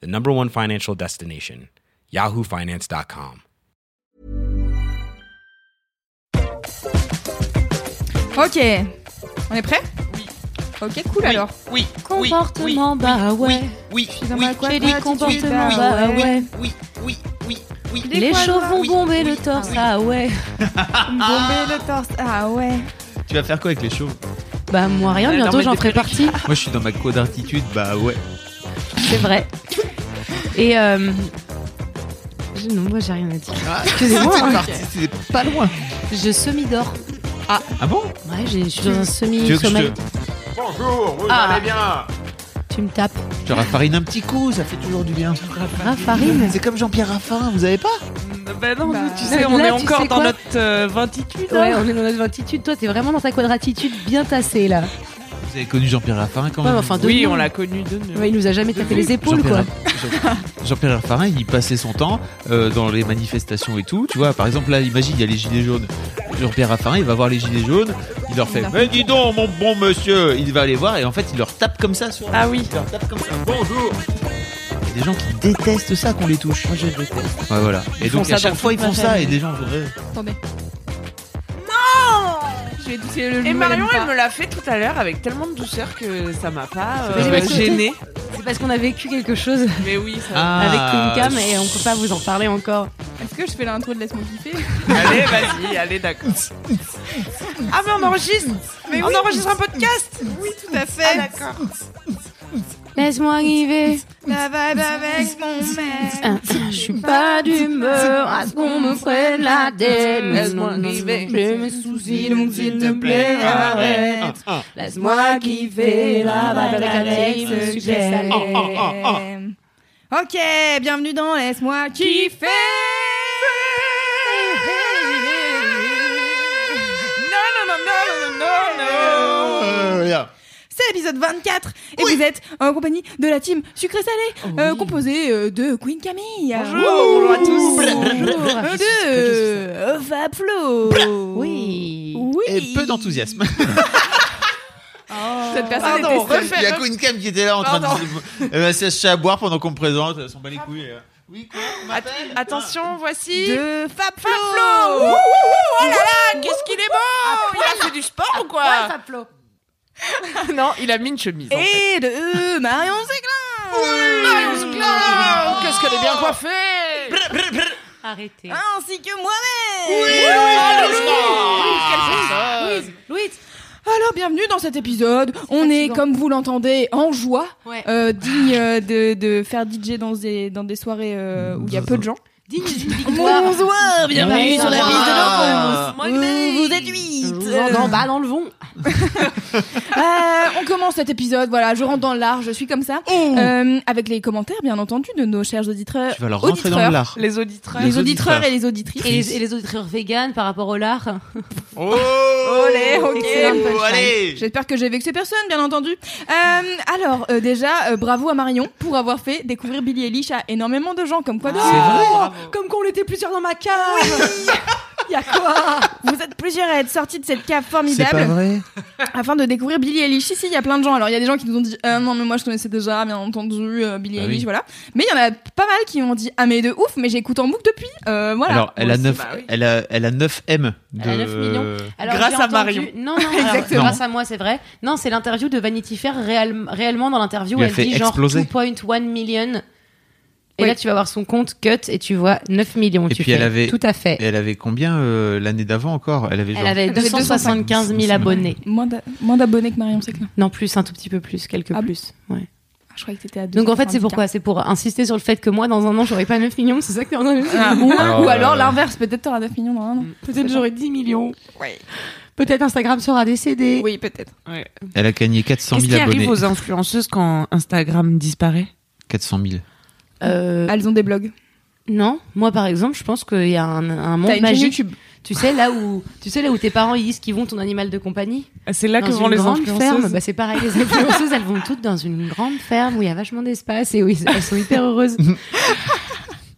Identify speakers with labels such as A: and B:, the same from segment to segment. A: the number one financial destination, yahoofinance.com.
B: Ok, on est prêt Ok, cool alors.
C: Oui, oui,
D: Comportement,
C: oui,
D: bah
C: oui,
D: ouais.
C: Oui,
B: Je suis dans
C: oui,
B: ma
C: oui,
B: couette,
D: j'ai
B: moi,
D: des
B: tout de suite,
D: comportements,
B: là,
D: bah,
B: ouais.
D: ouais.
C: oui, oui, oui, oui.
B: Des
D: Les
B: fois,
D: chevaux
B: là,
D: vont
B: oui,
D: bomber
C: oui,
D: le torse,
C: oui.
D: ah ouais.
B: me bomber le torse. Ah ouais.
C: Tu vas faire quoi avec les chevaux
D: Bah moi rien,
C: Ouais,
D: bientôt
C: normal,
D: j'en
C: des
D: ferai partie,
C: Moi, je suis dans ma quadratitude, bah ouais.
D: c'est vrai. Et euh... je- Non, moi j'ai rien à dire. Excusez-moi,
C: C'était
D: hein.
C: Ah, parti, c'était pas loin.
D: Je semi-dors.
C: Ah bon
D: Ouais, j'ai- je suis dans
C: Tu veux
D: un
C: que je
D: semi-sommeil.
C: te,
E: Bonjour, vous
D: Ah.
E: allez bien
D: Tu me tapes.
C: je te raffarine un petit coup Ça fait toujours du bien.
D: Raffarine.
C: C'est comme Jean-Pierre Raffarin, vous avez pas
F: Bah non,
B: Bah,
F: nous, tu sais,
D: là,
F: on est
D: tu
F: encore
D: sais
F: dans
D: quoi
F: notre euh, ventitude. hein.
D: Ouais, on est dans notre altitude. Toi, t'es vraiment dans ta quadratitude bien tassée là.
C: Vous avez connu Jean-Pierre Raffarin quand
D: Ouais,
C: même
D: enfin, de
F: oui,
D: nous.
F: on l'a connu de nous.
D: Ouais, il nous a jamais tapé les épaules quoi.
C: Jean-Pierre Raff- Jean- Jean-Pierre Raffarin, il passait son temps euh, dans les manifestations et tout. Tu vois, par exemple, là, imagine, il y a les Gilets jaunes. Jean-Pierre Raffarin, il va voir les Gilets jaunes. Il leur fait
B: Il leur
C: Mais dis donc, mon bon monsieur Il va les voir et en fait, il leur tape comme ça sur
F: Ah oui.
C: Il leur tape comme ça. Bonjour Il y a des gens qui détestent ça qu'on les touche. Moi, je déteste. Ouais, voilà. Et
F: Ils
C: donc,
F: font ça
C: à chaque
F: dans
C: fois, ils
F: toute
C: font
F: ma
C: ça et
F: famille.
C: des gens. ouais.
B: Attendez. Je vais douter le
F: Et
B: genou, elle
F: Marion,
B: aime
F: elle
B: pas.
F: me l'a fait tout à l'heure avec tellement de douceur que ça m'a pas
C: Mais
F: euh,
C: parce que-
F: gênée.
D: C'est parce qu'on a vécu quelque chose
F: Mais oui, ça
C: Ah.
D: avec Queencam et on peut pas vous en parler encore.
B: Est-ce que je fais l'intro de Laisse-moi kiffer
F: Allez, vas-y, allez, d'accord. Ah, mais on enregistre On enregistre un podcast
B: Oui, tout à fait.
D: Laisse-moi arriver.
B: La vibe avec mon mec.
D: Ah, Je suis pas d'humeur à ce qu'on me prenne la tête. Laisse-moi arriver. J'ai mes soucis, donc s'il te plaît, arrête. Laisse-moi kiffer la vibe
B: Alex
D: me suggère.
B: Oh, Ok, bienvenue dans Laisse-moi kiffer.
F: Non, non, non, non, non, non, non
B: C'est l'épisode 24 et vous êtes en compagnie de la team sucré salé euh, composée euh, de Queen Camille.
F: Bonjour, bonjour à tous.
D: Bonjour.
B: Euh, De euh, Fablo.
D: Oui.
B: Oui. Oh.
C: Et peu d'enthousiasme.
B: Cette personne
C: Pardon,
B: était
C: refais. Il y a Queen Cam qui était là en train de euh, Elle va s'acheter à boire pendant qu'on me présente. Elle s'en bat les couilles. euh. Oui, quoi on m'appelle
F: Attention, voici...
B: de Fablo.
F: Flo Oh là là, qu'est-ce qu'il est bon Il a fait du sport ou quoi Non, il a mis une chemise. en fait. Ah,
B: Et de euh, Marion Séglin.
F: Marion Zouglard, Qu'est-ce qu'elle est bien coiffée
D: Arrêtez.
B: Ainsi que moi-même.
F: Louise
D: Louis.
B: Alors bienvenue dans cet épisode. On est
D: fatigant.
B: comme vous l'entendez en joie,
D: Ouais.
B: euh, digne euh, de, de faire DJ dans des dans des soirées euh, où il y a peu de gens.
D: Digne d'une
B: Bonsoir,
D: bienvenue sur la piste de
C: Ah.
B: Vous êtes
D: Je en bas dans le vent.
B: Euh, on commence cet épisode, voilà, je rentre dans l'art, je suis comme ça. Euh, avec les commentaires, bien entendu, de nos chers auditeurs.
C: Mmh. Tu vas leur rentrer dans
B: auditeurs.
C: le lard.
F: Les auditeurs.
B: Les
C: Les
B: auditeurs
C: auditeurs.
B: et les auditrices.
D: Et les, et les auditeurs vegan par rapport au lard.
C: Oh,
B: Olé, ok.
D: Excellent
B: Oh,
D: punchline.
C: allez.
B: J'espère que j'ai vexé personne, bien entendu. Euh, alors, euh, déjà, euh, bravo à Marion pour avoir fait découvrir Billy Eilish à énormément de gens, comme quoi...
C: Ah.
B: euh,
C: C'est vrai.
D: Comme qu'on l'était plusieurs dans ma cave.
B: y a quoi Vous êtes plusieurs à être sortis de cette cave formidable
C: vrai.
B: afin de découvrir Billy Eilish. Ici, il y a plein de gens. Alors, il y a des gens qui nous ont dit Ah, non, mais moi, je connaissais déjà, bien entendu, euh, Billie
C: Bah
B: Eilish,
C: oui.
B: voilà. Mais il y en a pas mal qui m'ont dit Ah, mais de ouf, mais j'écoute en boucle depuis. Euh, voilà.
C: Alors, elle a
F: c'est-
C: 9
F: bah oui.
C: elle a elle a 9 M de
D: Elle a 9 millions. Alors,
F: Grâce
D: j'ai
F: à
D: entendu-
F: Marion.
D: Non, non, alors,
B: Exactement.
D: grâce à moi, c'est vrai. Non, c'est l'interview de Vanity Fair réel- réellement dans l'interview.
C: Il a
D: Elle
C: fait
D: dit genre
C: exploser.
D: 2.1 million. Et
B: Oui.
D: là, tu vas voir son compte cut et tu vois 9 millions.
C: Et
D: tu
C: puis,
D: fais
C: elle avait-
D: tout à fait.
C: Et elle avait combien euh, l'année d'avant encore Elle avait genre
D: Elle avait
B: Elle avait
D: 275 000 abonnés.
B: Moins d'a- moins d'abonnés que Marion Séclin.
D: Non, plus, un tout petit peu plus, quelques
B: Ah bon
D: plus. Ouais.
B: Ah, Je croyais que t'étais à
D: Donc en fait, c'est
B: 290K.
D: pourquoi C'est pour insister sur le fait que moi, dans un an, j'aurai pas 9 millions. C'est ça que t'es en train de me dire
B: Ah, ou,
C: Alors,
B: ou alors
C: euh,
B: l'inverse, Mm. peut-être t'auras 9 millions dans un an.
D: Peut-être j'aurai 10 millions. Peut-être Instagram sera décédé.
B: Oui, peut-être.
C: Elle a gagné 400
F: Qu'est-ce
C: 000
F: qui
C: abonnés.
F: arrive aux influenceuses quand Instagram disparaît
C: 400 000.
D: Euh,
B: Elles ont des blogs.
D: non, moi par exemple, je pense qu'il y a un, un
B: T'as
D: monde
B: une chaîne
D: magique.
B: YouTube.
D: Tu sais là où tu sais là où tes parents ils disent qu'ils vont ton animal de compagnie.
F: C'est là
D: dans
F: que
D: une
F: vont les
D: grande ferme,
F: influenceuses.
D: bah, c'est pareil. Les influenceuses, elles vont toutes dans une grande ferme où il y a vachement d'espace et où ils- elles sont hyper heureuses.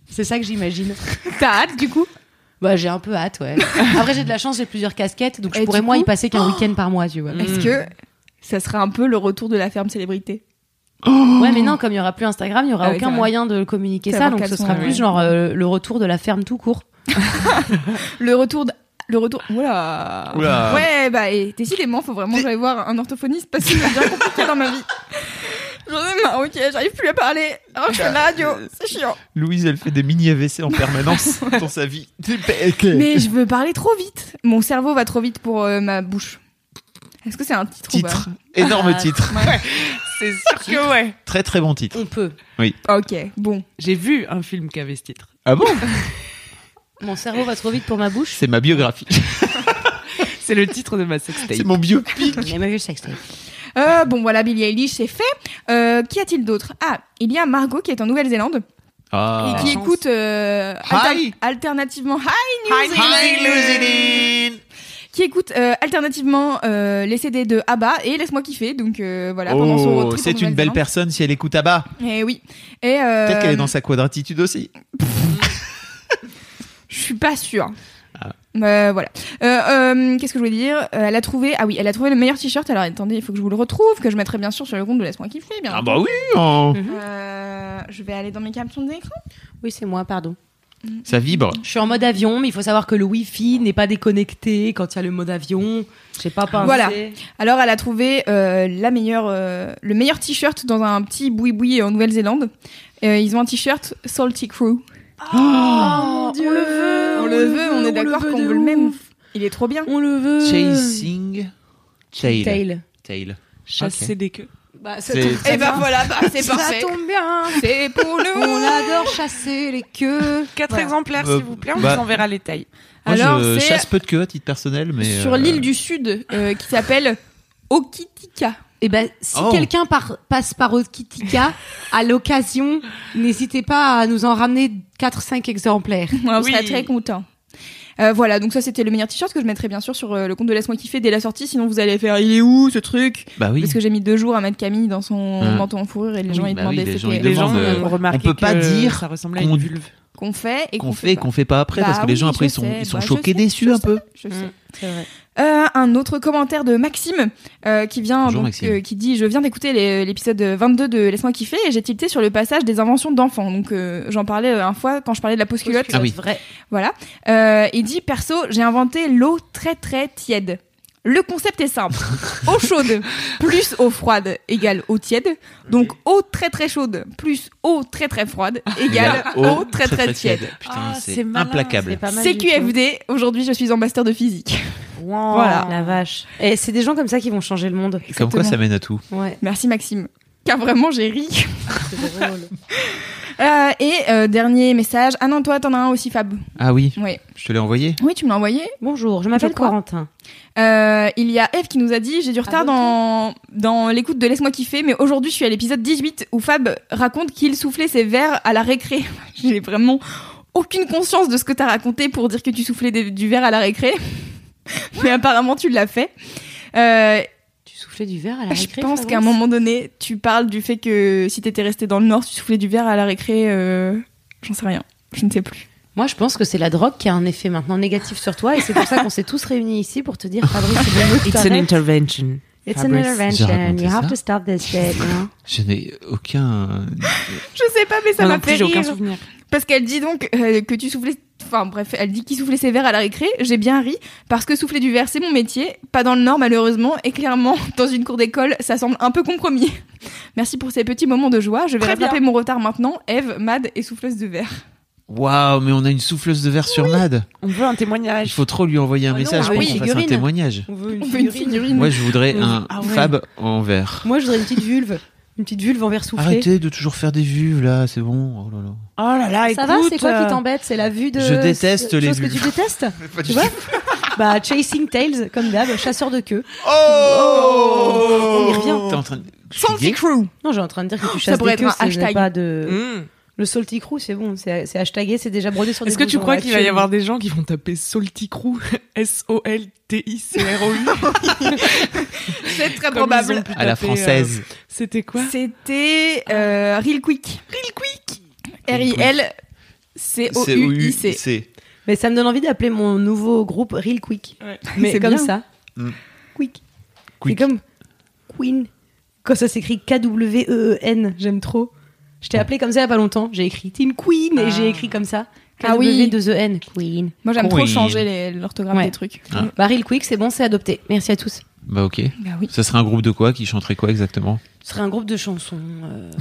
D: c'est ça que j'imagine.
B: T'as hâte du coup
D: Bah j'ai un peu hâte, ouais. Après j'ai de la chance, j'ai plusieurs casquettes, donc je
B: Et
D: pourrais
B: du
D: moi y
B: coup-
D: passer qu'un week-end par mois, tu vois.
B: Est-ce que ça sera un peu le retour de la ferme célébrité
D: Ouais, mais non, comme il y aura plus Instagram, il y aura
B: Ah oui,
D: aucun
B: t'as
D: moyen de communiquer
B: T'as
D: ça,
B: avoir
D: donc ce
B: qu'elles
D: sera
B: sont,
D: plus
B: ouais.
D: genre euh, le retour de la ferme tout court.
B: Le retour de... Le retour... Oula
C: Oula.
B: Ouais, bah, et décidément, faut vraiment que j'aille voir un orthophoniste parce que c'est bien compliqué dans ma vie. J'en ai marre, ok, j'arrive plus à parler. Alors que je fais de la radio, c'est chiant.
C: Louise, elle fait des mini AVC en permanence dans sa vie. euh,
B: Mais je veux parler trop vite. Mon cerveau va trop vite pour euh, ma bouche. Est-ce que c'est un titre, ou pas
C: Titre, énorme
D: Ah,
C: titre,
F: C'est sûr que ouais.
C: très très bon titre.
D: On peut.
B: Ok, bon.
F: J'ai vu un film qui avait ce titre.
C: Ah bon
D: Mon cerveau va trop vite pour ma bouche.
C: C'est ma biographie,
F: C'est le titre de ma sextape.
C: c'est mon biopic.
D: J'ai jamais vu le sextape.
B: Euh, bon, voilà, Billie Eilish, c'est fait. Euh, Qu'y a-t-il d'autre Ah, il y a Margot qui est en Nouvelle-Zélande et
C: Ah.
B: qui
D: chance.
B: écoute euh, alter-
C: Hi.
B: alternativement Hi
F: Hi,
B: New Zealand. qui écoute euh, alternativement euh, les CD de ABBA et Laisse-moi kiffer. Donc euh, voilà, pendant son road
C: Oh,
B: trip en
C: c'est une belle
B: Nouvelle-Zélande.
C: personne si elle écoute à bas.
B: Eh oui. Et euh,
C: Peut-être qu'elle est dans sa quadratitude aussi.
B: Je suis pas sûre.
C: Ah.
B: Euh, voilà. Euh, euh, Qu'est-ce que je voulais dire Euh, Elle a trouvé. Ah oui, elle a trouvé le meilleur t-shirt. Alors attendez, il faut que je vous le retrouve, que je mettrai bien sûr sur le compte de Laisse-moi kiffer. Bien
C: Ah bah oui oh.
B: Euh, je vais aller dans mes captions d'écran.
D: Oui, c'est moi, pardon.
C: Ça vibre.
D: Je suis en mode avion, mais il faut savoir que le Wi-Fi n'est pas déconnecté quand il y a le mode avion. J'ai pas pensé.
B: Voilà. Alors, elle a trouvé euh, la meilleure, euh, le meilleur t-shirt dans un petit boui-boui en Nouvelle-Zélande. Euh, ils ont un t-shirt Salty Crew.
D: Oh,
B: on le veut, on le veut, on est d'accord qu'on veut le même. Il est trop bien.
D: On le veut.
B: Euh.
C: Chasing Tail.
D: Tail.
C: Tail.
B: Ah,
F: Chasser des queues.
D: Bah,
C: C'est- tombe-
B: Et ben voilà, bah, c'est
D: ça
B: parfait.
D: tombe bien.
B: C'est pour
D: On
B: nous.
D: adore chasser les queues.
F: Quatre
D: Voilà.
F: exemplaires,
C: Euh,
F: s'il vous plaît, on
C: bah-
F: vous enverra les tailles.
C: Moi,
B: Alors,
C: je
B: c'est-
C: chasse peu de queues à titre personnel, mais.
B: Sur
C: euh,
B: l'île du Sud, euh, qui s'appelle Okitika.
D: Et ben, si
C: Oh.
D: quelqu'un par- passe par Okitika, à l'occasion, n'hésitez pas à nous en ramener 4-5 exemplaires.
B: On
F: Oui.
B: serait très content. voilà, donc ça c'était le meilleur t-shirt que je mettrai bien sûr sur euh, le compte de Laisse-moi kiffer dès la sortie, sinon vous allez faire il est où ce truc
C: Bah oui.
B: Parce que j'ai mis deux jours à mettre Camille dans son
C: Hum.
B: manteau en fourrure et les
C: Oui,
B: gens ils
C: bah oui,
B: demandaient
C: les gens,
B: c'était
C: ils
F: Les gens
C: demandent, euh,
F: ont remarqué
C: on peut pas
F: que
C: dire
F: ça ressemblait à une
C: qu'on-
F: vulve.
B: qu'on fait et
C: qu'on fait et qu'on fait pas après
B: Bah
C: parce que les
B: oui,
C: gens après
B: je
C: ils sont,
B: sais,
C: ils sont
B: bah, je
C: choqués
B: sais,
C: déçus
B: je
C: un
B: sais,
C: peu
B: je sais.
D: C'est vrai.
B: Euh, un autre commentaire de Maxime euh, qui vient
C: Bonjour,
B: donc,
C: Maxime.
B: euh, qui dit je viens d'écouter les- l'épisode 22 de Laisse-moi kiffer et j'ai tilté sur le passage des inventions d'enfants donc euh, j'en parlais euh, un fois quand je parlais de la pause culotte
C: Ah oui.
D: Vrai.
B: Voilà. Euh, il dit perso, j'ai inventé l'eau très très tiède. Le concept est simple. eau chaude plus eau froide égale eau tiède. Donc eau très très chaude plus eau très très froide égale eau très très, tiède.
C: Putain,
F: Ah,
C: c'est
F: c'est malin,
C: implacable.
D: C'est pas mal du tout.
B: CQFD, aujourd'hui je suis en master de physique.
D: Wow,
B: Voilà.
D: La vache. Et c'est des gens comme ça qui vont changer le monde.
C: Comme quoi ça mène à tout.
D: Ouais.
B: Merci Maxime. Car vraiment j'ai ri.
D: C'est drôle.
B: Euh, et euh, dernier message. Ah non, toi t'en as un aussi Fab.
C: Ah oui,
B: Oui.
C: je te l'ai envoyé.
B: Oui, tu me l'as envoyé.
D: Bonjour, je
B: Je
D: m'appelle
B: crois.
D: Corentin.
B: Euh, il y a Eve qui nous a dit j'ai du retard
D: bon
B: dans, dans l'écoute de Laisse-moi kiffer, mais aujourd'hui je suis à l'épisode 18 où Fab raconte qu'il soufflait ses verres à la récré. J'ai vraiment aucune conscience de ce que t'as raconté pour dire que tu soufflais des- du verre à la récré, mais apparemment tu l'as fait. Euh,
D: Tu soufflais du verre à la
B: je
D: récré
B: pense
D: Florence
B: qu'à un moment donné, tu parles du fait que si t'étais resté dans le Nord, tu soufflais du verre à la récré. euh, J'en sais rien, je ne sais plus.
D: Moi, je pense que c'est la drogue qui a un effet maintenant négatif sur toi, et c'est pour ça qu'on s'est tous réunis ici pour te dire, Fabrice, c'est bon,
F: It's an
D: t'arrêtes.
F: intervention.
D: It's an
F: Fabrice.
D: intervention.
C: J'ai raconté
D: You have
C: ça
D: to stop this shit. you know.
C: Je n'ai aucun.
B: Je sais pas, mais ça
F: Moi
B: m'a
F: non plus,
B: fait
F: j'ai aucun
B: rire.
F: souvenir.
B: Parce qu'elle dit donc euh, que tu soufflais. Enfin bref, elle dit qu'il soufflait ses verres à la récré. J'ai bien ri parce que souffler du verre, c'est mon métier. Pas dans le Nord, malheureusement. Et clairement, dans une cour d'école, ça semble un peu compromis. Merci pour ces petits moments de joie. Je vais
F: Très
B: rattraper mon retard maintenant. Eve, Mad et souffleuse de verre.
C: Waouh, mais on a une souffleuse de verre sur Mad.
F: On veut un
C: Il
F: témoignage.
C: faut trop lui envoyer un
D: Ah, Oh
C: message
D: non,
C: pour
D: oui,
C: qu'on fasse un
D: figurine.
C: témoignage.
D: On veut une
B: On fait une
D: figurine.
B: figurine.
C: Moi, je voudrais un
F: Ah ouais.
C: Fab en verre.
D: Moi, je voudrais une petite vulve. Une petite vulve en verre soufflé.
C: Arrêtez de toujours faire des vues là, c'est bon. Oh là là.
F: Oh là là,
D: ça
F: écoute.
D: va, c'est quoi
F: euh,
D: qui t'embête C'est la vue de.
C: Je déteste
D: c'est-
C: les
D: chose que
C: vulves.
D: tu détestes Tu vois Bah, Chasing Tails, comme d'hab, chasseur de queue.
C: Oh
D: On y revient.
C: T'es en train de. Je suis
B: Salty
C: gay
B: Crew.
D: Non, j'ai en train de dire que tu
B: ça
D: chasses
B: pourrait
D: des
B: être
D: queues,
B: un
D: c'est
B: hashtag.
D: pas de.
F: hmm.
D: Le Salticrou, c'est bon, c'est c'est hashtagué, c'est déjà brodé sur des
F: Est-ce que tu
D: blousons,
F: crois qu'il va y
D: actuellement.
F: avoir des gens qui vont taper Solticrou S-O-L-T-I-C-R-O-U
B: C'est très
F: comme ils ont
B: probable.
F: pu
C: À la
F: taper, euh,
C: française.
F: C'était quoi
B: C'était euh, Real Quick. Real Quick. R-I-L. C-O-U-I-C.
C: C.
D: Mais ça me donne envie d'appeler mon nouveau groupe Real Quick. Mais
B: C'est
D: comme
B: bien.
D: ça.
C: Mm.
D: Quick.
C: Quick.
D: C'est comme Queen. Quand ça s'écrit K-W-E-E-N, E j'aime trop. Je t'ai appelé comme ça il y a pas longtemps. J'ai écrit Team Queen et j'ai écrit comme ça. E
B: Ah oui.
D: K-W-E-E-N. Queen.
B: Moi, j'aime trop
C: Oui.
B: changer les- l'orthographe
D: Ouais.
B: des trucs.
C: Ah.
D: Bah, Real Quick, c'est bon, c'est adopté. Merci à tous.
C: Bah ok.
B: Bah oui.
C: Ça serait un groupe de quoi qui chanterait quoi exactement
D: Ce serait un groupe de chansons. euh,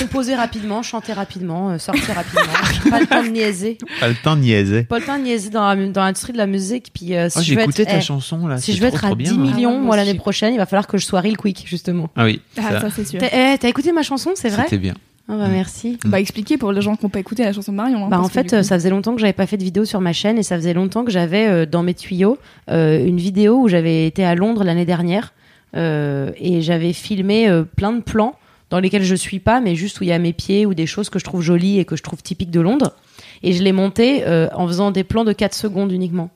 D: composées rapidement, chanter rapidement, euh, sortir rapidement. pas le temps de niaiser.
C: Pas le temps de niaiser.
D: Pas le temps de niaiser dans la mu- dans l'industrie de la musique. Puis euh, si
C: Oh,
D: je
C: j'ai
D: veux
C: écouté
D: être,
C: ta
D: eh,
C: chanson là. Ah,
D: Si
C: c'est
D: je veux
C: trop,
D: être à
C: trop bien, hein.
D: 10
C: là.
D: millions,
F: Ah, moi
D: moi, l'année
F: aussi.
D: prochaine, il va falloir que je sois real quick, justement.
C: Ah oui.
B: Ah,
C: ça,
B: ça, c'est sûr.
D: T'as eh, t'as écouté ma chanson, c'est vrai
C: C'était Mm. bien.
D: Ah bah merci.
B: Bah, expliquer pour les gens qui n'ont pas écouté la chanson de Marion. hein,
D: Bah
B: parce
D: en
B: que
D: fait,
B: du coup-
D: euh, ça faisait longtemps que j'avais pas fait de vidéo sur ma chaîne et ça faisait longtemps que j'avais euh, dans mes tuyaux euh, une vidéo où j'avais été à Londres l'année dernière euh, et j'avais filmé euh, plein de plans dans lesquels je suis pas, mais juste où il y a mes pieds ou des choses que je trouve jolies et que je trouve typiques de Londres. Et je l'ai monté euh, en faisant des plans de 4 secondes uniquement.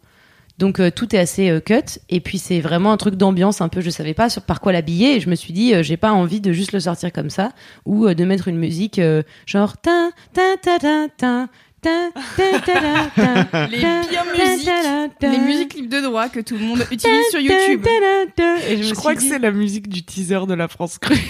D: Donc euh, tout est assez euh, cut et puis c'est vraiment un truc d'ambiance un peu je savais pas sur par quoi l'habiller et je me suis dit euh, j'ai pas envie de juste le sortir comme ça ou euh, de mettre une musique euh, genre tin tin ta tin tin tin tin ta tin tin
B: Les
D: tin,
B: pires
D: tin,
B: musiques,
D: ta, ta,
B: les
D: ta,
B: musiques libres de droit que tout le monde
D: tin,
B: utilise sur
D: tin,
B: YouTube.
D: ta, ta, ta. Et je, me
F: Je
D: suis
F: crois que
D: dit-
F: c'est la musique du teaser de la France crue.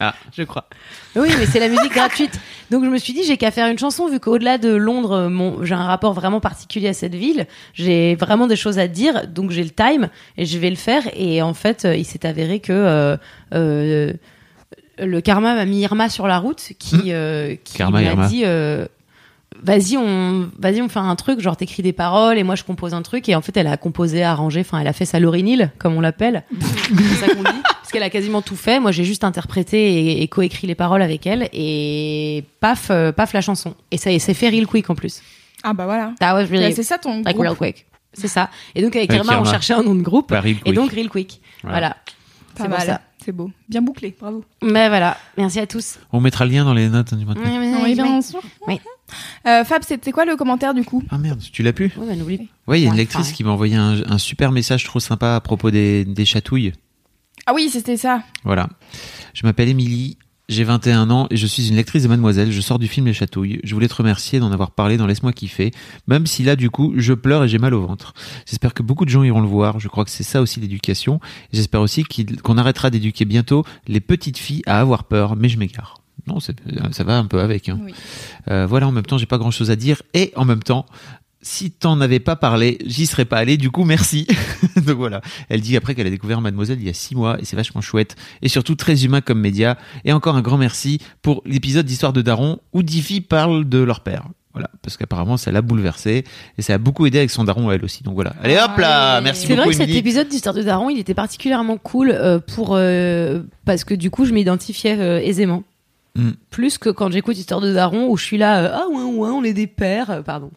C: Ah.
F: je crois.
D: Oui, mais c'est la musique gratuite. Donc je me suis dit, j'ai qu'à faire une chanson, vu qu'au-delà de Londres, euh, mon- j'ai un rapport vraiment particulier à cette ville. J'ai vraiment des choses à dire, donc j'ai le time et je vais le faire. Et en fait, euh, il s'est avéré que euh, euh, le karma m'a mis Irma sur la route,
C: Hmm.
D: qui, euh, qui
C: Karma,
D: m'a
C: Irma.
D: dit. euh, Vas-y, on, vas-y, on fait un truc, genre t'écris des paroles et moi je compose un truc. Et en fait, elle a composé, arrangé, enfin, elle a fait sa Laurinil, comme on l'appelle. C'est ça qu'on dit. Parce qu'elle a quasiment tout fait. Moi, j'ai juste interprété et, et coécrit les paroles avec elle. Et paf, euh, paf la chanson. Et ça, et c'est fait real quick en plus.
B: Ah bah voilà.
D: That was
B: Bah,
D: really
B: c'est ça ton
D: like
B: groupe.
D: real quick. C'est ça. Et donc avec
C: Avec
D: Irma, on
C: Irma.
D: cherchait un nom de groupe.
C: Paris
D: Et
C: Bah, Quick.
D: donc real quick. Voilà.
B: Pas
D: C'est pour
B: mal.
D: ça.
B: C'est beau. Bien bouclé. Bravo.
D: Mais voilà. Merci à tous.
C: On mettra le lien dans les notes du matin.
B: Oui, bien sûr.
D: Oui.
B: Euh, Fab, c'était quoi le commentaire du coup
C: Ah merde, tu l'as pu
D: Oui, mais n'oublie
C: Ouais, il y a une
D: Ouais,
C: lectrice
D: enfin.
C: qui m'a envoyé un, un super message trop sympa à propos des, des chatouilles.
B: Ah oui, c'était ça.
C: Voilà. Je m'appelle Émilie, j'ai 21 ans et je suis une lectrice de Mademoiselle. Je sors du film Les Chatouilles. Je voulais te remercier d'en avoir parlé dans Laisse-moi kiffer, même si là, du coup, je pleure et j'ai mal au ventre. J'espère que beaucoup de gens iront le voir. Je crois que c'est ça aussi l'éducation. J'espère aussi qu'il- qu'on arrêtera d'éduquer bientôt les petites filles à avoir peur, mais je m'égare. Non, c'est- ça va un peu
D: Ah.
C: avec. hein.
B: Oui.
C: Euh, voilà, en même temps, j'ai pas grand chose à dire. Et en même temps, si t'en avais pas parlé, j'y serais pas allé. Du coup, merci. Donc voilà. Elle dit après qu'elle a découvert Mademoiselle il y a six mois et c'est vachement chouette. Et surtout très humain comme média. Et encore un grand merci pour l'épisode d'Histoire de Daron où dix filles parlent de leur père. Voilà. Parce qu'apparemment, ça l'a bouleversée et ça a beaucoup aidé avec son daron elle aussi. Donc voilà. Allez hop là.
B: Allez.
C: Merci
D: Ah C'est
C: beaucoup.
D: vrai que cet
C: Émilie.
D: épisode d'Histoire de Daron, il était particulièrement cool euh, pour euh, parce que du coup, je m'identifiais euh, aisément.
C: Mm.
D: Plus que quand j'écoute Histoire de Daron où je suis là, euh, ah ouais, ouais, on est des pères, Euh, pardon.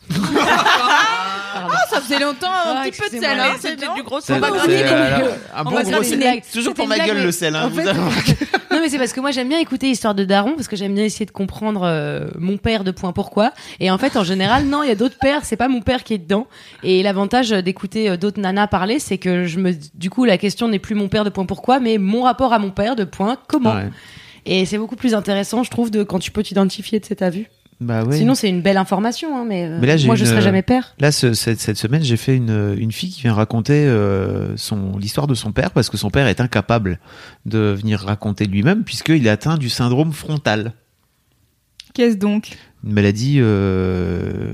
D: Pardon.
B: Ça faisait longtemps un
D: Ah,
B: petit peu de
D: excusez-moi,
B: sel, hein, c'est
F: C'était
B: bien.
F: du gros
C: C'est-
D: On va
C: c'est,
D: oublier les
C: euh,
D: blagues.
C: un
D: On
C: bon
D: va
C: gros
D: garder
C: sel.
D: les blagues.
C: Toujours pour
D: C'était
C: ma
D: une blague,
C: gueule
D: mais
C: le sel. hein,
D: en
C: vous
D: fait-
C: avez-
D: non mais c'est parce que moi j'aime bien écouter Histoire de Daron parce que j'aime bien essayer de comprendre euh, mon père de point pourquoi et en fait en général non il y a d'autres pères c'est pas mon père qui est dedans et l'avantage euh, d'écouter euh, d'autres nanas parler c'est que je me du coup la question n'est plus mon père de point pourquoi mais mon rapport à mon père de point comment
C: Ouais.
D: et c'est beaucoup plus intéressant je trouve de quand tu peux t'identifier de cet avis
C: Bah ouais.
D: sinon c'est une belle information hein, mais, euh,
C: Mais là, j'ai
D: moi je
C: une,
D: serai
C: euh,
D: jamais père
C: Là, ce- cette, cette semaine, j'ai fait une, une fille qui vient raconter euh, son l'histoire de son père parce que son père est incapable de venir raconter de lui-même puisqu'il est atteint du syndrome frontal,
B: Qu'est-ce donc
C: une maladie, euh,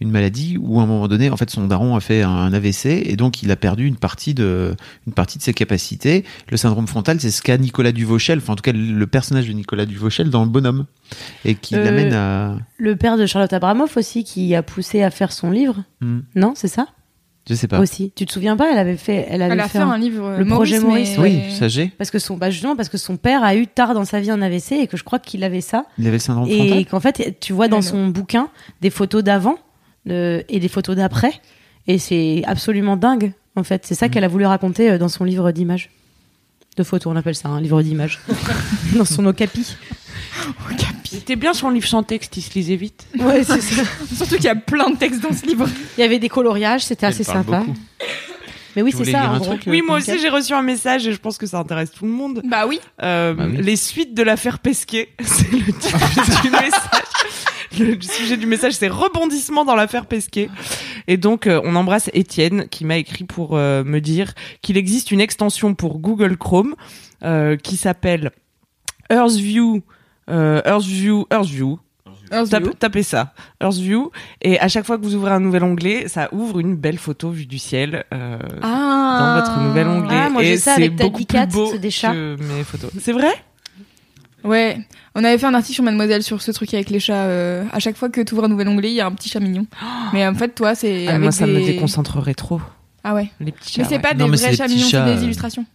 C: une maladie où à un moment donné, en fait, son daron a fait un, un AVC et donc il a perdu une partie de une partie de ses capacités. Le syndrome frontal, c'est ce qu'a Nicolas Duvauchel, enfin en tout cas le personnage de Nicolas Duvauchel dans Le Bonhomme et qui
D: Euh,
C: l'amène à.
D: le père de Charlotte Abramoff aussi qui a poussé à faire son livre
C: Hmm,
D: non c'est ça
C: je sais pas.
D: aussi tu te souviens pas elle avait fait elle avait
B: Elle a fait
D: fait un-
B: un livre. euh,
D: le projet Maurice,
B: mais-
C: Oui, ça j'ai.
D: Parce que son, bah justement, parce que son père a eu tard dans sa vie un AVC et que je crois qu'il avait ça.
C: Il avait le syndrome frontal.
D: Et qu'en fait, tu vois dans
B: Ah non.
D: son bouquin des photos d'avant euh, et des photos d'après. Et c'est absolument dingue, en fait. C'est ça
C: Mm.
D: qu'elle a voulu raconter euh, dans son livre d'images. hein, De photos, on appelle ça un livre d'images. dans son okapi.
B: Oh, Capi.
F: C'était bien son livre sans texte, il se lisait vite.
D: Ouais, c'est ça.
B: Surtout qu'il y a plein de textes dans ce livre.
D: Il y avait des coloriages, c'était assez
C: parle
D: sympa.
C: beaucoup.
D: Mais oui,
C: Tu
D: c'est
C: voulais
D: ça.
C: lire
D: en
C: un
D: gros.
C: truc, euh,
F: Oui, moi
D: Ok.
F: aussi j'ai reçu un message et je pense que ça intéresse tout le monde.
B: Bah oui.
F: Euh,
C: Bah oui.
F: Les suites de l'affaire Pesquet, c'est le titre du message. Le sujet du message, c'est rebondissement dans l'affaire Pesquet. Et donc, euh, on embrasse Étienne qui m'a écrit pour euh, me dire qu'il existe une extension pour Google Chrome euh, qui s'appelle EarthView. Euh, EarthView, EarthView, Tape- tapez ça, EarthView, et à chaque fois que vous ouvrez un nouvel onglet, ça ouvre une belle photo vue du ciel. euh, dans
B: Ah.
F: votre nouvel onglet.
D: Ah, moi, j'ai
F: Et
D: ça
F: c'est
D: avec Ted
F: beaucoup
D: Bicat,
F: plus beau
D: c'est des chats.
F: que mes photos. Ah, C'est vrai
B: Ouais. On avait fait un article sur Mademoiselle sur ce truc avec les chats. euh, à chaque fois que tu ouvres un nouvel onglet, il y a un petit chat mignon. Mais en fait, toi, c'est.
F: Ah,
B: avec
F: Moi, ça me
B: des-
F: déconcentrerait trop,
B: Ah ouais.
F: les petits chats.
B: Mais c'est
F: ouais.
B: pas
C: Non,
B: des
C: mais c'est
B: vrais
C: des
B: chats
C: petits
B: mignons,
C: chats,
B: c'est des
C: euh,
B: illustrations.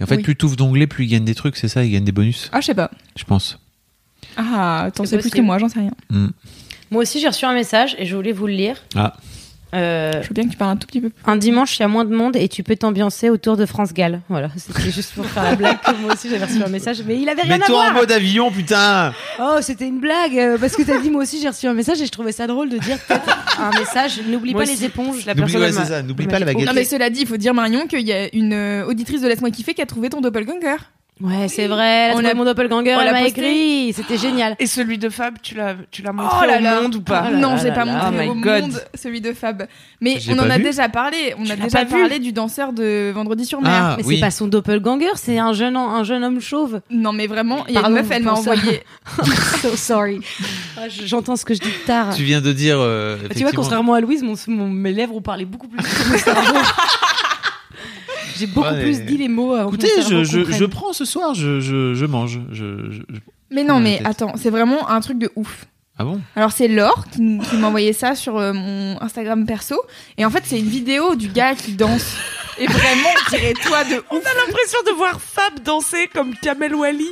C: Et en fait,
B: Oui.
C: plus t'ouvres d'onglets, plus ils gagnent des trucs, c'est ça, ils gagnent des bonus,
B: Ah, je sais pas.
C: je pense. Hmm.
B: Ah, t'en
D: C'est
B: sais plus
D: possible.
B: que moi, j'en sais rien.
D: Moi aussi, j'ai reçu un message et je voulais vous le lire.
C: Ah.
D: Euh,
B: Je veux bien que tu parles un tout petit peu. plus.
D: un dimanche, il y a moins de monde et tu peux t'ambiancer autour de France Gall. Voilà, c'était juste pour faire la blague. que Moi aussi, j'avais reçu un message, mais il avait rien à
C: Mets-toi en
D: voir.
C: mode avion, putain
D: Oh, c'était une blague euh, parce que t'as dit moi aussi j'ai reçu un message et je trouvais ça drôle de dire peut-être un message. N'oublie pas
F: Moi
D: les
F: aussi.
D: éponges.
F: La
C: N'oublie
F: personne,
C: ouais,
F: elle m'a-
C: c'est ça, n'oublie
F: elle
C: pas
F: m'a
C: la
F: dit,
C: baguette.
B: Non, mais cela dit, il faut dire, Marion, qu'il y a une euh, auditrice de Laisse-moi kiffer qui a trouvé ton doppelganger.
D: Ouais, c'est vrai.
B: On
D: On
B: l'a-
D: a mon doppelganger.
B: on
D: Elle
B: l'a
D: m'a
B: posté.
D: écrit. C'était génial.
F: Et celui de Fab, tu l'as, tu l'as montré
B: Oh là
F: au
B: là.
F: monde ou pas
D: Ah là
B: non,
D: là
B: j'ai
D: là
B: pas
D: là.
B: montré
F: Oh my
B: au
F: God.
B: monde celui de Fab. Mais
C: J'ai
B: on
C: pas
B: en a
C: vu.
B: déjà parlé. On
F: Tu
B: a
F: l'as
B: déjà
F: pas vu
B: parlé du danseur de Vendredi sur Mer.
C: Ah,
D: Mais
C: oui.
D: c'est pas son doppelganger, c'est un jeune, en- un jeune homme chauve.
B: Non, mais vraiment, il y a une
D: Pardon
B: meuf, elle m'a
D: pour ça.
B: envoyé.
D: so sorry. Ah, je- J'entends ce que je dis tard.
C: Tu viens de dire. euh,
D: Ah, Tu vois,
C: effectivement-
D: contrairement à Louise, mon, mon- mes lèvres ont parlé beaucoup plus que mon cerveau. J'ai beaucoup
C: Ouais, mais-
D: plus dit les mots avant
C: Écoutez,
D: que mon
C: je,
D: cerveau
C: je,
D: comprenne.
C: je prends ce soir, je, je, je mange. Je, je- je-
B: Mais non,
F: Ah,
C: Ouais,
B: mais
C: peut-être.
B: attends, c'est vraiment un truc de ouf.
C: Ah bon
B: Alors c'est Laure qui, nous- qui m'a envoyé ça sur euh, mon Instagram perso. Et en fait, c'est une vidéo du gars qui danse. Et vraiment, on dirait toi de
F: On
B: ouf.
F: a l'impression de voir Fab danser comme Kamel Wally.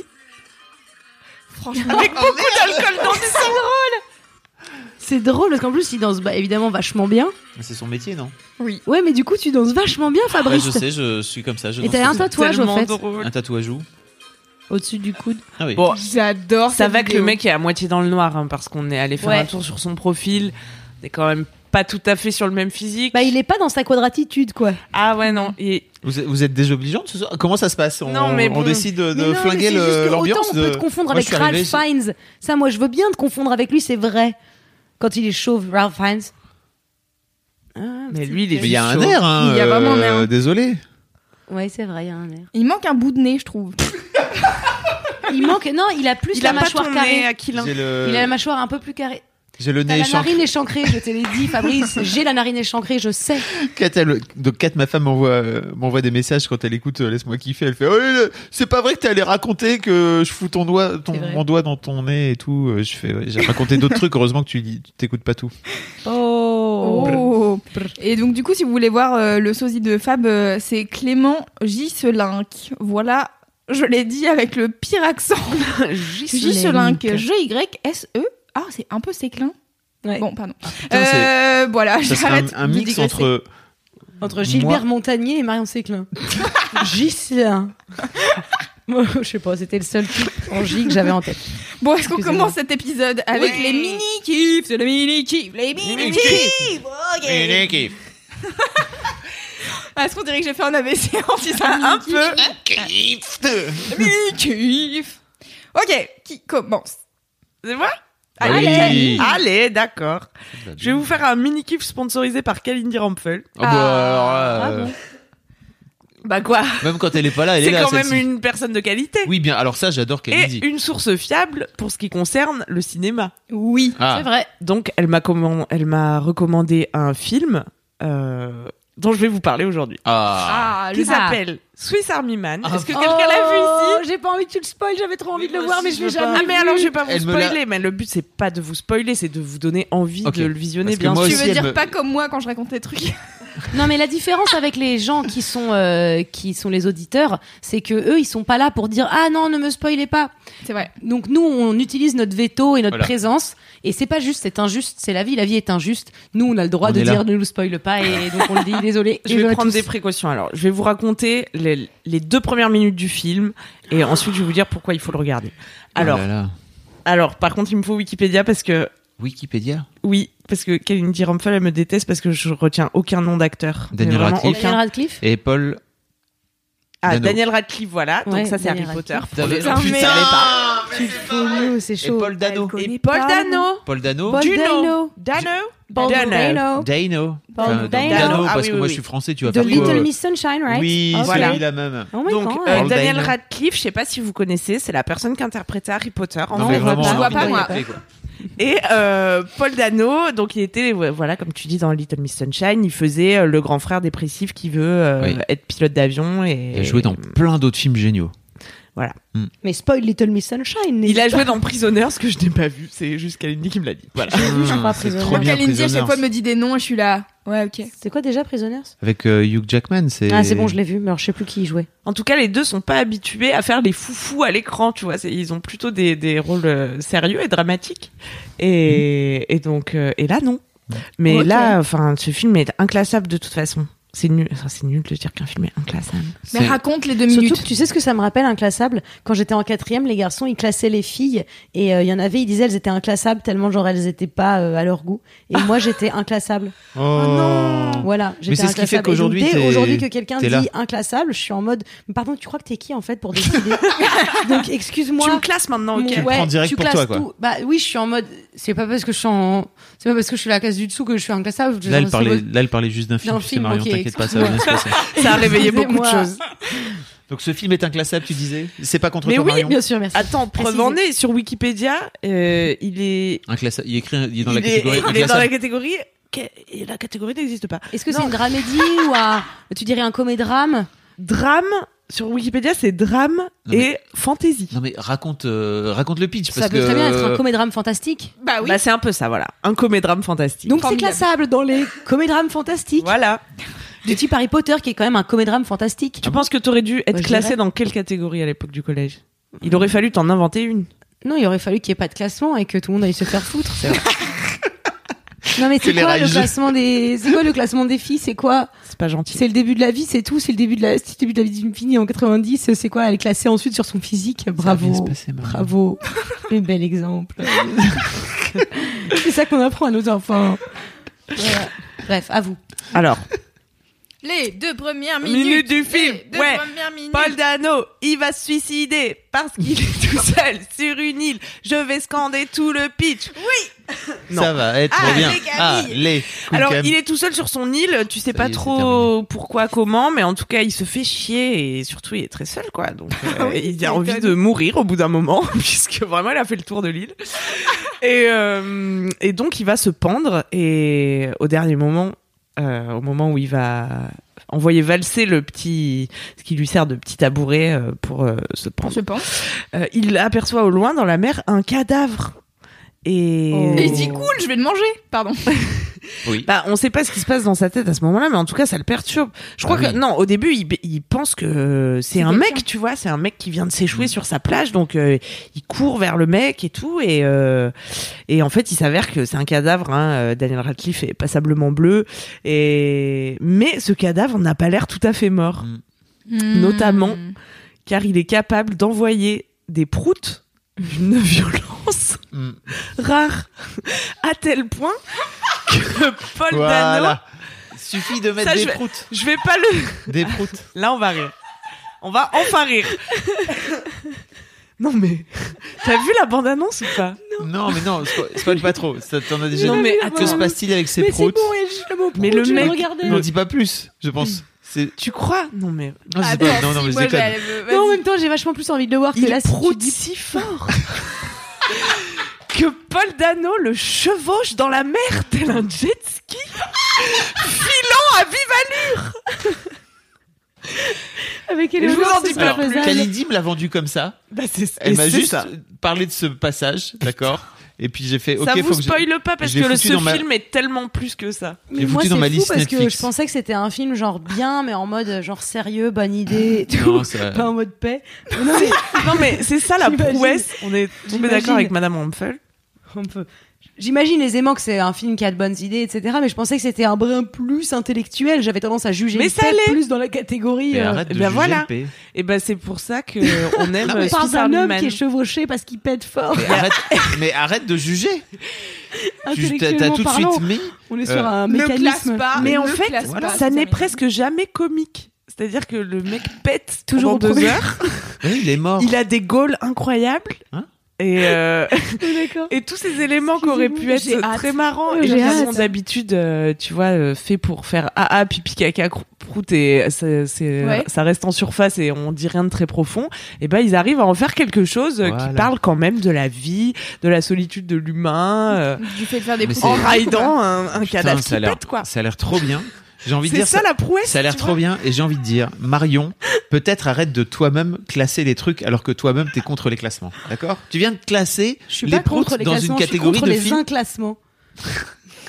B: Franchement,
F: Avec beaucoup d'alcool dans ses sangs.
D: C'est drôle parce qu'en plus, il danse bah, évidemment vachement bien.
C: C'est son métier, non
B: oui.
D: Ouais, mais du coup, tu danses vachement bien, Fabrice.
C: Je sais, je suis comme ça. Je
D: Et t'as un tatouage en fait,
F: drôle.
C: Un tatouage où
D: au-dessus du coude.
C: Ah oui.
F: Bon,
B: J'adore
F: ça
B: cette
F: va que le
B: vidéo.
F: mec est à moitié dans le noir hein, parce qu'on est allé faire
D: Ouais.
F: un tour sur son profil. Il est quand même pas tout à fait sur le même physique.
D: Bah, il est pas dans sa quadratitude, quoi.
F: Ah ouais, non. Et
C: Vous, êtes- vous êtes désobligeante ce soir Comment ça se passe on,
F: Non, mais
C: on
F: bon.
C: décide de, de
D: Mais non, mais
C: flinguer
D: c'est
C: le-
D: juste que
C: l'ambiance
D: Autant on peut te
C: de...
D: confondre
C: Moi, je
D: avec
C: suis
D: Ralph
C: arrivé,
D: Fiennes. Ça, moi, je veux bien te confondre avec lui, c'est vrai. Quand il est chauve, Ralph Fiennes. Ah,
F: Mais
D: petit
F: lui, il est
D: cœur.
C: Mais il y a un
F: Chaud.
C: air, hein
B: Il y a vraiment un air.
C: euh, Désolé.
D: Ouais, c'est vrai, il y a un air.
B: Il manque un bout de nez, je trouve.
D: Il manque. Non, il a plus
F: il
D: la
F: a pas
D: mâchoire
F: ton
D: carrée.
F: nez à Kilin.
C: J'ai
D: Il a la
C: le,
D: mâchoire un peu plus carrée.
C: j'ai le
D: T'as
C: nez
D: la
C: échancré.
D: narine échancrée, je te l'ai dit, Fabrice. J'ai la narine échancrée, je sais.
C: Kat, elle- donc Kat, ma femme m'envoie euh, m'envoie des messages quand elle écoute euh, laisse-moi kiffer. Elle fait oh, le- c'est pas vrai que t'es allé raconter que je fous ton doigt, ton
D: C'est vrai.
C: mon doigt dans ton nez et tout. Euh, Je fais ouais, j'ai raconté d'autres trucs. Heureusement que tu dis- tu t'écoutes pas tout.
D: Oh.
B: Oh. Et donc du coup, si vous voulez voir euh, le sosie de Fab, euh, c'est Clément Gisselinck. Voilà, je l'ai dit avec le pire accent. Gisselinck, G-Y-S-E. Ah, c'est un peu séclin.
D: Ouais.
B: Bon, pardon.
C: putain, c'est-
B: Euh, voilà,
C: Ça serait un,
B: j'arrête.
C: un
B: de
C: mix
B: digresser.
C: entre
D: Entre Gilbert Montagnier et Marion Séclin. Gislin. Moi, je sais pas, c'était le seul truc en J que j'avais en tête.
B: Bon, est-ce qu'on
D: Excusez-moi.
B: commence cet épisode avec les mini kiffs, les mini kiffs, les mini kiffs. Ah, Est-ce qu'on dirait que j'ai fait un AVC en disant un peu mini kiffs. Ok, qui commence
F: C'est moi
C: oui.
F: Allez, Allez, d'accord. Je vais vous faire un mini kiff sponsorisé par Kalindi Rampfel.
C: Ah, bah, alors, euh,
F: Bah quoi
C: même quand elle est pas là, elle est,
F: C'est
C: là.
F: quand même
C: celle-ci.
F: une personne de qualité.
C: Oui bien. Alors ça j'adore qu'elle dit.
F: Et une source fiable pour ce qui concerne le cinéma.
B: Oui.
D: C'est
C: Ah
D: vrai.
F: Donc, elle m'a commen- elle m'a recommandé un film euh, dont je vais vous parler aujourd'hui.
C: ah.
F: Qui
D: le-
F: s'appelle Swiss Army Man.
C: Ah.
F: Est-ce que quelqu'un l'a vu ici
D: Oh, J'ai pas envie que tu le spoil, j'avais trop envie de le
F: Moi
D: voir,
F: aussi,
D: mais je l'ai
F: veux pas.
D: jamais
F: Ah, mais alors, je vais pas vous
C: Elle me l'a-
F: spoiler, mais le but, c'est pas de vous spoiler, c'est de vous donner envie
C: Ok.
F: de le visionner,
C: Parce que
F: bien
C: moi
F: sûr.
B: Tu
C: aussi,
B: veux
C: elle
B: dire
C: me-
B: pas comme moi quand je raconte des trucs
D: Non, mais la différence avec les gens qui sont, euh, qui sont les auditeurs, c'est que eux, ils sont pas là pour dire Ah non, ne me spoilez pas.
B: C'est vrai.
D: Donc nous, on utilise notre veto et notre
C: Voilà.
D: présence. Et c'est pas juste, c'est injuste, c'est la vie, la vie est injuste. Nous, on a le droit
C: On
D: de
C: est là.
D: dire Ne nous spoil pas. Et donc on le dit Désolé.
F: Je
D: Et
F: vais
D: à
F: prendre
D: tous.
F: des précautions alors. Je vais vous raconter les,
C: Ah.
F: les deux premières minutes du film et ensuite je vais vous dire pourquoi il faut le regarder. Alors,
C: Oh là là.
F: Alors, par contre, il me faut Wikipédia parce que
C: Wikipédia
F: oui, parce que Kalindi Rumpel, elle me déteste parce que je retiens aucun nom d'acteur. Mais
C: Daniel
F: vraiment
C: Radcliffe.
D: Daniel
F: aucun.
D: Radcliffe
C: et Paul.
F: Ah,
C: Dano.
F: Daniel Radcliffe, voilà. Donc
D: Ouais,
F: ça, c'est Harry
D: Daniel
F: Potter.
D: Radcliffe.
C: Putain,
B: Putain, mais
C: ça allait pas.
D: Tu fous nous, c'est
C: Et
D: chaud.
C: Paul Dano.
B: Alcool.
F: Et
B: connais
F: Paul
B: pas,
F: Dano.
C: Paul Dano.
D: Paul
F: Dano.
D: Dano.
F: Dano.
D: Paul Dano.
C: Dano.
D: Paul
C: Enfin,
D: Dano.
C: Dano,
F: Ah
C: parce
F: oui,
C: que
F: oui,
C: moi
F: oui.
C: je suis français, tu vas
D: The
C: faire quoi euh,
D: Little Miss Sunshine, right? Oh,
C: Oui,
D: Ok.
C: c'est lui la même.
D: Oh my
F: Donc,
D: God.
F: euh,
C: Paul
F: Daniel
C: Dano.
F: Radcliffe, je sais pas si vous connaissez, c'est la personne qui interprétait Harry Potter. En
C: Non,
F: vrai,
C: mais vraiment,
B: Je vois
C: alors,
B: pas, moi.
C: c'est quoi
F: Et euh, Paul Dano, donc il était, ouais, voilà, comme tu dis dans Little Miss Sunshine, il faisait euh, le grand frère dépressif qui veut euh,
C: Oui.
F: être pilote d'avion et
C: Il a joué dans plein d'autres films géniaux.
D: Mais spoil Little Miss Sunshine.
F: Il a joué dans Prisoner, ce que je n'ai pas vu, c'est juste Kalindi qui me l'a dit. Voilà.
D: je crois,
C: C'est
D: Prisoners.
C: trop bien,
B: Kalindi, à
C: Prisoners.
B: chaque fois, me dit des noms et je suis là. Ouais, ok.
D: C'est quoi déjà Prisoners
C: Avec euh, Hugh Jackman, c'est.
D: Ah, c'est bon, je l'ai vu, mais alors je sais plus qui y jouait.
F: En tout cas, les deux sont pas habitués à faire les foufous à l'écran, tu vois. c'est- Ils ont plutôt des, des rôles euh, sérieux et dramatiques. Et,
C: Mm.
F: et donc, euh, et là, non. Mais
B: Ok.
F: là, enfin, ce film est inclassable de toute façon. C'est nul, enfin, c'est nul de dire qu'un film est inclassable.
B: Mais
C: C'est-
B: raconte les deux
D: Surtout
B: minutes.
D: que tu sais ce que ça me rappelle, inclassable Quand j'étais en quatrième, les garçons, ils classaient les filles. Et euh, il y en avait, ils disaient elles étaient inclassables tellement genre elles étaient pas euh, à leur goût.
F: Ah.
D: Et moi, j'étais inclassable.
C: Oh.
F: Oh
D: Voilà, j'étais
C: c'est ce qui fait
D: inclassable. Et donc,
C: qu'aujourd'hui,
D: dès
C: t'es-
D: aujourd'hui que quelqu'un
C: t'es
D: dit
C: là.
D: inclassable, je suis en mode, mais pardon, tu crois que t'es qui en fait pour décider Donc excuse-moi.
F: tu me classes maintenant, ok.
D: Mon-
C: Tu le
D: ouais,
C: prends direct
D: tu
C: pour toi,
D: classes
C: quoi.
D: tout. Bah oui, je suis en mode. C'est pas parce que je suis en. C'est pas parce que je suis à la classe du dessous que je suis inclassable.
C: Là, elle
D: C'est
C: parlait,
D: bon.
C: là, elle parlait juste d'un film.
D: D'un
C: tu sais,
D: film,
C: Marion,
D: ok,
C: t'inquiète pas, ça va bien se passer.
F: Ça a réveillé beaucoup de
D: Excusez-moi.
F: choses.
C: Donc, ce film est inclassable, tu disais C'est pas contre
F: Mais
C: toi,
F: oui,
C: Marion
D: Bien sûr, merci.
F: Attends, preuve
D: Précisez.
F: en est, sur Wikipédia, euh, il est.
C: Inclassable. Il, est écrit, il est dans la
F: il est-
C: catégorie.
F: il est dans
C: inclassable.
F: la catégorie. que- et la catégorie n'existe pas.
D: Est-ce que
F: Non.
D: c'est une dramédie ou un. Tu dirais un comédrame
F: Drame, sur Wikipédia, c'est drame
C: Non, mais-
F: et fantasy.
C: Non, mais raconte, euh, raconte le pitch.
D: Ça
C: parce
D: peut
C: que...
D: très bien être un comédrame fantastique.
B: Bah oui.
F: Bah, c'est un peu ça, voilà. Un comédrame fantastique.
D: Donc c'est
B: Formidable.
D: classable dans les comédrames fantastiques.
F: voilà.
D: Du type Harry Potter qui est quand même un comédrame fantastique.
F: Tu
C: Ah
F: penses que t'aurais dû être
D: Moi, je
F: classé
D: dirais.
F: dans quelle catégorie à l'époque du collège Il aurait fallu t'en inventer une.
D: Non, il aurait fallu qu'il n'y ait pas de classement et que tout le monde aille se faire foutre. non mais
C: Que
D: c'est
C: les
D: quoi le
C: rageux.
D: classement des c'est quoi le classement des filles c'est quoi
F: C'est pas gentil.
D: c'est le début de la vie c'est tout c'est le début de la c'est le début de la vie d'une fille en 90 c'est quoi elle est classée ensuite sur son physique
C: Ça va bien se
D: bravo
C: passer, Marion.
D: bravo un bel exemple c'est ça qu'on apprend à nos enfants Voilà. bref à vous
F: Alors,
B: Les deux premières minutes.
F: Minutes du film.
B: Les deux
F: Ouais.
B: premières minutes.
F: Paul Dano, il va se suicider parce qu'il est tout seul sur une île. Je vais scander tout le pitch. Non.
C: Ça va être
F: Ah,
C: bien.
F: les Camille.
C: ah, les. cool
F: Alors,
C: Cam.
F: il est tout seul sur son île, tu sais
C: Ça
F: pas
C: y est, c'est
F: trop
C: terminé.
F: pourquoi, comment, mais en tout cas, il se fait chier et surtout, il est très seul, quoi. Donc, euh,
B: oui,
F: il
B: tu
F: a envie
B: m'étonnes.
F: de mourir au bout d'un moment, puisque vraiment, il a fait le tour de l'île. Et, euh, et donc, il va se pendre et au dernier moment, euh, au moment où il va envoyer valser le petit, ce qui lui sert de petit tabouret euh, pour euh, se pendre,
B: Je pense.
F: euh, il aperçoit au loin dans la mer un cadavre. Et,
D: Oh.
B: Et il dit cool, je vais le manger. Pardon.
C: Oui.
F: bah, on sait pas ce qui se passe dans sa tête à ce moment-là, mais en tout cas, ça le perturbe. Je crois
C: Ah
F: que
C: oui.
F: non, au début, il, il pense que c'est
B: C'est
F: un
B: quelqu'un.
F: mec, tu vois, c'est un mec qui vient de
C: Mm.
F: s'échouer sur sa plage, donc euh, il court vers le mec et tout, et euh, et en fait, il s'avère que c'est un cadavre. Hein, euh, Daniel Radcliffe est passablement bleu, et mais ce cadavre n'a pas l'air tout à fait mort,
C: Mm.
B: Hmm.
F: Notamment. car il est capable d'envoyer des proutes d'une violence
C: Mm.
F: rare, à tel point que Paul Dano
C: Voilà. Suffit de mettre
F: Ça,
C: des
F: je vais-
C: proutes.
F: Je vais pas le.
C: Des proutes.
F: Là, on va rire. On va enfin rire. Non mais, t'as vu la bande-annonce ou pas
C: Non, mais non, spo- spoil pas trop. Ça t'en as déjà
F: Non,
C: dit.
F: mais
C: Que se
F: attends.
C: passe-t-il avec ces proutes
D: le mot
F: Mais le mec-
C: N'en dis pas plus, je pense. C'est.
F: Tu crois Non mais.
C: Non,
B: Ah,
C: c'est pas- non, non, mais je déconne.
D: Non, en même temps, j'ai vachement plus envie de le voir que
F: Il
D: là. si tu
F: proute
D: dis-
F: si fort que Paul Dano le chevauche dans la mer tel un jet ski, filant à vive
D: Avec
F: Je vous en dis pas
D: pas
F: plus.
C: Khalidi me l'a vendu comme ça.
F: Bah c'est.
C: Elle
F: et
C: m'a
F: c'est
C: Eh, juste
F: Ça,
C: parlé de ce passage, d'accord Et puis j'ai fait, ok,
F: ça vous
C: faut que je-
F: spoile pas parce
C: je l'ai
F: que le-
C: foutu
F: ce
C: dans ma-
F: film est tellement plus que ça.
C: J'ai foutu
D: moi, c'est
C: dans ma
D: fou
C: liste
D: parce que
C: Netflix.
D: je pensais que c'était un film genre bien, mais en mode euh, genre sérieux, bonne idée, et tout.
C: Non, ça-
D: Pas en mode paix. Non, mais
F: Non mais c'est ça la
D: J'imagine.
F: prouesse. On est tombé
D: J'imagine.
F: d'accord avec Madame Rumpel.
D: on peut. J'imagine aisément que c'est un film qui a de bonnes idées, etc. Mais je pensais que c'était un brin plus intellectuel. J'avais tendance à juger
F: Mais
D: le
F: ça
D: fait
F: l'est.
D: plus dans la catégorie.
C: Mais
D: euh,
C: arrête de
F: eh ben
C: juger
F: voilà.
C: le P.
F: Et ben c'est pour ça que on aime
D: on
F: euh,
D: parle
F: Suicide
D: d'un homme qui
F: Man.
D: est chevauché parce qu'il pète fort.
F: Ben
C: Mais arrête, mais arrête de juger. Tu t'as- t'as
D: Intellectuellement
C: tout de
D: parlant,
C: suite mis.
D: on est
C: euh,
D: sur un
B: Ne classe
D: mécanisme.
B: pas.
F: Ah, Mais en
B: ne
F: fait,
B: classe
C: voilà.
B: pas,
F: ça n'est
B: m'énerve.
F: presque jamais comique. C'est-à-dire que le mec pète
D: Toujours
F: toujours
D: au
F: deux
D: premier.
F: heures.
C: Oui, il est mort.
F: Il a des goals incroyables.
C: Hein
F: et, euh,
D: D'accord.
F: et tous ces éléments qui auraient pu
D: Excusez-moi,
F: être
D: j'ai hâte.
F: très marrants
D: Oui,
F: et
D: j'ai
F: qui
D: hâte.
F: sont d'habitude, euh, tu vois, euh, faits pour faire ah ah pipi caca crou- prout et ça, c'est- euh,
B: Ouais.
F: ça reste en surface et on dit rien de très profond. Et ben ils arrivent à en faire quelque chose euh,
C: Voilà.
F: qui parle quand même de la vie, de la solitude de l'humain, euh,
B: Du fait de faire des
C: Mais
B: proutes.
C: C'est-
F: en raidant un, un
C: Putain,
F: cadavre
C: ça
F: qui
C: a l'air-
F: pète quoi.
C: Ça a l'air trop bien. J'ai envie de
F: C'est
C: dire
F: ça, la prouesse.
C: Ça a l'air
F: tu
C: trop
F: vois.
C: bien et j'ai envie de dire, Marion, peut-être arrête de toi-même classer les trucs alors que toi-même t'es contre les classements, d'accord Tu viens de classer
D: Je suis
C: les
D: pas contre
C: proutes
D: les
C: dans une
D: classements, je suis
C: catégorie
D: contre
C: de
D: les
C: films.
D: inclassements.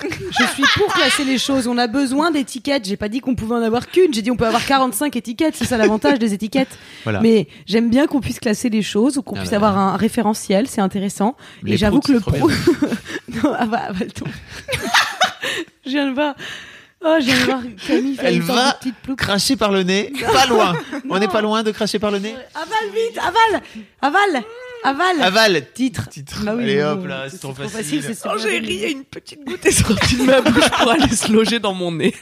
D: je suis pour classer les choses. On a besoin d'étiquettes. J'ai pas dit qu'on pouvait en avoir qu'une. J'ai dit on peut avoir 45 étiquettes. C'est ça l'avantage des étiquettes.
C: Voilà.
D: Mais j'aime bien qu'on puisse classer les choses ou qu'on
C: Ah
D: puisse
C: là
D: avoir un référentiel. C'est intéressant.
C: Les
D: Et j'avoue
C: proutes,
D: que le
C: c'est trop
D: prout. non, ah bah, ah bah, elle tombe. je viens de voir. Oh, je viens de voir Camille faire
C: Elle
D: une sorte
C: va
D: de petite ploupe.
C: Cracher par le nez, pas loin. On
D: Non.
C: n'est pas loin de cracher par le nez.
D: Avale vite, avale, avale, avale.
C: Aval.
D: Titre.
C: Titre.
D: Ah oui,
C: Allez
D: non,
C: hop là, c'est trop facile.
D: c'est super
F: Quand Oh, j'ai
D: bien.
F: ri, une petite goutte est sortie de ma bouche pour aller se loger dans mon nez.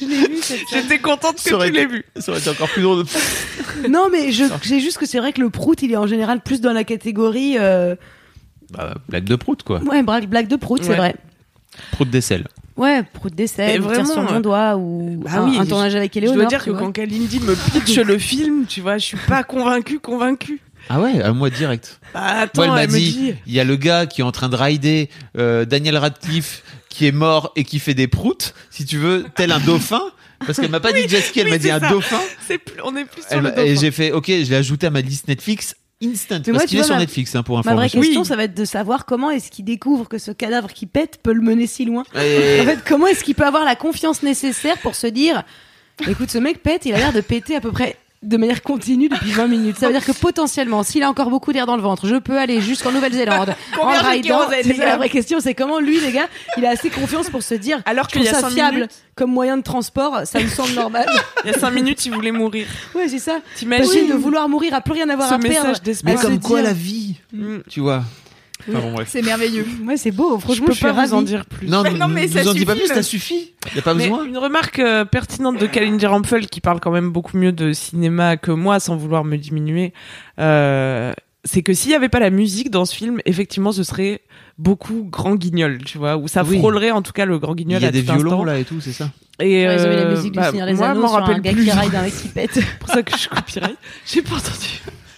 D: Je l'ai vu cette scène.
F: J'étais contente
C: Ça aurait
F: que tu l'aies vu.
C: Ça aurait été encore plus drôle. de-
D: Non, mais je, j'ai juste que c'est vrai que le prout, il est en général plus dans la catégorie. euh,
C: Bah, blague de prout quoi.
D: Ouais, blague, blague de prout, c'est
F: Ouais.
D: vrai.
C: Prout d'aisselle.
D: Ouais, prout
F: Mais
D: d'essai, ou tire
F: vraiment,
D: sur mon
F: euh,
D: doigt, ou
F: bah
D: un,
F: oui,
D: un
F: je-
D: tournage avec Eleonore.
F: Je dois dire
D: tu
F: que
D: vois.
F: quand Kalindi me pitch le film, tu vois, je suis pas convaincue, convaincue.
C: Ah ouais, à moi direct.
F: Bah,
C: Moi,
F: attends,
C: elle m'a
F: elle me
C: dit,
F: dit.
C: il y a le gars qui est en train de rider euh, Daniel Radcliffe qui est mort et qui fait des proutes, si tu veux, tel un dauphin. Parce qu'elle m'a pas dit jet ski, elle
F: oui,
C: m'a dit
F: c'est
C: un
F: ça.
C: dauphin.
F: c'est plus- on est plus sur
C: Elle
F: le
C: m'a- et
F: dauphin.
C: j'ai fait, ok, je l'ai ajouté à ma liste Netflix instant.
D: moi,
C: parce
D: tu
C: qu'il est
D: vois,
C: sur
D: ma-
C: Netflix, hein, pour
D: Ma vraie
C: information.
D: question,
F: Oui.
D: ça va être de savoir comment est-ce qu'il découvre que ce cadavre qui pète peut le mener si loin.
C: Et-
D: En fait, comment est-ce qu'il peut avoir la confiance nécessaire pour se dire écoute, ce mec pète, il a l'air de péter à peu près de manière continue depuis 20 minutes. Ça veut dire que potentiellement, s'il a encore beaucoup d'air dans le ventre, je peux aller jusqu'en Nouvelle-Zélande en
F: Combien de
D: ridant.
F: kérosène,
D: C'est ça,
F: les
D: La
F: gars
D: vraie question, c'est comment lui, les gars, il a assez confiance pour se dire
F: Alors
D: je
F: qu'il y
D: trouve
F: a
D: ça
F: cinq
D: fiable
F: minutes.
D: comme moyen de transport, ça me semble normal.
F: Il y a 5 minutes, il voulait mourir.
D: ouais, c'est ça.
F: T'imagines
D: Imagine de vouloir mourir à plus rien avoir
F: ce
D: à perdre.
F: message
C: Mais
F: d'espoir.
D: Ouais.
C: comme
D: Se
C: quoi
D: dire-
C: la vie,
F: Mm.
C: tu vois. Enfin, bon, bref.
B: C'est merveilleux.
D: Ouais, c'est beau.
F: Je
D: Franchement,
F: peux
D: je, suis
F: pas vous en
D: ravie.
F: dire plus.
C: Non,
B: Mais non, mais
C: nous
B: ça
C: en dis pas
B: suffit,
C: plus, ça
B: même.
C: suffit. Y a pas
F: Mais
C: besoin.
F: une remarque euh, pertinente de Kalindi Rampfel, qui parle quand même beaucoup mieux de cinéma que moi, sans vouloir me diminuer, euh, c'est que s'il n'y avait pas la musique dans ce film, effectivement, ce serait beaucoup grand guignol, tu vois, ou ça
C: Oui.
F: frôlerait en tout cas le grand guignol
C: Il y a
F: à
C: des
F: tout
C: violons
F: instant.
C: là et tout, c'est ça.
F: Et
D: Ouais, ils ont mis la
F: euh,
D: musique du
F: bah,
D: Seigneur des
F: moi,
D: Anneaux
F: m'en
D: sur un
F: rappelle
D: gars
F: plus.
D: qui ride un mec qui pète.
F: C'est pour ça que je copierais. J'ai pas entendu.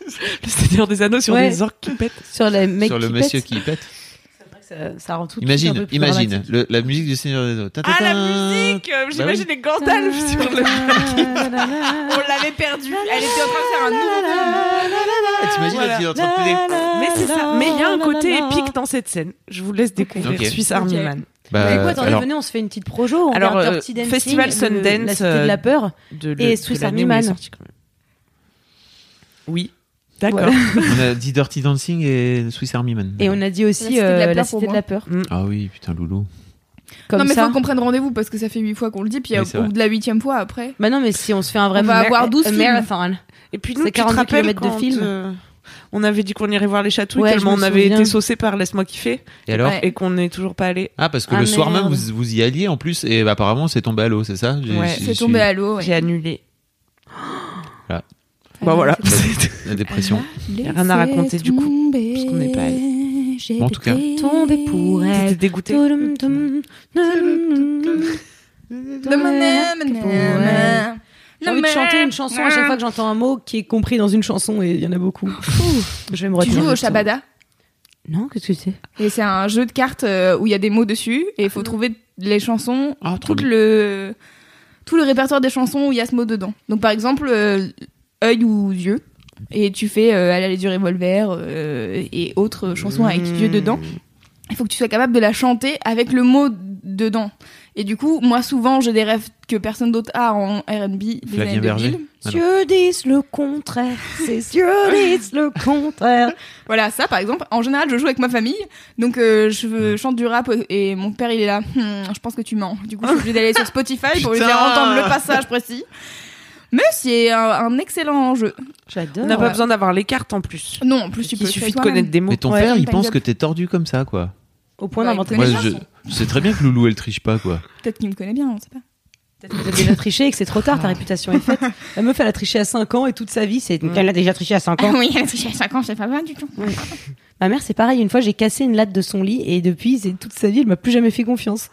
F: Le Seigneur des Anneaux sur
D: Ouais.
F: des orques qui pètent.
D: Sur le mec
C: Sur
D: qui
C: le monsieur
D: pète.
C: qui pète.
D: Ça, ça rend tout de suite un
C: Imagine,
D: peu plus
C: imagine,
D: dramatique.
C: le- la musique du Seigneur des Anneaux. Ta, ta,
F: Ah, la
C: ta.
F: musique euh,
C: oui.
F: J'imagine les Gandalf sur le...
B: On l'avait perdue. Elle était en train de faire un nouveau film.
C: Ah, T'imagines,
F: Voilà.
C: elle est en train de péter.
F: Mais c'est ça. Mais il y a un côté épique
D: épique.
F: dans cette scène. Je vous laisse découvrir
C: Ok.
F: Swiss Army
B: Ok.
F: Man
D: Mais
C: Bah,
D: écoute, attendez,
C: alors,
D: venez, on se fait une petite projo. On
F: Alors,
D: regarde
F: euh,
D: Dirty Dancing,
F: Festival
D: le-
F: Sundance,
D: la cité de la
F: euh,
D: peur.
F: de
D: Et Swiss Army Man.
F: Oui. D'accord.
D: Voilà.
C: on a dit Dirty Dancing et Swiss Army Man.
D: Et on a dit
B: La
D: aussi
B: Cité de la
D: euh, la
B: Peur pour
D: cité de
B: moi.
D: la peur.
C: Ah oui, putain, loulou.
D: Comme
B: non, mais
D: ça.
B: faut qu'on prenne rendez-vous parce que ça fait huit fois qu'on le dit, puis
C: Oui,
B: au
C: c'est
B: bout
C: vrai.
B: de la huitième fois après.
D: Bah non, mais si on se fait un vrai euh,
B: On va
D: mar-
B: avoir 12
D: un
B: films.
D: marathon.
F: Et puis nous,
D: C'est
F: tu te
D: 42
F: rappelles
D: kilomètres de
F: quand
D: film.
F: euh, on avait dit qu'on irait voir les chatouilles,
D: Ouais, je
F: tellement
D: me
F: on avait
D: souviens.
F: été saucés par Laisse-moi kiffer,
C: Et alors
B: Ouais.
F: et qu'on n'est toujours pas allé.
C: Ah, parce que
D: Ah,
C: le soir même,
D: merde.
C: vous, vous y alliez en plus, et bah, apparemment, c'est tombé à l'eau, c'est ça J'ai-
F: Ouais,
C: j'ai-
B: C'est
C: j'ai-
B: tombé à l'eau. ouais.
F: J'ai annulé.
C: Voilà.
F: Bah voilà.
C: La dépression.
B: Il
F: a rien à raconter, du coup, puisqu'on n'est pas allé.
C: Bon, en tout cas.
D: Tomber pour
F: J'étais
D: elle.
F: dégoûté.
D: Dum, dum, dum, dum. J'ai envie de chanter une chanson à chaque fois que j'entends un mot qui est compris dans une chanson et il y en a beaucoup. Je vais me
B: Tu
D: retenir.
B: joues au
D: du tout.
B: Shabada
D: Non, qu'est-ce que c'est
B: et c'est un jeu de cartes euh, où il y a des mots dessus et il
D: Ah.
B: faut trouver les chansons,
C: Ah,
B: tout le tout le répertoire des chansons où il y a ce mot dedans. Donc par exemple euh, œil ou yeux
F: Mmh.
B: et tu fais euh, à la du revolver euh, et autres chansons avec yeux dedans il faut que tu sois capable de la chanter avec le mot dedans. Et du coup, moi, souvent, j'ai des rêves que personne d'autre a en R&B des
C: Flavien
B: années
C: Berger.
B: 2000.
C: Ah non.
D: Dieu disent le contraire, c'est Dieu disent le contraire.
B: Voilà, ça, par exemple. En général, je joue avec ma famille. Donc, euh, je
F: Hmm.
B: euh, chante du rap et mon père, il est là. Hmm, je pense que tu mens. Du coup, je suis obligée d'aller sur Spotify pour lui faire
C: Putain.
B: entendre le passage précis. Mais c'est un, un excellent jeu.
D: J'adore.
F: On n'a pas
B: Ouais.
F: besoin d'avoir les cartes en plus.
B: Non, en plus, tu peux
F: Il
B: le
F: suffit
B: faire
F: de connaître
B: toi-même.
F: des mots.
C: Mais ton
F: Ouais.
C: père, il
B: Ta
C: pense
B: gueule.
C: que t'es tordu comme ça, quoi.
D: Au point
B: Ouais,
D: d'inventer
B: il
C: Moi,
D: des
B: connaît
D: choses.
C: je sais très bien que Loulou, elle triche pas, quoi.
B: Peut-être qu'il me connaît bien, on sait pas.
D: Peut-être que T'as déjà triché et que c'est trop tard, ta réputation est faite. La meuf, elle a triché à 5 ans et toute sa vie, c'est.
F: Mm.
D: Elle a déjà triché à 5
B: Ah
D: ans.
B: oui, elle a triché à 5 ans, je sais pas mal du tout.
D: Ma mère, c'est pareil. Une fois, j'ai cassé une latte de son lit et depuis, c'est toute sa vie, elle m'a plus jamais fait confiance.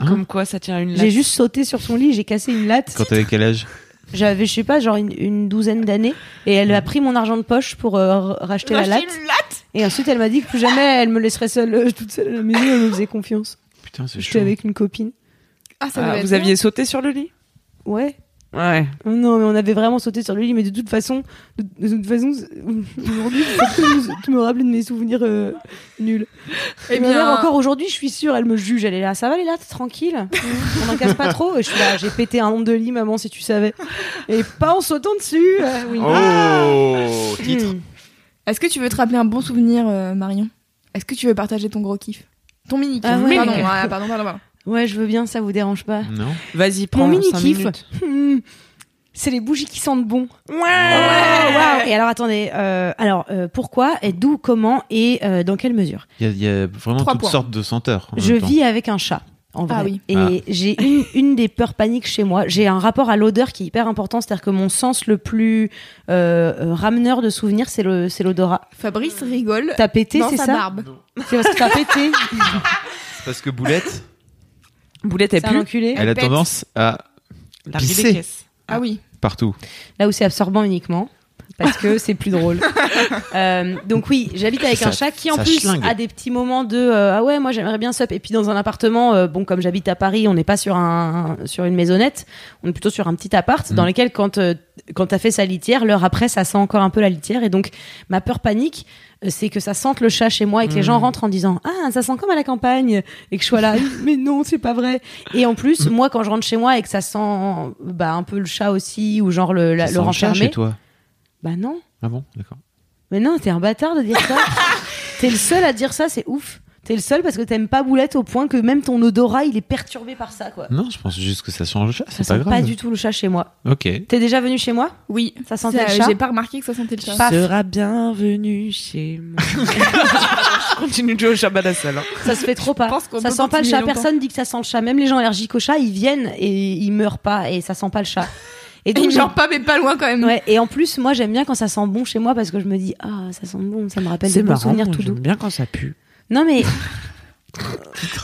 C: Hein
F: Comme quoi, ça tient à une
D: J'ai
F: latte.
D: juste sauté sur son lit, j'ai cassé une latte.
C: Quand t'avais quel âge
D: J'avais, je sais pas, genre une, une douzaine d'années et elle a pris mon argent de poche pour euh, r- racheter la
B: Lâcher
D: latte.
B: une latte
D: Et ensuite, elle m'a dit que plus jamais elle me laisserait seule, euh, toute seule à la maison, elle me faisait confiance.
C: Putain, c'est
D: J'étais
C: chaud.
D: avec une copine.
B: Ah, ça
F: Ah,
B: devait être
F: vous aviez sauté sur le lit
D: Ouais.
F: Ouais.
D: Non, mais on avait vraiment sauté sur le lit, mais de toute façon, de, de toute façon, c'est- aujourd'hui, c'est que nous- tu me rappelles de mes souvenirs euh, nuls.
B: bien. Eh
D: ma mère,
B: bien,
D: encore aujourd'hui, je suis sûre, elle me juge, elle est là, ça va les là, t'es tranquille, on n'en casse pas trop. Et je suis là, j'ai pété un nombre de lit, maman, si tu savais. Et pas en sautant dessus.
B: Ah
D: euh, oui.
C: Oh Titre.
D: Hmm.
B: Est-ce que tu veux te rappeler un bon souvenir, euh, Marion Est-ce que tu veux partager ton gros kiff Ton mini kiff
D: Ah ouais.
B: pardon,
D: Mini-kiff.
B: ah, pardon, pardon, pardon.
D: Hmm. Ouais, je veux bien, ça vous dérange pas.
C: Non
F: Vas-y, prends
D: Mon mini
F: cinq
D: kiff,
F: minutes.
D: c'est les bougies qui sentent bon.
F: Ouais.
D: Waouh. Et alors attendez, euh, alors euh, pourquoi et d'où, comment et euh, dans quelle mesure
C: Il y a- il y, a vraiment
B: Trois
C: toutes
B: points.
C: sortes de senteurs. en
D: Je
C: même temps.
D: vis avec un chat. En vrai.
B: Ah oui.
D: Et
C: Ah.
D: j'ai une, une des peurs paniques chez moi. J'ai un rapport à l'odeur qui est hyper important. C'est-à-dire que mon sens le plus euh, euh, rameneur de souvenirs, c'est le- c'est l'odorat.
B: Fabrice rigole
D: T'as pété,
B: dans
D: c'est
B: sa
D: ça
B: barbe.
D: C'est parce que t'as pété.
C: Parce que Boulette,
F: Boulette, elle
D: C'est un
F: pue.
D: enculé.
C: elle a
B: pète.
C: tendance à
F: La
C: Pisser.
F: des caisses.
B: Ah oui.
C: partout.
D: Là où c'est absorbant uniquement. Parce que c'est plus drôle. Euh, donc oui, j'habite avec
C: Ça-
D: un chat qui en
C: ça
D: plus
C: schlingue.
D: a des petits moments de euh, ah ouais moi j'aimerais bien sup et puis dans un appartement euh, bon comme j'habite à Paris on n'est pas sur un sur une maisonnette on est plutôt sur un petit appart
C: Mm.
D: dans lequel quand euh, quand t'as fait sa litière l'heure après ça sent encore un peu la litière et donc ma peur panique euh, c'est que ça sente le chat chez moi et que les
F: Mm.
C: Mmh.
D: gens rentrent en disant ah ça sent comme à la campagne et que je sois là mais non c'est pas vrai et en
C: Mmh.
D: plus moi quand je rentre chez moi et que ça sent bah un peu le chat aussi ou genre le la-
C: Ça sent
D: le
C: chat
D: renfermer
C: chez toi.
D: bah non
C: Ah bon, d'accord.
D: mais non, t'es un bâtard de dire ça. t'es le seul à dire ça, c'est ouf. T'es le seul parce que t'aimes pas Boulette au point que même ton odorat, il est perturbé par ça, quoi.
C: Non, je pense juste que ça sent le chat,
D: Ça
C: Mmh, c'est pas
D: sent
C: grave.
D: pas du tout le chat chez moi.
C: Ok.
D: T'es déjà venu chez moi
B: Oui.
D: Ça sentait
B: Ça,
D: le chat
B: J'ai pas remarqué que ça sentait le chat.
D: Paf.
F: seras bienvenue chez moi. je continue de jouer au Shabbat à la salle. hein.
D: Ça se fait trop pas.
B: pense qu'on
D: Ça
B: peut
D: sent pas le
B: continuer
D: chat.
B: longtemps.
D: Personne dit que ça sent le chat. Même les gens allergiques au chat, ils viennent et ils meurent pas et ça sent pas le chat. Et
B: Et
D: donc,
B: genre pas, mais pas loin quand même.
D: ouais. Et en plus, moi, j'aime bien quand ça sent bon chez moi parce que je me dis, ah, ça sent bon, ça me rappelle des bons souvenirs
F: moi,
D: tout
F: j'aime
D: doux.
F: bien quand ça pue.
D: Non mais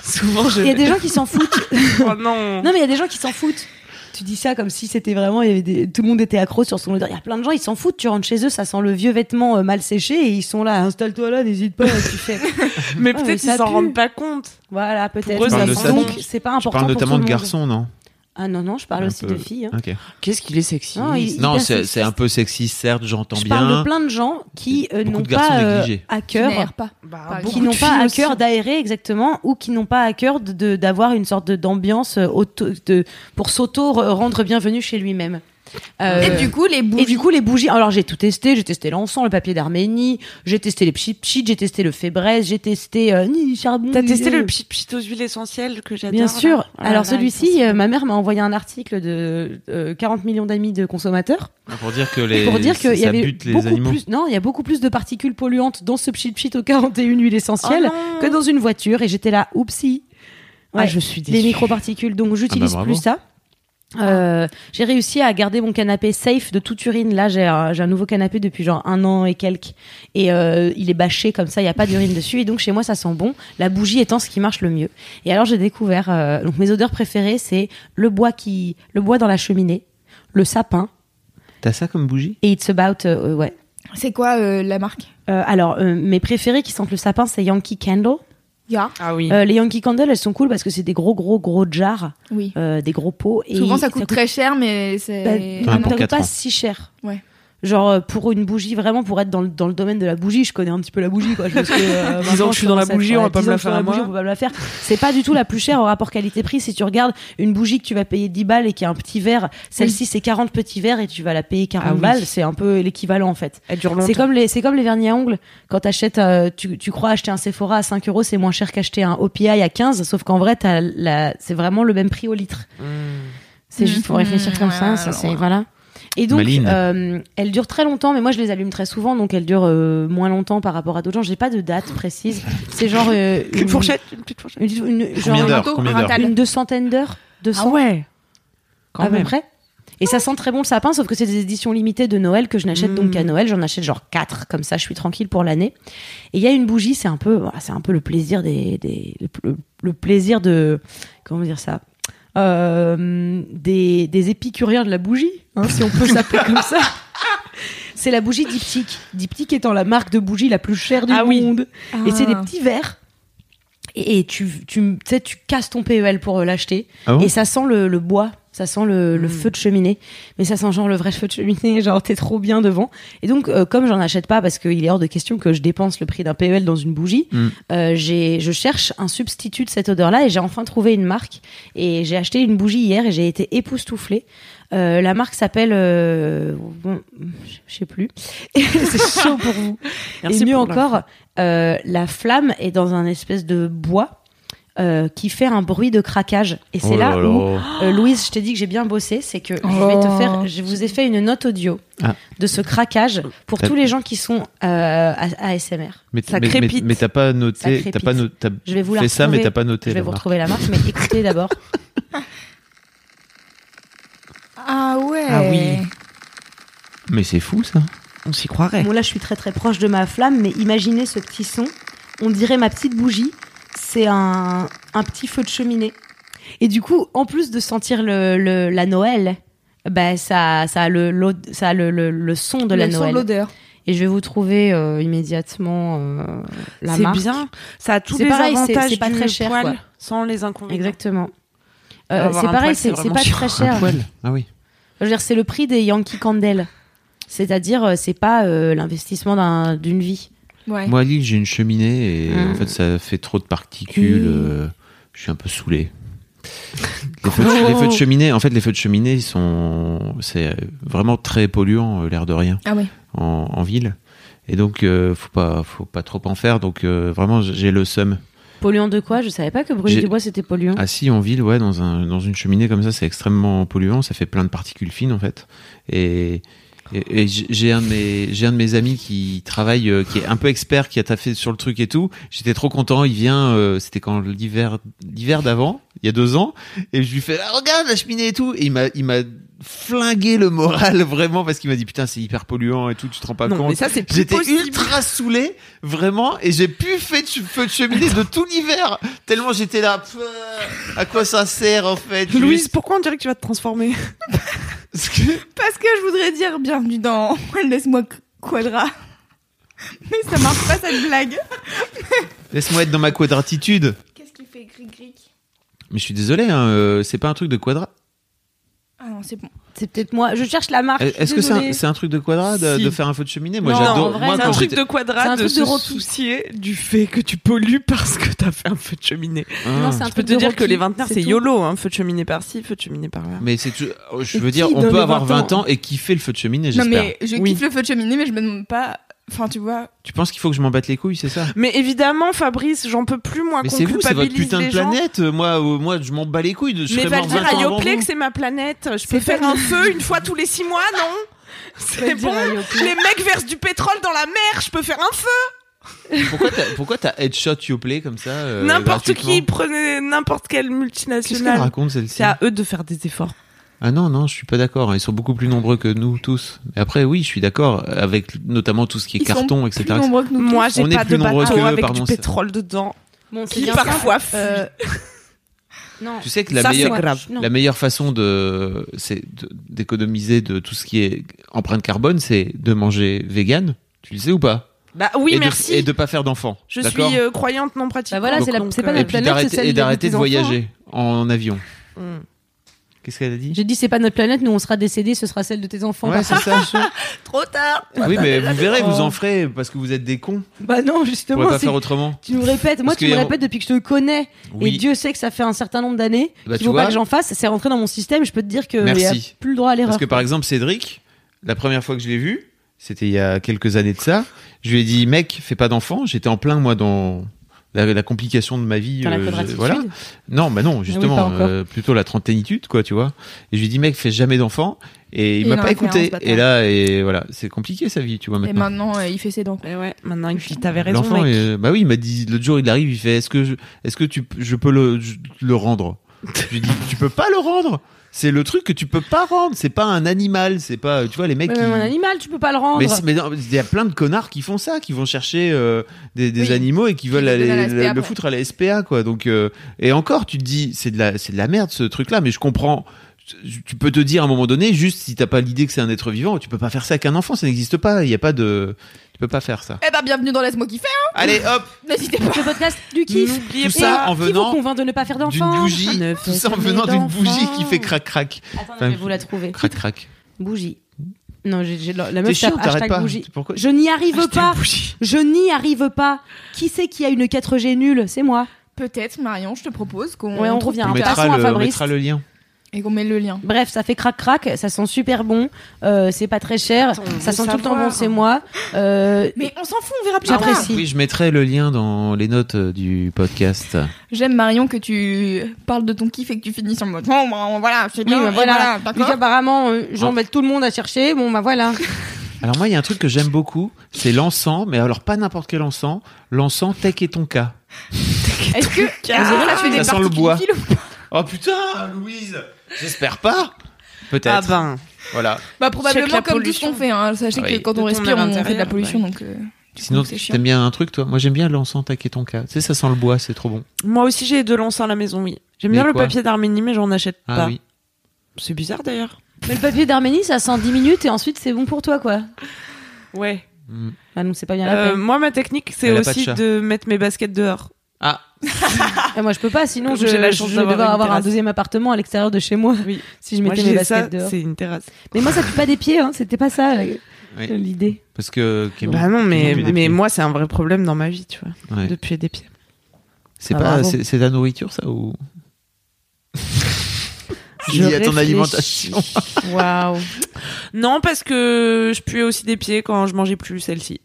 F: Souvent, je.
D: il y a des gens qui s'en foutent.
F: Oh non.
D: Non, mais il y a des gens qui s'en foutent. Tu dis ça comme si c'était vraiment. il Y avait des- tout le monde était accro sur son odeur. Il y a plein de gens, ils s'en foutent. Tu rentres chez eux, ça sent le vieux vêtement euh, mal séché et ils sont là. Installe-toi là, n'hésite pas. tu fais.
F: mais
D: Ah, mais
F: peut-être
D: ça
F: qu'ils s'en
D: pue.
F: rendent pas compte.
D: Voilà, peut-être.
F: Pour eux,
C: ça sent
D: Donc,
F: bon.
D: c'est pas
C: Je
D: important.
C: parle
D: pour tout
C: notamment de
D: le monde.
C: garçons, non
D: Ah non, non, je parle
C: Un
D: aussi
C: peu.
D: de filles. hein.
C: Ok.
F: Qu'est-ce qu'il est sexy.
D: Non, il-
C: Non,
D: hyper
C: c'est
D: sexiste.
C: c'est un peu sexiste, certes, j'entends
D: Je
C: bien.
D: parle de plein de gens qui euh,
C: Beaucoup
D: n'ont
C: de garçons
D: pas euh,
C: négligés.
D: à
B: Qui
D: cœur
B: n'aère pas.
F: Bah,
D: qui
F: beaucoup
D: n'ont
F: de
D: pas à
F: filles
D: cœur
F: aussi.
D: d'aérer exactement ou qui n'ont pas à cœur de- de- d'avoir une sorte de- d'ambiance euh, auto- de- pour s'auto re- rendre bienvenu chez lui-même. Euh,
B: Et du coup, les bougies.
D: Et du coup, les bougies. Alors, j'ai tout testé. J'ai testé l'encens, le papier d'Arménie. J'ai testé les pchit-pchit. J'ai testé le fébreze. J'ai testé euh, ni charbon.
F: T'as
D: ni-
F: testé le pchit pchit aux huiles essentielles que j'adore.
D: euh, Bien
F: là
D: sûr.
F: Oh là là,
D: Alors,
F: ils
D: celui-ci,
F: sont-
D: euh, ma mère m'a envoyé un article de euh, 40 millions d'amis de consommateurs
C: Ah, Pour dire que les.
D: pour dire qu'il y
C: ça
D: avait
C: bute les
D: beaucoup
C: animaux.
D: plus. Non, il y a beaucoup plus de particules polluantes dans ce pchit-pchit aux 41 huiles
F: Oh
D: essentielles
F: non.
D: que dans une voiture. Et j'étais là, oupsie.
F: Ah,
D: Ouais.
F: je suis
D: les
F: déçue.
D: microparticules. Donc j'utilise
C: Ah bah,
D: plus ça. Euh, j'ai réussi à garder mon canapé safe de toute urine. Là, j'ai un, j'ai un nouveau canapé depuis genre un an et quelques. Et euh, il est bâché comme ça, il n'y a pas d'urine dessus. Et donc chez moi, ça sent bon. La bougie étant ce qui marche le mieux. Et alors j'ai découvert, euh, donc mes odeurs préférées, c'est le bois qui, le bois dans la cheminée, le sapin
C: T'as ça comme bougie
D: et It's About, euh, euh, ouais.
B: C'est quoi euh, la marque
D: Euh, alors euh, mes préférées qui sentent le sapin, c'est Yankee Candle.
B: Ya.
F: Ah oui.
D: Euh, les Yankee Candle, elles sont cool parce que c'est des gros gros gros jars,
B: Oui.
D: euh, des gros pots. Et
B: Souvent, ça coûte très cher, mais
D: Bah,
B: c'est.
D: non,
B: Ah
C: pour
B: non.
D: t'as
C: quatre
D: pas
C: ans.
D: si cher.
B: Ouais.
D: Genre, euh, pour une bougie, vraiment, pour être dans le, dans le domaine de la bougie, je connais un petit peu la bougie, quoi. Je pense que, euh,
F: Disons
D: maintenant,
F: que je suis dans la
D: commence à-
F: bougie, on va pas me
D: disons
F: la
D: que je suis
F: faire
D: dans
F: à moi.
D: bougie, on peut pas me la faire. C'est pas du tout la plus chère au rapport qualité-prix. Si tu regardes une bougie que tu vas payer 10 balles et qui a un petit verre, celle-ci, c'est 40 petits verres et tu vas la payer 40
F: Ah oui.
D: balles. C'est un peu l'équivalent, en fait.
F: Elle dure longtemps.
D: C'est comme les, c'est comme les vernis à ongles. Quand t'achètes, euh, tu, tu crois acheter un Sephora à 5 euros, c'est moins cher qu'acheter un OPI à 15, sauf qu'en vrai, t'as la, c'est vraiment le même prix au litre. C'est juste pour
B: Mhm.
D: réfléchir comme ça, ça,
B: Ouais,
D: c'est,
B: ouais.
D: voilà. Et donc,
C: Maline.
D: euh, elle dure très longtemps, mais moi je les allume très souvent, donc elle dure moins longtemps par rapport à d'autres gens. J'ai pas de date précise. C'est genre euh,
F: Une fourchette, une petite fourchette.
D: une, une- genre
C: Combien d'heures
B: râteau,
C: Combien
B: un
C: d'heures
B: ratal.
D: une deux centaines d'heures, 200
F: ouais. Quand
D: à
F: même.
D: peu près. Et ça sent très bon le sapin, sauf que c'est des éditions limitées de Noël que je n'achète
F: Mmh.
D: donc à Noël. J'en achète genre 4, comme ça je suis tranquille pour l'année. Et il y a une bougie, c'est un peu, voilà, c'est un peu le plaisir des, des le, le plaisir de, comment dire ça, Euh, des, des épicuriens de la bougie, hein, si on peut s'appeler comme ça. C'est la bougie diptyque. Diptyque étant la marque de bougie la plus chère du
F: Ah oui.
D: monde. Et c'est des
B: Ah.
D: petits verres. Et, et tu, tu, tu sais, tu casses ton PEL pour euh, l'acheter.
C: Ah bon
D: et ça sent le, le bois, ça sent le, le
F: Mm.
D: feu de cheminée. Mais ça sent genre le vrai feu de cheminée, genre t'es trop bien devant. Et donc, euh, comme j'en achète pas, parce qu'il est hors de question que je dépense le prix d'un PEL dans une bougie,
C: Mm.
D: euh, j'ai, je cherche un substitut de cette odeur-là et j'ai enfin trouvé une marque. Et j'ai acheté une bougie hier et j'ai été époustouflée. Euh, la marque s'appelle, euh, bon, je- je sais plus. C'est chaud pour vous.
F: Merci
D: et mieux
F: pour la-
D: encore, euh, la flamme est dans un espèce de bois euh, qui fait un bruit de craquage. Et c'est
C: Oh
D: là,
C: là
D: où,
C: là.
D: euh, Louise, je t'ai dit que j'ai bien bossé, c'est que je vais te
B: Oh.
D: faire, je vous ai fait une note audio
C: Ah.
D: de ce craquage pour
C: Ça-
D: tous les gens qui sont euh, à- ASMR.
C: Mais, mais,
F: Ça
C: mais,
F: crépite.
C: mais t'as pas
D: Ça
C: noté, t'as
D: crépite.
C: pas no- t'as
D: Je vais vous la
C: fait ça, mais
D: retrouver.
C: t'as pas noté.
D: Je vais
C: la
D: vous
C: marque.
D: retrouver la marque, mais écoutez d'abord.
B: Ah ouais.
F: Ah oui.
C: Mais c'est fou ça.
F: On s'y croirait.
D: Bon, là, je suis très très proche de ma flamme, mais imaginez ce petit son. On dirait ma petite bougie. C'est un, un petit feu de cheminée. Et du coup, en plus de sentir le, le- la Noël, bah, ça, ça a, le, l'ode- ça a le, le- le son de la
B: Le son de
D: Noël.
B: l'odeur.
D: Et je vais vous trouver euh, immédiatement euh, la
F: c'est
D: marque.
F: bien. Ça a tous
D: C'est
F: les
D: pareil, c'est-
F: avantages
D: c'est pas
F: du
D: très cher,
F: poil
D: quoi.
F: sans les inconvénients.
D: Exactement. Euh,
F: Avoir
D: c'est
F: un
D: pareil,
F: poil,
D: c'est
F: c'est
D: c'est
F: vraiment
D: pas
F: chiant.
D: très cher.
C: Ah oui.
D: Je veux dire, c'est le prix des Yankee Candle. C'est-à-dire, euh, c'est pas euh, l'investissement d'un- d'une vie.
B: Ouais.
C: Moi à Lille j'ai une cheminée et
D: Mm.
C: en fait ça fait trop de particules.
D: Et-
C: euh, je suis un peu saoulé. Les feux, de, les feux de
D: Oh.
C: cheminée, en fait, les feux de cheminée, ils sont, c'est euh, vraiment très polluant, euh, l'air de rien.
B: Ah ouais.
C: en, en ville. Et donc, euh, faut pas, faut pas trop en faire. Donc, euh, vraiment, j'ai le seum.
D: Polluant de quoi Je savais pas que brûler
C: J'ai- Ah.
D: du bois c'était
F: Mmh.
D: polluant.
C: Assis en ville, ouais, dans, un, dans une cheminée comme ça, c'est extrêmement polluant. Ça fait plein de particules fines, en fait. Et, et, et j'- j'ai un, de mes- j'ai un de mes amis qui travaille, euh, qui est un peu expert, qui a taffé sur le truc et tout. J'étais trop content. Il vient, euh, c'était quand l'hiver, l'hiver d'avant, il y a deux ans. Et je lui fais, Ah, regarde la cheminée et tout. Et il m'a, il m'a flingué le moral vraiment parce qu'il m'a dit, putain, c'est hyper polluant et tout. Tu te rends pas
F: Non,
C: compte.
F: mais ça, c'est plus
C: J'étais
F: possible.
C: ultra saoulé, vraiment, et j'ai pu faire de feu de cheminée de tout l'hiver. Tellement j'étais là, Pff, à quoi ça sert en fait juste
F: Louise, pourquoi on dirait que tu vas te transformer
C: Parce que-
B: Parce que je voudrais dire bienvenue dans Laisse-moi Quadra. Mais ça marche pas cette blague.
C: Laisse-moi être dans ma quadratitude.
B: Qu'est-ce qui fait gris gris
C: Mais je suis désolé, hein, euh, c'est pas un truc de quadrat.
B: Ah non, c'est bon.
D: C'est peut-être moi. Je cherche la marque.
F: Ah,
C: Eh, Est-ce que c'est un,
D: désolée.
C: c'est un truc de quadrat de,
F: Si.
C: de faire un feu de cheminée Moi
D: Non, en
C: j'adore.
D: vrai,
C: moi,
D: c'est
F: C'est
C: quand
F: un truc
C: j'étais-
F: de
D: c'est un
F: quadrat de
D: truc
F: se
D: de rocky.
F: soucier du fait que tu pollues parce que t'as fait un feu de cheminée.
C: Hein.
D: Non, c'est un
F: Je peux
D: truc
F: te
D: de
F: dire
D: Rocky,
F: que les vingtenaires, c'est
D: tout.
F: YOLO. Hein, feu de cheminée par-ci, feu de cheminée par-là.
C: Mais c'est tu- je
F: Et
C: veux dire,
F: qui
C: on
F: donne
C: peut
F: les
C: avoir
F: 20 ans
C: 20 ans et kiffer le feu de cheminée,
B: Non
C: j'espère.
B: mais je
F: Oui.
B: kiffe le feu de cheminée, mais je me demande pas. Enfin, tu vois.
C: Tu penses qu'il faut que je m'en batte les couilles, c'est ça
F: Mais évidemment, Fabrice, j'en peux plus, moi,
C: Mais
F: qu'on
C: c'est vous, c'est votre
F: culpabilise
C: putain de
F: les gens.
C: planète. Moi, euh, moi, je m'en bats les couilles. Je
F: Mais
C: serais
F: va
C: mort
F: le dire
C: 20
F: à
C: ans avant
F: Yoplait
C: vous.
F: que c'est ma planète. Je peux
B: C'est
F: faire
B: pas-
F: un feu une fois tous les six mois, non
D: Faut
F: C'est
D: le dire
F: bon.
D: à Yoplait.
F: Les mecs versent du pétrole dans la mer, je peux faire un feu.
C: Pourquoi t'as, pourquoi t'as headshot Yoplait comme ça euh,
F: n'importe qui
C: gratuitement
F: prenez n'importe quelle
C: Qu'est-ce qu'elle
F: multinationale.
C: raconte celle-ci
F: C'est à eux de faire des efforts.
C: Ah non, non, je suis pas d'accord. hein. Ils sont beaucoup plus nombreux que nous tous. Mais après, oui, je suis d'accord avec notamment tout ce qui est
B: Ils sont
C: carton,
B: Plus
C: etc.
B: nombreux que nous.
F: Moi, j'ai
C: On est
F: pas de
C: plus nombreux
F: bateau
C: que eux,
F: avec
C: pardon,
F: du
C: c'est-
F: pétrole dedans.
D: Bon, c'est
F: Qui
D: bien ça.
F: parfois fuit.
D: Euh, Non.
C: Tu sais que la
F: Ça, c'est
C: meilleure,
F: grave.
D: Non.
C: la meilleure façon de, c'est de- d'économiser de tout ce qui est empreinte carbone, c'est de manger vegan. Tu le sais ou pas
F: Bah oui,
C: et
F: merci.
C: De, et de pas faire d'enfants.
F: Je
C: d'accord
F: suis euh, croyante non pratique.
D: Bah voilà,
C: Donc,
D: c'est la-
F: donc,
D: c'est pas
F: euh,
C: et
D: notre
C: puis
D: planète, c'est
C: d'arrêter,
D: celle
C: et
D: de
C: d'arrêter
D: tes
C: de
D: enfants,
C: voyager en avion.
F: Mm.
C: Qu'est-ce qu'elle a dit
D: J'ai dit, c'est pas notre planète, nous on sera décédés, ce sera celle de tes enfants.
C: Ouais, c'est ça. Ah
B: Trop tard
C: oui, mais vous verrez, vous en ferez parce que vous êtes des cons.
D: bah non,
C: Vous
D: justement,
C: pourrez pas
D: c'est-
C: faire autrement.
D: tu nous répètes. Moi,
C: Parce
D: tu
C: que-
D: me répètes depuis que je te connais. Et
C: Oui.
D: Dieu sait que ça fait un certain nombre d'années
C: Bah,
D: qu'il
C: tu
D: faut pas
C: vois.
D: que j'en fasse. C'est rentré dans mon système. Je peux te dire que
C: Merci.
D: y a plus le droit à l'erreur.
C: Parce que par exemple, Cédric, la première fois que je l'ai vu, c'était il y a quelques années de ça, je lui ai dit, mec, fais pas d'enfant. J'étais en plein, moi, dans la, la complication de ma vie.
D: Dans la
C: euh,
D: quadratitude.
C: voilà. Non, bah non,
D: pas
C: justement,
D: encore.
C: euh, plutôt la trentainitude, quoi, tu vois. Et je lui ai dit, mec, fais jamais d'enfant. Et il
B: Il
C: m'a
B: en
C: pas
B: a fait un,
C: écouté.
B: ce bâtard.
C: Et là, et voilà, c'est compliqué sa vie, tu vois,
B: Et
C: maintenant.
B: maintenant, euh, il fait ses dents.
F: Mais Eh ouais, maintenant, il me t'avais raison,
C: L'enfant,
F: mec.
C: est- bah oui, il m'a dit l'autre jour, il arrive, il fait est-ce que je, est-ce que tu, je peux le, je- le rendre Je lui dis tu peux pas le rendre. C'est le truc que tu peux pas rendre. C'est pas un animal. C'est pas, tu vois, les mecs.
D: Mais
C: qui-
D: même un animal, tu peux pas le rendre.
C: Mais c'est- mais non, mais il y a plein de connards qui font ça, qui vont chercher euh, des, des
B: Oui.
C: animaux et qui veulent
B: le
C: aller-
B: donnent à la SPA
C: le- le
B: après.
C: foutre à la SPA, quoi. Donc, euh, et encore, tu te dis, c'est de la, c'est de la merde ce truc-là, mais je comprends. Tu- Tu peux te dire à un moment donné, juste si t'as pas l'idée que c'est un être vivant, tu peux pas faire ça avec un enfant, ça n'existe pas. Il y a pas de, tu peux pas faire ça.
B: Eh ben, bienvenue dans Laisse-moi kiffer
C: Allez, hop,
B: N'hésitez pas
D: Le podcast du kiff.
F: N'oubliez
C: Tout ça
D: Et
C: en
D: qui
C: venant
D: vous convainc de ne pas faire
C: d'une
D: d'enfants Ah,
C: bougie,
F: Ne
C: tout
F: faites
C: ça en
F: jamais
C: venant d'une
F: d'enfants.
C: bougie qui fait crac crac,
D: Attends,
C: Enfin,
D: je vais vous la trouver.
C: crac crac.
D: Bougie. Non, j'ai j'ai- la
C: T'es
D: meuf
C: chiant,
D: tape
C: t'arrêtes
D: hashtag
C: pas.
D: bougie.
C: Pourquoi
D: Je n'y arrive
C: Hashtag
D: pas.
C: bougie.
D: Je n'y arrive pas. Qui c'est qui a une 4G nulle C'est moi.
B: Peut-être, Marion, je te propose qu'on
D: Ouais, on
B: trouve
D: revient.
C: On
B: plus
D: Passons
B: tard
D: à
C: mettra le, on
D: Fabrice.
C: mettra le lien.
B: et qu'on met le lien.
D: Bref, ça fait crac crac, ça sent super bon, euh, c'est pas très cher,
F: Attends, on
D: ça
F: veut
D: sent tout le temps
F: savoir.
D: bon, c'est moi. Euh,
B: Mais on s'en fout, on verra plus tard.
D: J'apprécie.
C: Oui, je mettrai le lien dans les notes euh, du podcast.
B: J'aime Marion que tu parles de ton kiff et que tu finis sur le mode. Bon, bah, voilà, c'est bien.
D: bah,
B: et
D: voilà.
B: voilà,
D: Vu
B: d'accord.
D: qu'apparemment, euh, j'en
C: Ah.
D: mets tout le monde à chercher, bon bah voilà.
C: Alors moi, il y a un truc que j'aime beaucoup, c'est l'encens, mais alors pas n'importe quel encens, l'encens Tech et Tonka.
B: Est-ce que
C: Ah,
B: ça fait des
C: ça sent le bois.
B: particules ou pas
C: Oh putain, Louise, j'espère pas.
F: Ah
C: Peut-être.
F: ben,
C: Voilà.
B: Bah
F: Check la
B: probablement comme tout ce
F: pollution.
B: qu'on fait. Hein. Sachez
C: Oui.
B: que quand
F: De
B: on
F: ton
B: respire, on fait de la
F: intérieur,
B: pollution. Donc, euh, du
C: Sinon,
B: coup, c'est chiant.
C: t'aimes bien un truc, toi Moi, j'aime bien l'encens Tech et Tonka. Tu sais, ça sent le bois, c'est trop bon.
F: moi aussi j'ai de l'encens à la maison, oui. J'aime
C: Mais
F: bien le
C: quoi
F: papier d'Arménie, mais j'en achète
C: Ah
F: pas.
C: oui.
F: C'est bizarre d'ailleurs.
D: Mais le papier d'Arménie, ça sent 10 minutes et ensuite c'est bon pour toi quoi.
F: Ouais.
C: Mm.
D: Ah non, c'est pas bien la
F: Euh,
D: peine.
F: moi, ma technique, c'est
C: Elle a pas de
F: aussi
C: chat.
F: de mettre mes baskets dehors.
C: Ah,
D: Ah, moi je peux pas, sinon
F: Comme
D: je,
F: j'ai la
D: je
F: chance
D: vais
F: d'avoir
D: devoir
F: une
D: avoir un
F: terrasse.
D: deuxième appartement à l'extérieur de chez moi
F: Oui.
D: si je
F: Moi,
D: mettais
F: j'ai
D: mes
F: ça,
D: baskets dehors.
F: c'est une terrasse.
D: Mais moi ça pue pas des pieds, hein, c'était pas ça euh,
C: Oui.
D: l'idée.
C: parce que Camille-
F: Bah non, mais,
C: Ils ont plus des
F: mais
C: pieds.
F: moi, c'est un vrai problème dans ma vie, tu vois,
C: Ouais.
F: de puer des pieds.
C: C'est
D: Ah,
C: pas,
D: bravo.
C: c'est, c'est de la nourriture ça ou C'est
D: Je
C: lié à ton
D: réfléchis.
C: alimentation.
D: Waouh.
F: Non, parce que je puais aussi des pieds quand je mangeais plus celle-ci.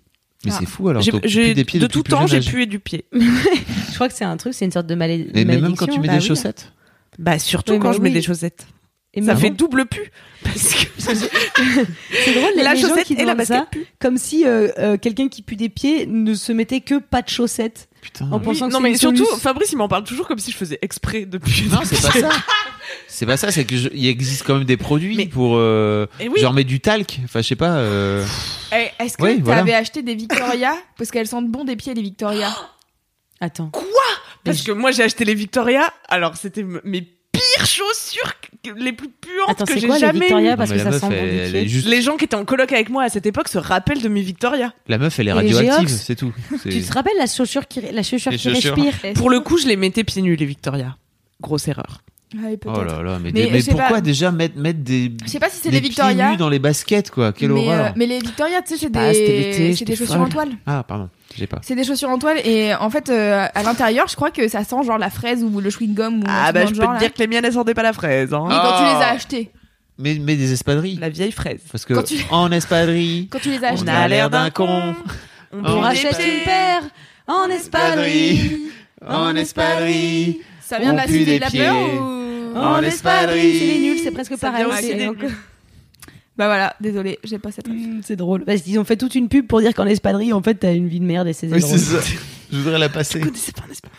C: Mais
B: Ah.
C: c'est fou alors.
F: J'ai-
C: t'occupes
F: j'ai-
C: des pieds
F: de
C: depuis
F: tout
C: plus
F: temps,
C: jeune
F: j'ai
C: âge.
F: pué du pied.
D: Je crois que c'est un truc, c'est une sorte de malé-
C: Et même,
D: malédiction.
C: quand tu mets
D: Bah
C: des
D: oui.
C: chaussettes.
F: Bah surtout
D: Oui,
F: quand
D: mais
F: je mets
D: oui.
F: des chaussettes.
D: Et
F: Ça
D: même-
F: fait double pu. Parce que
D: C'est drôle, les,
F: la
D: les gens
F: chaussette
D: qui
F: et la
D: demandent ça,
F: basket puent.
D: comme si euh, euh, quelqu'un qui pue des pieds ne se mettait que pas de chaussettes.
C: Putain.
D: En pensant que
F: non
D: c'est
F: mais
D: une
F: surtout,
D: solution.
F: Fabrice il m'en parle toujours comme si je faisais exprès depuis.
C: Non, c'est pas ça. C'est pas ça, c'est que je- il existe quand même des produits
F: Mais-
C: pour euh,
F: Et oui.
C: genre mettre du talc, enfin je sais pas euh,
B: Eh, Est-ce que
C: Oui,
B: t'avais
C: voilà.
B: acheté des Victoria Parce qu'elles sentent bon des pieds, les Victoria. Ah
D: Attends.
F: Parce que moi j'ai acheté les Victoria. Alors c'était m- mes pires chaussures, que- les plus puantes
D: Attends,
F: que
D: c'est
F: j'ai
D: quoi les
F: jamais. eues.
D: Victoria
C: Non,
D: Parce
C: mais
D: que
C: la
D: ça
C: meuf,
D: sent bon
C: elle-
D: des
C: elle
D: pieds.
C: est juste
F: Les gens qui étaient en coloc avec moi à cette époque se rappellent de mes Victoria.
C: la meuf elle est
D: Et les
C: radioactive,
D: Geox
C: c'est tout. C'est-
D: Tu te rappelles la chaussure qui, la chaussure
C: Les
D: qui
C: chaussures.
D: respire
F: Pour le coup, je les mettais pieds nus les Victoria. Grosse erreur.
B: Ouais, peut-être.
C: Oh là là, mais,
B: Mais
C: des- mais
B: je sais
C: pourquoi
B: pas.
C: déjà mettre mettre des
B: Je sais pas si c'est
C: des
B: les
C: pieds
B: Victoria.
C: nus dans les baskets quoi, quelle
B: mais,
C: horreur.
B: euh, mais les Victoria, tu sais, c'est
D: pas, c'était l'été,
B: des, c'est
D: j'étais
B: des chaussures
D: folle.
B: en toile.
C: Ah pardon, j'ai pas.
B: C'est des chaussures en toile et en fait, euh, à l'intérieur, je crois que ça sent genre la fraise ou le
D: Mmh,
B: chewing-gum ou un
F: Ah
B: truc
F: bah
B: dans
F: je
B: le
F: peux
B: genre,
F: te
B: là.
F: dire que les miennes elles sortaient pas la fraise. hein.
B: Mais quand tu
C: Ah.
B: les as achetées,
C: Mais mais des espadrilles
F: La vieille fraise.
C: parce que
B: Quand tu-
C: en espadrille,
B: quand tu les as
C: on
B: achetées,
C: a l'air d'un con.
F: On
C: On
D: On
F: prend des
D: rachète
F: pieds.
D: une paire en espadrille.
C: En espadrille.
B: ça vient de
C: on
B: la
C: pue
B: suite
C: des
B: de la peur
C: pieds.
B: ou
D: En espadrille. C'est les nuls, c'est presque
F: Ça
D: pareil.
F: vient aussi
D: c'est-
F: des
D: donc- euh,
F: nuls.
B: Bah voilà, désolé, j'ai pas cette. ref.
D: C'est drôle. Parce qu'ils ont fait toute une pub pour dire qu'en espadrille, en fait, t'as une vie de merde et c'est
C: Oui,
D: drôle.
C: c'est ça. Je voudrais la passer.
F: Vous connaissez pas un espace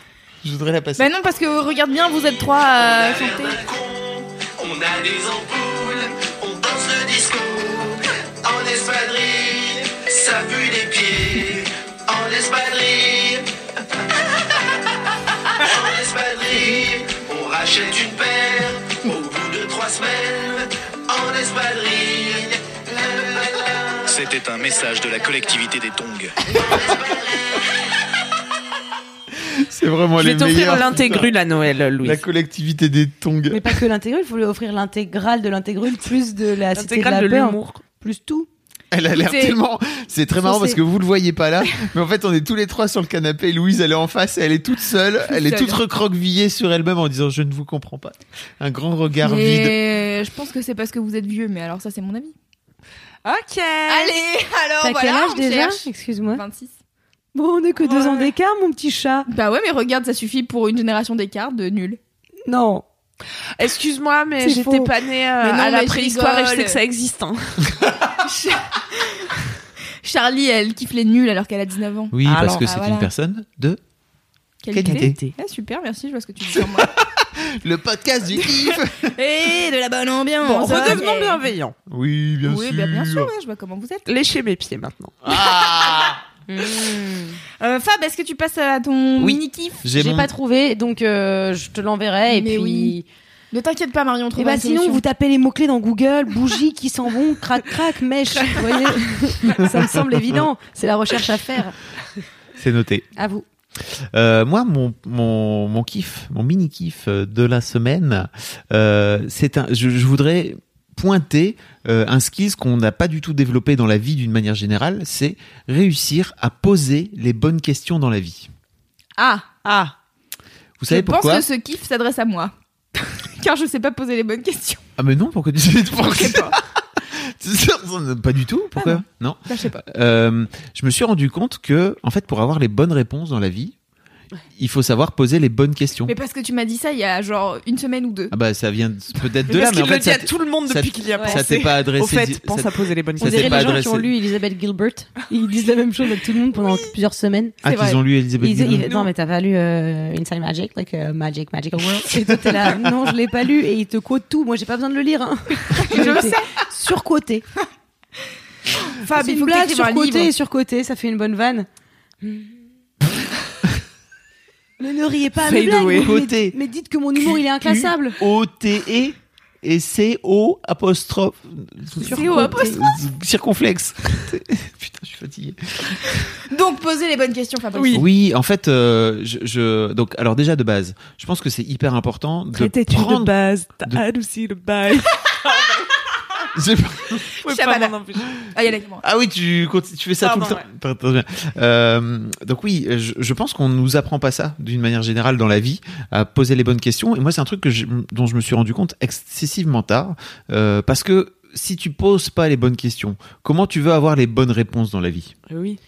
C: Je voudrais la passer.
B: Bah non, parce que regarde bien, vous êtes trois à chanter.
E: On a des ampoules, on danse le disco En espadrille, ça pue les pieds En espadrille En espadrille, on rachète une paire Au bout de trois semaines En espadrille C'était un message de la collectivité des Tongs
C: C'est vraiment
F: Je vais
C: Oh, les meilleurs.
F: t'offrir l'intégrule à Noël, Louis.
C: La collectivité des tongs.
D: Mais pas que l'intégrule, il faut lui offrir l'intégrale de l'intégrule, plus de la cité de la
F: L'intégrale de
D: peur,
F: l'humour.
D: plus tout.
C: Elle a l'air
B: C'est-
C: tellement. C'est très marrant parce que vous le voyez pas là, mais en fait on est tous les trois sur le canapé. et Louise elle est en face, et elle est toute seule, elle est
B: seule.
C: toute recroquevillée sur elle-même en disant je ne vous comprends pas. Un grand regard vide.
B: Et je pense que c'est parce que vous êtes vieux, mais alors ça, c'est mon avis.
F: Ok.
B: Allez, alors
D: T'as
B: Ah, voilà,
D: quel âge
B: on
D: déjà
B: cherche. Bah.
D: Excuse-moi.
B: 26.
D: Bon, on est que deux
F: Ouais.
D: ans d'écart, mon petit chat.
B: Bah ouais, mais regarde, ça suffit pour une génération d'écart de nul.
D: Non.
F: Excuse-moi, mais
D: C'est
F: j'étais
D: faux.
F: pas née euh,
B: Mais non,
F: à la
B: mais je
F: préhistoire et je
B: rigole.
F: sais que ça existe. hein.
B: Charlie, elle kiffe les nuls alors qu'elle a 19 ans.
C: Oui,
F: Alors,
C: parce que
B: ah,
C: c'est
B: voilà.
C: une personne de
B: Qualité.
C: qualité.
B: Ah, super, merci, je vois ce que tu dis sur moi.
C: Le podcast du kiff.
B: Et de la bonne ambiance.
F: Bon, redevenons
B: ok.
F: bienveillants.
C: Oui, bien
B: oui,
C: sûr.
B: bah, bien sûr, ouais, je vois comment vous êtes.
F: Léchez mes pieds maintenant.
C: Ah
B: Euh, Fab, est-ce que tu passes à ton
C: Oui.
B: mini kiff
C: J'ai
D: J'ai
C: mon-
D: pas trouvé, donc euh, je te l'enverrai. Et
B: Mais
D: puis.
B: oui. Ne t'inquiète pas, Marion, on
D: Et
B: trouve
D: bah
B: la
D: sinon,
B: solution.
D: vous tapez les mots-clés dans Google, bougies qui s'en vont, crac crac, mèche. Vous voyez Ça me semble évident. C'est la recherche à faire.
C: C'est noté.
D: À vous.
C: Euh, moi, mon, mon, mon kiff, mon mini kiff euh, de la semaine, euh, c'est un. Je, je voudrais pointer euh, un skill qu'on n'a pas du tout développé dans la vie d'une manière générale, c'est réussir à poser les bonnes questions dans la vie.
B: Ah,
F: Ah,
C: Vous savez
B: je pense
C: pourquoi
B: que ce kiff s'adresse à moi. Car je sais pas poser les bonnes questions.
C: Ah mais non, pourquoi tu pourquoi- C'est sûr, pas du tout. Pourquoi Non.
B: Bah, je sais pas.
C: Euh, je me suis rendu compte que, en fait, pour avoir les bonnes réponses dans la vie, il faut savoir poser les bonnes questions.
B: Mais parce que tu m'as dit ça il y a genre une semaine ou deux.
C: Ah bah ça vient de- peut-être de là,
F: parce
C: mais
F: qu'il
C: en
F: le
C: fait
F: dit
C: ça
F: à
C: t-
F: tout le monde
C: ça-
F: depuis qu'il y a
C: ça
F: pensé.
C: t'est pas adressé.
F: Au fait,
C: di-
F: pense
C: ça-
F: à poser les bonnes
C: ça
D: On
C: s'est
D: dirait
C: pas
D: les gens qui
C: adressé.
D: ont lu Elisabeth Gilbert. Ils disent la même chose depuis tout le monde pendant plusieurs semaines.
C: Ah,
B: C'est vrai.
C: qu'ils ont lu Elizabeth
D: Ils-
C: Gilbert.
D: ils- non, mais t'as pas lu euh, Inside Magic, like euh, Magic, Magic World. Et toi, t'es là, non, je l'ai pas lu. Et il te quote tout. Moi, j'ai pas besoin de le lire. Hein.
B: Je le sais.
D: Surcoté.
B: Fab,
D: C'est
B: il
D: une
B: faut que
D: blague
B: t'écrives un livre.
D: surcotée, surcotée, ça fait une bonne vanne. mais ne riez pas à mes
F: Fade
D: blagues,
F: away.
D: mais-
C: Côté.
D: Mais, dites que mon humour il est inclassable.
C: O-T-E et C-O apostrophe.
B: CO apostrophe.
C: Circonflexe. Putain, je suis fatigué.
B: Donc posez les bonnes questions, Fabrice.
F: Oui.
C: Oui, en fait, euh, je, je- donc alors déjà de base, je pense que c'est hyper important de
F: Traitais-tu de
C: prendre.
F: base
C: de-
F: T'as adouci le bail.
C: J'ai pas-
F: Ouais,
B: Shabada.
F: pas m'en empêcher.
B: Ah, il y en a qui m'ont-
C: Ah oui, tu, conti- tu fais ça
F: Pardon,
C: tout le temps. Très bien. Euh, donc oui, je, je pense qu'on nous apprend pas ça d'une manière générale dans la vie, à poser les bonnes questions. Et moi, c'est un truc que je- dont je me suis rendu compte excessivement tard, euh, parce que si tu poses pas les bonnes questions, comment tu veux avoir les bonnes réponses dans la vie
F: Oui.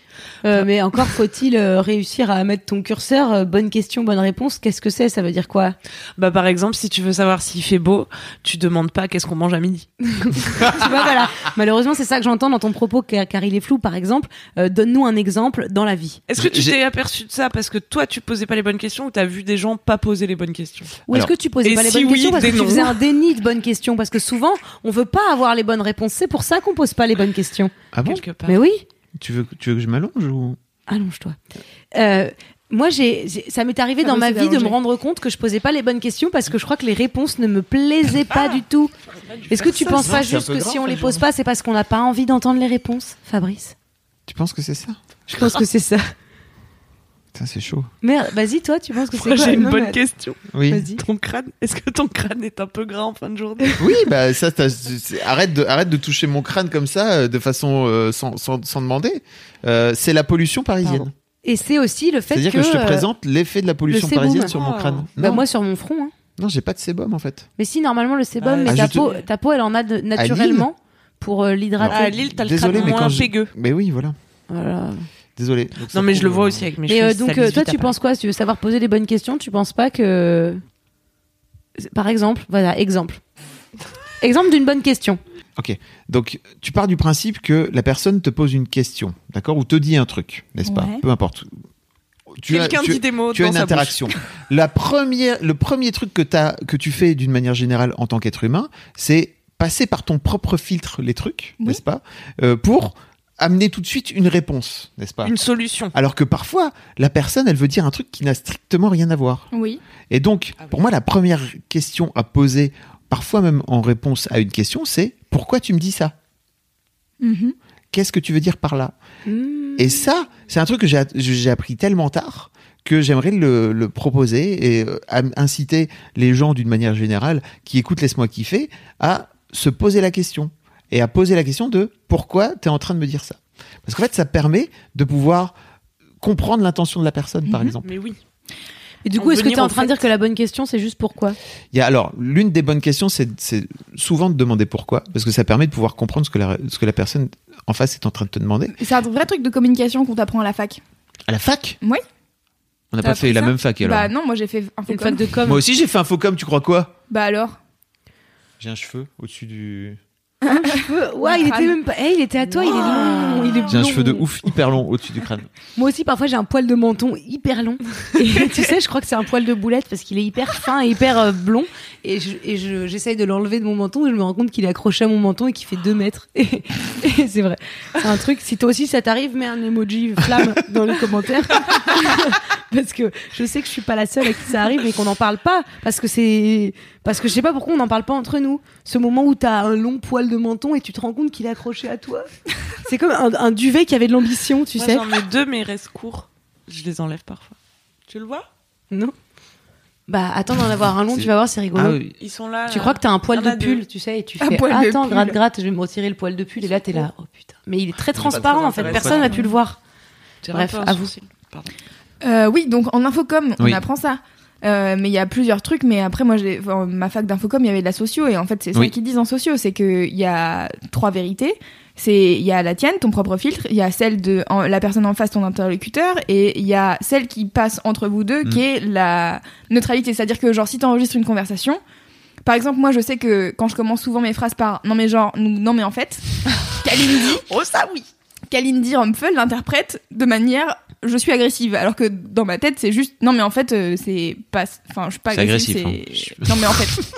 D: Euh, mais encore faut-il euh, réussir à mettre ton curseur euh, bonne question, bonne réponse. Qu'est-ce que c'est Ça veut dire quoi
F: Bah par exemple, si tu veux savoir s'il fait beau, tu demandes pas qu'est-ce qu'on mange à midi.
D: Tu vois, voilà. Malheureusement, c'est ça que j'entends dans ton propos, car, car il est flou. Par exemple, Euh, donne-nous un exemple dans la vie.
F: Est-ce que tu
C: J'ai-
F: t'es aperçu de ça parce que toi tu posais pas les bonnes questions ou t'as vu des gens pas poser les bonnes questions
D: Ou est-ce
C: Alors,
D: que tu posais
F: et
D: pas les
F: si
D: bonnes
F: oui,
D: questions parce
F: des
D: que tu
F: noms.
D: faisais un déni de bonnes questions Parce que souvent, on veut pas avoir les bonnes réponses. C'est pour ça qu'on pose pas les bonnes questions.
C: Ah bon
F: quelque part
D: Mais oui.
C: tu veux, tu veux que je m'allonge ou
D: Allonge-toi. Euh, moi, j'ai, j'ai- ça m'est arrivé
B: Ah
D: dans
B: oui,
D: ma
B: c'est
D: vie de
B: d'allonger.
D: me rendre compte que je posais pas les bonnes questions parce que je crois que les réponses ne me plaisaient pas du tout. Est-ce que tu penses
C: ça,
D: pas
C: c'est un
D: juste
C: peu
D: que
C: grave,
D: si on
C: ça,
D: les
C: le
D: pose
C: genre.
D: pas, c'est parce qu'on n'a pas envie d'entendre les réponses, Fabrice
C: Tu penses que c'est ça
D: Je pense que c'est ça.
C: Putain, c'est chaud.
D: Merde, vas-y, toi, tu penses que c'est
F: Moi,
D: quoi
F: j'ai une
D: Non,
F: bonne
D: mais-
F: question.
C: Oui.
D: Vas-y.
F: Ton crâne, est-ce que ton crâne est un peu gras en fin de journée
C: Oui, bah ça, t'as- c'est- arrête de, arrête de toucher mon crâne comme ça, euh, de façon euh, sans, sans, sans demander. Euh, c'est la pollution parisienne.
D: Et c'est aussi le fait
C: C'est-à-dire que, je te
D: euh,
C: présente l'effet de la pollution
D: sébum.
C: parisienne sur mon
F: Oh.
C: crâne.
D: bah,
C: non,
D: moi sur mon front. hein.
C: non, j'ai pas de sébum en fait.
D: Mais si, normalement, le sébum,
F: Ah,
D: mais
C: Ah,
D: ta,
C: je te-
D: peau, ta peau, elle en a de- naturellement pour euh, l'hydrater.
F: À Lille, t'as le
C: Désolé,
F: crâne
C: mais quand
F: moins
C: je-
F: pégueux.
C: Mais oui, voilà.
D: Voilà.
C: Désolé. Donc, ça
F: Non mais je
C: prouve,
F: le vois
C: euh,
F: aussi avec mes
D: Mais
F: cheveux.
D: euh, donc, euh, toi, tu penses quoi Si tu veux savoir poser les bonnes questions, tu penses pas que. Par exemple, voilà, exemple. Exemple d'une bonne question.
C: Ok. Donc, tu pars du principe que la personne te pose une question, d'accord, ou te dit un truc, n'est-ce pas
B: Ouais.
C: Peu importe. Tu as,
F: Quelqu'un
C: tu-
F: dit des mots
C: tu as
F: dans
C: une
F: sa bouche.
C: interaction. La première, le premier truc que, t'as- que tu fais d'une manière générale en tant qu'être humain, c'est passer par ton propre filtre les trucs,
B: Oui.
C: n'est-ce pas Euh, Pour amener tout de suite une réponse, n'est-ce pas
F: Une solution.
C: Alors que parfois, la personne, elle veut dire un truc qui n'a strictement rien à voir.
B: Oui.
C: Et donc,
F: oui.
C: pour moi, la première question à poser, parfois même en réponse à une question, c'est pourquoi tu me dis ça
B: Mhm.
C: Qu'est-ce que tu veux dire par là Et ça, c'est un truc que j'ai- j'ai appris tellement tard que j'aimerais le, le proposer et euh, am- inciter les gens d'une manière générale qui écoutent Laisse-moi kiffer à se poser la question et à poser la question de pourquoi tu es en train de me dire ça. Parce qu'en fait, ça permet de pouvoir comprendre l'intention de la personne, par exemple.
F: Mais oui.
D: Et du
F: On
D: coup, est-ce que
F: venir
D: tu es en
F: au
D: train de
F: fait-
D: dire que la bonne question, c'est juste pourquoi
C: Il y a, alors, l'une des bonnes questions, c'est c'est souvent de demander pourquoi, parce que ça permet de pouvoir comprendre ce que la, ce que la personne en face est en train de te demander.
B: C'est un vrai truc de communication qu'on t'apprend à la fac.
C: À la fac
B: Oui.
C: On n'a
B: T'as
C: pas fait
B: appris
C: la
B: ça
C: même fac alors.
B: Bah non, moi j'ai fait un
D: Une
B: com.
D: fac de com.
C: Moi aussi j'ai fait un faux com, tu crois quoi
B: Bah alors
C: J'ai un cheveu au-dessus du.
D: Ouais, il était même pas. Eh, il était à toi, il est long. Il est
C: J'ai un
D: blond.
C: cheveu de ouf hyper long au-dessus du crâne.
D: Moi aussi, parfois, j'ai un poil de menton hyper long. Et tu sais, je crois que c'est un poil de boulette parce qu'il est hyper fin et hyper euh, blond. Et je- et je- j'essaye de l'enlever de mon menton et je me rends compte qu'il est accroché à mon menton et qu'il fait 2 mètres. Et, et c'est vrai. C'est un truc. Si toi aussi ça t'arrive, mets un emoji flamme dans les commentaires. parce que je sais que je suis pas la seule à qui ça arrive et qu'on n'en parle pas. Parce que c'est. Parce que je sais pas pourquoi on n'en parle pas entre nous. Ce moment où t'as un long poil de menton et tu te rends compte qu'il est accroché à toi. C'est comme un, un duvet qui avait de l'ambition, tu
F: Moi,
D: sais.
F: j'en ai deux, mais ils restent courts. Je les enlève parfois. Tu le vois
D: Non. Bah attends d'en avoir un long,
C: C'est-
D: tu vas voir, c'est rigolo.
C: Ah oui.
F: Ils sont là.
D: Tu crois que t'as un poil
F: Ah bah,
D: de pull,
F: deux.
D: tu sais, et tu
B: Un
D: fais
B: poil de
D: attends,
B: pull.
D: gratte, gratte, je vais me retirer le poil de pull, et là t'es là, oh putain. Mais il est très transparent en fait,
F: intéressant.
D: personne n'a pu le voir. Bref, à vous.
B: Euh, oui, donc en infocom, on
C: Oui.
B: apprend ça. Euh, mais il y a plusieurs trucs, mais après, moi, j'ai- enfin, ma fac d'infocom, il y avait de la socio, et en fait, c'est ça
C: Oui.
B: qu'ils disent en socio, c'est qu'il y a trois vérités. C'est, il y a la tienne, ton propre filtre, il y a celle de en- la personne en face, ton interlocuteur, et il y a celle qui passe entre vous deux,
C: Mm.
B: qui est la neutralité. C'est-à-dire que, genre, si t'enregistres une conversation, par exemple, moi, je sais que quand je commence souvent mes phrases par non, mais genre, nous- non, mais en fait, Kalindi,
F: Oh, ça oui
B: Kalindi Rumpfel l'interprète de manière je suis agressive alors que dans ma tête c'est juste non mais en fait euh, c'est pas enfin je suis pas
C: C'est
B: agressive
C: agressif, hein.
B: c'est- non mais en fait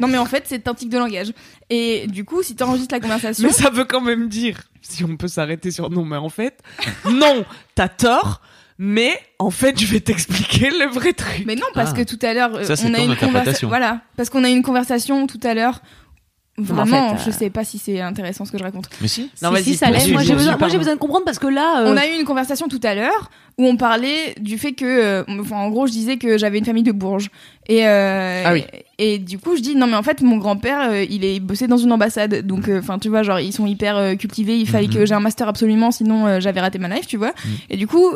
B: non mais en fait c'est un tic de langage et du coup si t'enregistres la conversation
F: Mais ça veut quand même dire, si on peut s'arrêter sur non, mais en fait, non, t'as tort, mais en fait, je vais t'expliquer le vrai truc.
B: mais non parce que
C: Ah.
B: tout à l'heure euh,
C: Ça, c'est
B: on a
C: ton
B: une
C: interprétation.
B: conversation voilà parce qu'on a une conversation tout à l'heure
D: mais en
B: vraiment
D: fait, euh,
B: je sais pas si c'est intéressant ce que je raconte
C: Mais si
F: Non,
D: si,
F: vas-y,
D: si, ça l'est.
C: poursuis,
D: Moi j'ai
C: poursuis,
D: besoin, moi, j'ai
F: pardon.
D: besoin de comprendre parce que là, euh,
B: On a eu une conversation tout à l'heure où on parlait du fait que, euh, enfin, en gros, je disais que j'avais une famille de Bourges. Et, euh,
F: Ah oui.
B: et, et du coup, je dis, non, mais en fait, mon grand-père, euh, il est bossé dans une ambassade. Donc, euh, enfin, tu vois, genre, ils sont hyper euh, cultivés. Il
F: Mhm.
B: fallait que j'ai un master absolument, sinon euh, j'avais raté ma life, tu vois. Et du coup,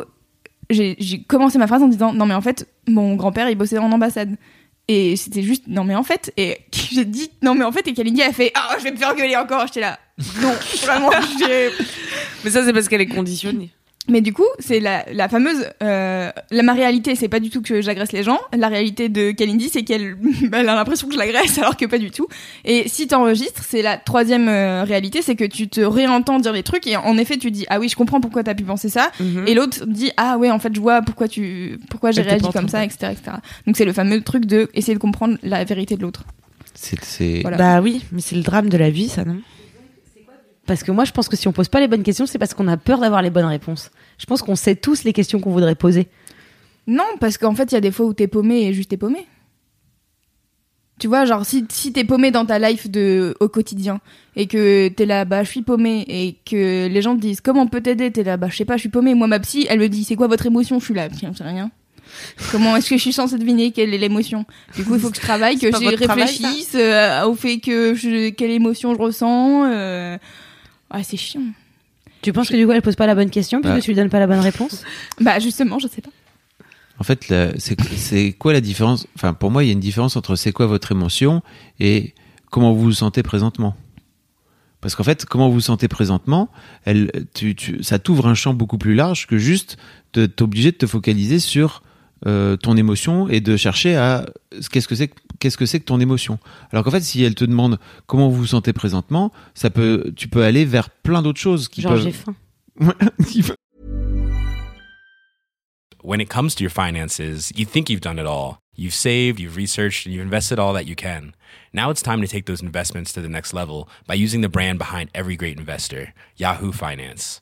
B: j'ai j'ai commencé ma phrase en disant, non, mais en fait, mon grand-père, il bossait en ambassade. Et c'était juste, non, mais en fait. Et j'ai dit, non, mais en fait. Et Kalindi a fait, ah, je vais me faire gueuler encore. J'étais là, non, vraiment, j'ai.
F: Mais ça, c'est parce qu'elle est conditionnée.
B: Mais du coup, c'est la, la fameuse. euh, la, ma réalité, c'est pas du tout que j'agresse les gens. La réalité de Kalindi, c'est qu'elle elle a l'impression que je l'agresse, alors que pas du tout. Et si t'enregistres, c'est la troisième euh, réalité, c'est que tu te réentends dire les trucs et en effet, tu dis Ah oui, je comprends pourquoi t'as pu penser ça.
F: Mhm.
B: Et l'autre dit Ah ouais, en fait, je vois pourquoi, tu, pourquoi j'ai
F: Mm. Elle t'est
B: réagi
F: pas en train
B: comme
F: de
B: ça, etc., etc. Donc c'est le fameux truc de essayer de comprendre la vérité de l'autre.
C: C'est- C'est.
B: Voilà.
F: Bah oui, mais c'est le drame de la vie, ça, non
D: parce que moi je pense que si on pose pas les bonnes questions, c'est parce qu'on a peur d'avoir les bonnes réponses. Je pense qu'on sait tous les questions qu'on voudrait poser.
B: Non, parce qu'en fait, il y a des fois où t'es paumé et juste t'es paumé. Tu vois, genre, si, si t'es paumé dans ta life de, au quotidien et que t'es là, bah, je suis paumé et que les gens te disent, comment on peut t'aider T'es là, bah, je sais pas, je suis paumé. Moi, ma psy, elle me dit, c'est quoi votre émotion Je suis là, tiens, c'est rien. Comment est-ce que je suis censée deviner quelle est l'émotion Du coup, il faut que je travaille, que
F: C'est pas
B: je
F: votre travail,
B: réfléchisse euh, au fait que je, quelle émotion je ressens. euh. Ouais, c'est chiant.
D: Tu penses que du coup elle pose pas la bonne question puisque
C: Bah.
D: tu lui donnes pas la bonne réponse
B: Bah, justement, je sais pas.
C: En fait, la- c'est- c'est quoi la différence Enfin, pour moi, il y a une différence entre c'est quoi votre émotion et comment vous vous sentez présentement. Parce qu'en fait, comment vous vous sentez présentement, elle, tu, tu- ça t'ouvre un champ beaucoup plus large que juste de- t'obliger de te focaliser sur euh, ton émotion et de chercher à qu'est-ce que c'est que- qu'est-ce que c'est que ton émotion. Alors qu'en fait, si elle te demande comment vous vous sentez présentement, ça peut, tu peux aller vers plein d'autres choses qui
D: Genre
C: peuvent.
D: j'ai faim.
C: qui peuvent-
A: when it comes to your finances, you think you've done it all. You've saved, you've researched, and you've invested all that you can. Now it's time to take those investments to the next level by using the brand behind every great investor, Yahoo Finance.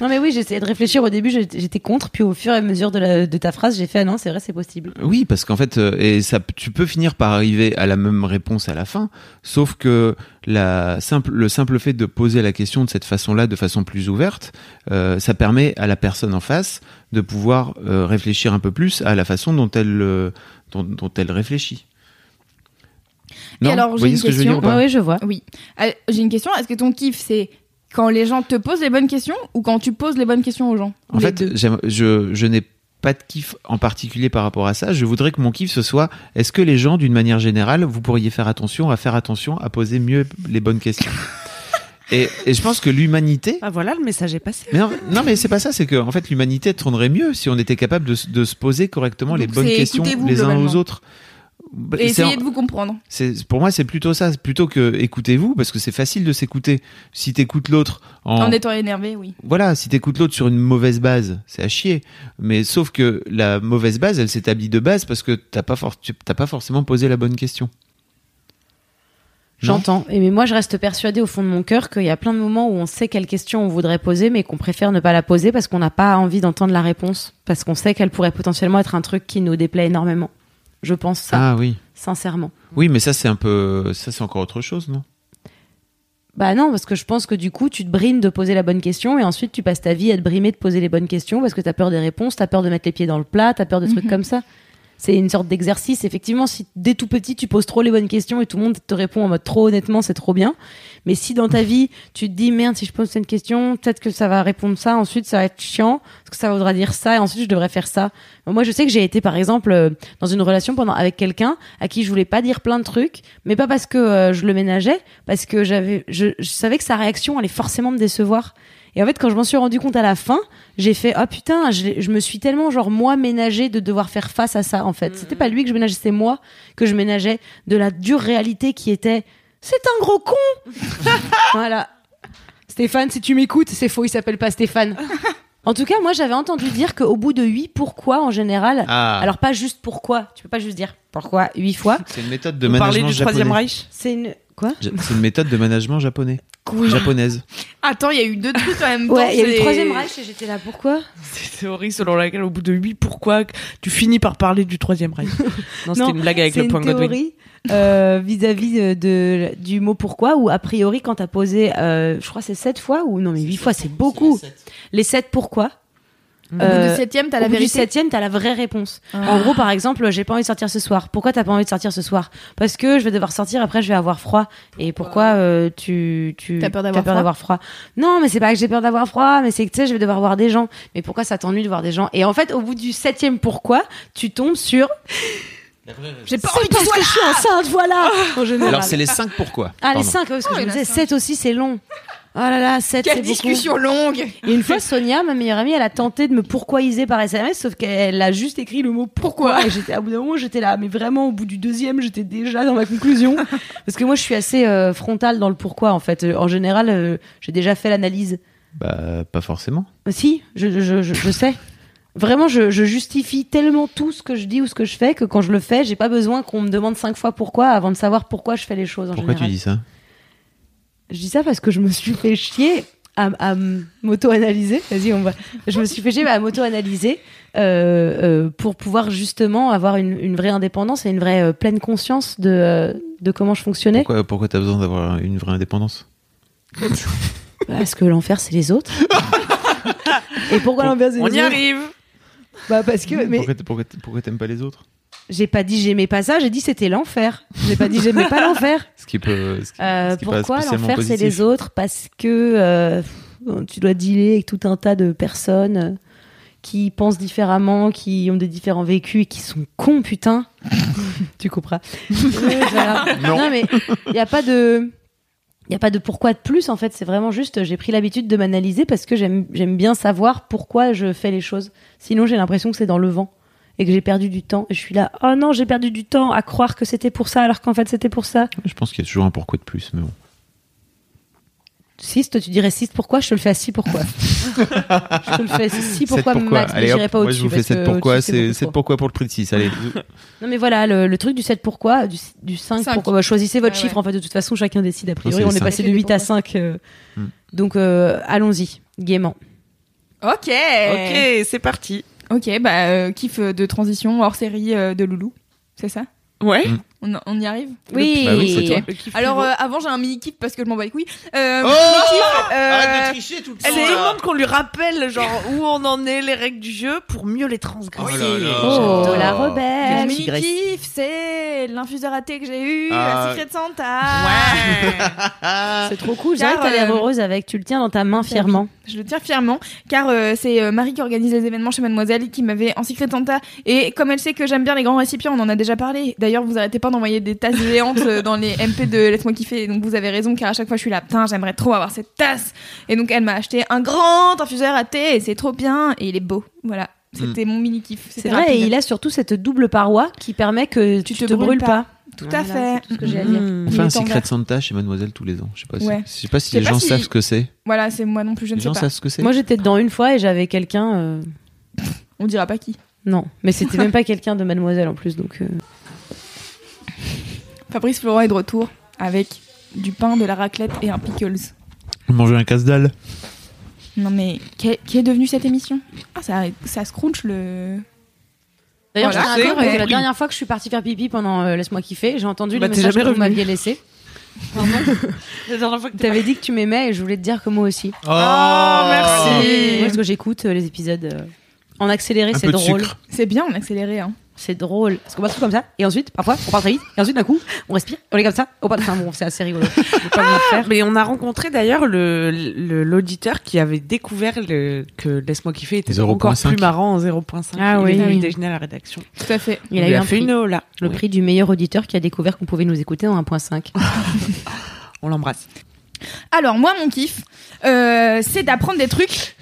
D: Non, mais oui, j'essayais de réfléchir. Au début, j'étais j'étais contre. Puis au fur et à mesure de, la- de ta phrase, j'ai fait Ah non, c'est vrai, c'est possible.
C: Oui, parce qu'en fait, euh, et ça, tu peux finir par arriver à la même réponse à la fin, sauf que la simple, le simple fait de poser la question de cette façon-là, de façon plus ouverte, euh, ça permet à la personne en face de pouvoir euh, réfléchir un peu plus à la façon dont elle, euh, dont, dont elle réfléchit.
B: Et
C: Non,
B: alors,
C: vous
B: j'ai
C: voyez
B: une
C: ce que je veux dire ou
B: question.
C: pas
D: Ouais, ouais, je vois.
B: Oui. Euh, J'ai une question. Est-ce que ton kiff, c'est quand les gens te posent les bonnes questions ou quand tu poses les bonnes questions aux gens
C: En
B: Les
C: fait,
B: deux.
C: j'aime- je, je n'ai pas de kiff en particulier par rapport à ça. Je voudrais que mon kiff ce soit est-ce que les gens, d'une manière générale, vous pourriez faire attention à faire attention à poser mieux les bonnes questions et, et je pense que l'humanité.
F: Ah voilà, le message est passé.
C: Mais non, non, mais c'est pas ça, c'est que en fait l'humanité tournerait mieux si on était capable de, se- de se poser correctement les
B: Donc
C: bonnes
B: c'est
C: questions
B: écoutez-vous,
C: les uns aux
B: globalement.
C: autres. Bah,
B: et
C: c'est en-
B: essayez de vous comprendre.
C: c'est- pour moi, c'est plutôt ça, c'est plutôt que écoutez-vous, parce que c'est facile de s'écouter. Si t'écoutes l'autre
B: En étant énervé, oui.
C: voilà, si t'écoutes l'autre sur une mauvaise base, c'est à chier. Mais sauf que la mauvaise base, elle s'établit de base parce que t'as pas, for- tu- t'as pas forcément posé la bonne question. Non
D: J'entends. Et mais moi, je reste persuadée au fond de mon cœur qu'il y a plein de moments où on sait quelle question on voudrait poser, mais qu'on préfère ne pas la poser parce qu'on n'a pas envie d'entendre la réponse, parce qu'on sait qu'elle pourrait potentiellement être un truc qui nous déplaît énormément. Je pense ça,
C: Ah oui.
D: sincèrement.
C: Oui, mais ça, c'est un peu. Ça, c'est encore autre chose, non
D: Bah non, parce que je pense que du coup, tu te brimes de poser la bonne question et ensuite tu passes ta vie à te brimer de poser les bonnes questions parce que t'as peur des réponses, t'as peur de mettre les pieds dans le plat, t'as peur de trucs comme ça. C'est une sorte d'exercice. Effectivement, si dès tout petit, tu poses trop les bonnes questions et tout le monde te répond en mode trop honnêtement, c'est trop bien. Mais si dans ta vie, tu te dis merde, si je pose cette question, peut-être que ça va répondre ça, ensuite ça va être chiant, parce que ça voudra dire ça, et ensuite je devrais faire ça. Moi, je sais que j'ai été, par exemple, euh, dans une relation pendant avec quelqu'un à qui je voulais pas dire plein de trucs, mais pas parce que euh, je le ménageais, parce que j'avais, je, je savais que sa réaction allait forcément me décevoir. Et en fait, quand je m'en suis rendu compte à la fin, j'ai fait ah putain, je, l'ai- je me suis tellement genre moi ménagé de devoir faire face à ça en fait. C'était pas lui que je ménageais, c'était moi que je ménageais de la dure réalité qui était c'est un gros con. voilà. Stéphane, si tu m'écoutes, c'est faux, il s'appelle pas Stéphane. En tout cas, moi j'avais entendu dire qu'au bout de huit pourquoi en général,
C: Ah.
D: alors pas juste pourquoi, tu peux pas juste dire pourquoi huit fois.
C: C'est une méthode de
F: Vous parlez
C: management
F: du Troisième
C: japonais.
F: Reich
D: C'est une quoi
C: Ja- C'est une méthode de management japonais. Japonaise.
B: Attends, il y a eu deux trucs en même temps.
D: Ouais, il y a eu le
B: c'est-
D: troisième Reich et j'étais là pourquoi
F: C'est une théorie selon laquelle, au bout de huit pourquoi, tu finis par parler du Troisième Reich. Non, c'était
D: Non,
F: une blague avec
D: C'est
F: le
D: une
F: point Godwin.
D: théorie euh, vis-à-vis euh, de du mot pourquoi ou a priori quand t'as posé, euh, je crois c'est sept fois ou non mais huit fois c'est beaucoup. Les sept pourquoi
B: Au bout
D: Euh,
B: du septième, t'as
D: Au
B: la
D: bout du
B: vérité. Ah.
D: septième, t'as la vraie réponse. En gros, par exemple, j'ai pas envie de sortir ce soir. Pourquoi t'as pas envie de sortir ce soir Parce que je vais devoir sortir, après je vais avoir froid. Et pourquoi euh, tu, tu
B: T'as peur d'avoir froid
D: froid Non, mais c'est pas que j'ai peur d'avoir froid, mais c'est que tu sais, je vais devoir voir des gens. Mais pourquoi ça t'ennuie de voir des gens Et en fait, au bout du septième pourquoi, tu tombes sur
B: J'ai pas
D: C'est
B: envie de
D: parce
B: toi
D: que je suis enceinte, voilà
B: Ah.
D: En général.
C: Alors, c'est les 5 pourquoi.
D: Ah, les
C: Pardon.
D: 5, parce que
B: Oh,
D: je
B: il
D: me
B: y en a
D: disais,
B: cinq.
D: 7 aussi, c'est long. Oh là là, 7, c'est
B: Quelle
D: beaucoup.
B: discussion longue
D: Et une fois, Sonia, ma meilleure amie, elle a tenté de me pourquoiser par SMS, sauf qu'elle a juste écrit le mot pourquoi. Et j'étais, à bout d'un moment, j'étais là, mais vraiment, au bout du deuxième, j'étais déjà dans ma conclusion. Parce que moi, je suis assez euh, frontale dans le pourquoi, en fait. Euh, En général, euh, j'ai déjà fait l'analyse.
C: Bah, pas forcément.
D: Euh, Si, je, je, je, je sais. Vraiment, je, je justifie tellement tout ce que je dis ou ce que je fais que quand je le fais, j'ai pas besoin qu'on me demande cinq fois pourquoi avant de savoir pourquoi je fais les choses en
C: Pourquoi
D: général.
C: tu dis ça
D: Je dis ça parce que je me suis fait chier à, à m'auto-analyser. Vas-y, on va. Je me suis fait chier bah, à m'auto-analyser euh, euh, pour pouvoir justement avoir une, une vraie indépendance et une vraie euh, pleine conscience de, euh, de comment je fonctionnais.
C: Pourquoi, pourquoi t'as besoin d'avoir une vraie indépendance
D: Parce que l'enfer, c'est les autres. et pourquoi l'enfer, c'est les
F: On
D: autres
F: y arrive
D: Bah, parce que. Mais
C: Pourquoi, t- pourquoi t- pourquoi t'aimes pas les autres
D: j'ai pas dit j'aimais pas ça, j'ai dit c'était l'enfer. J'ai pas dit j'aimais pas l'enfer.
C: Ce qui peut. ce qui-
D: Euh,
C: ce qui est pas
D: pourquoi
C: spécialement
D: l'enfer c'est
C: positif.
D: les autres Parce que euh, pff, tu dois dealer avec tout un tas de personnes euh, qui pensent différemment, qui ont des différents vécus et qui sont cons, putain. tu couperas. Ouais, voilà.
C: Non.
D: mais il n'y a pas de. Il n'y a pas de pourquoi de plus, en fait, c'est vraiment juste, j'ai pris l'habitude de m'analyser parce que j'aime j'aime bien savoir pourquoi je fais les choses. Sinon, j'ai l'impression que c'est dans le vent et que j'ai perdu du temps. Et je suis là, oh non, j'ai perdu du temps à croire que c'était pour ça alors qu'en fait c'était pour ça.
C: Je pense qu'il y a toujours un pourquoi de plus, mais bon.
D: 6, toi tu dirais 6 pourquoi, je te le fais à 6 pourquoi. Je te le fais. C'est Si pourquoi,
C: Sept
D: Max ne
C: Allez,
D: j'irai
C: hop,
D: pas
C: moi
D: au-dessus.
C: je vous fais
D: parce
C: 7
D: que
C: pourquoi,
D: au-dessus,
C: c'est 7
D: bon
C: pourquoi pour le prix de 6. Allez,
D: Non mais voilà, le, le truc du 7 pourquoi, du, du 5,
B: Cinq.
D: pourquoi, bah, choisissez votre
B: Ouais,
D: chiffre
B: ouais.
D: en fait, de toute façon chacun décide a
C: Ah,
D: priori,
C: c'est
D: on est
C: cinq.
D: passé de
B: Fais des
D: 8 à
B: pourquoi.
D: 5. euh,
C: Hmm.
D: Donc euh, allons-y, gaiement.
B: Ok.
F: Ok, c'est parti.
B: Ok, bah, euh, kiff de transition hors série euh, de Loulou. C'est ça
F: Ouais.
B: on, on y arrive
D: Oui,
C: Bah oui, c'est toi.
B: Alors, euh, avant, j'ai un mini kiff parce que je m'en bats les couilles. Euh,
C: Oh
B: mon kiff, euh,
C: tricher tout le
F: elle demande qu'on lui rappelle genre où on en est, les règles du jeu pour mieux les transgresser.
D: Oh,
C: J'adore.
D: la rebelle.
B: mon
D: Quelle
B: mini
D: tigresse.
B: kiff, c'est l'infuseur à thé que j'ai eu,
C: Ah.
B: la Secret Santa.
C: euh,
D: C'est trop cool.
B: Car,
D: J'arrête t'as l'air
B: euh,
D: heureuse avec, tu le tiens dans ta main fièrement.
B: Je le tiens fièrement, car euh, c'est euh, Marie qui organise les événements chez Mademoiselle, qui m'avait en Secret Santa. Et comme elle sait que j'aime bien les grands récipients, on en a déjà parlé. D'ailleurs, vous arrêtez pas d'envoyer des tasses géantes euh, dans les MP de Laisse-moi kiffer. Donc vous avez raison, car à chaque fois je suis là, putain, j'aimerais trop avoir cette tasse. Et donc elle m'a acheté un grand infuseur à thé, et c'est trop bien, et il est beau. Voilà, c'était mon mini kiff.
D: C'est vrai, et il a surtout cette double paroi qui permet que tu,
B: te
D: te,
B: brûles
D: brûles
B: pas.
D: pas. Mm-hmm.
B: Tout à fait.
D: tout ce que j'ai à dire.
C: On
F: Mm.
B: Il
C: fait
B: est
C: un
B: en
C: secret
B: vert.
C: Santa chez Mademoiselle tous les ans. Je sais pas si,
B: Ouais.
C: je sais pas si
B: Je sais
C: les
B: pas
C: gens
B: si-
C: savent ce que c'est.
B: Voilà, c'est moi non plus, je ne
C: Les
B: sais
C: gens
B: pas.
C: savent ce que c'est.
D: Moi j'étais dedans une fois et j'avais quelqu'un. euh,
B: On dira pas qui.
D: Non, mais c'était même pas quelqu'un de mademoiselle en plus, donc. euh,
B: Fabrice Florent est de retour avec du pain, de la raclette et un pickles.
C: Manger un casse-dalle.
B: Non mais qu'est- qui est devenue cette émission Ah ça ça scrunch le Voilà,
D: D'ailleurs, je
F: Ah,
D: tiens à dire
B: c'est
D: que la
B: compris.
D: dernière fois que je suis partie faire pipi pendant euh, Laisse-moi kiffer, j'ai entendu
F: Bah,
D: le
F: t'es
D: message
F: jamais
D: que vous
F: revenue.
D: m'aviez laissé.
F: La dernière fois que t'es
D: T'avais dit que tu m'aimais et je voulais te dire que moi aussi.
C: Oh, Ah.
F: merci.
B: Et-
D: Moi, parce que j'écoute euh, les épisodes euh, en accéléré,
C: Un
D: c'est
C: peu de
D: drôle.
C: sucre.
B: C'est bien en accéléré hein.
D: C'est drôle. Parce qu'on passe tout comme ça, et ensuite, parfois, on part très vite, et ensuite, d'un coup, on respire, on est comme ça. On part... Enfin bon, c'est assez rigolo. Je vais pas vous le faire.
F: Mais on a rencontré d'ailleurs le- le- l'auditeur qui avait découvert le- que Laisse-moi kiffer était
C: 0.5.
F: encore plus marrant en 0.5.
D: Ah
F: il
D: oui.
F: est
D: Ah
F: venu
D: oui.
F: déjeuner à la rédaction.
B: Tout à fait.
D: Il
F: On
D: a
F: lui
D: eu un
F: fait
D: prix.
F: une là.
D: Le prix du meilleur auditeur qui a découvert qu'on pouvait nous écouter en 1.5.
F: On l'embrasse.
B: Alors moi mon kiff euh, c'est d'apprendre des trucs.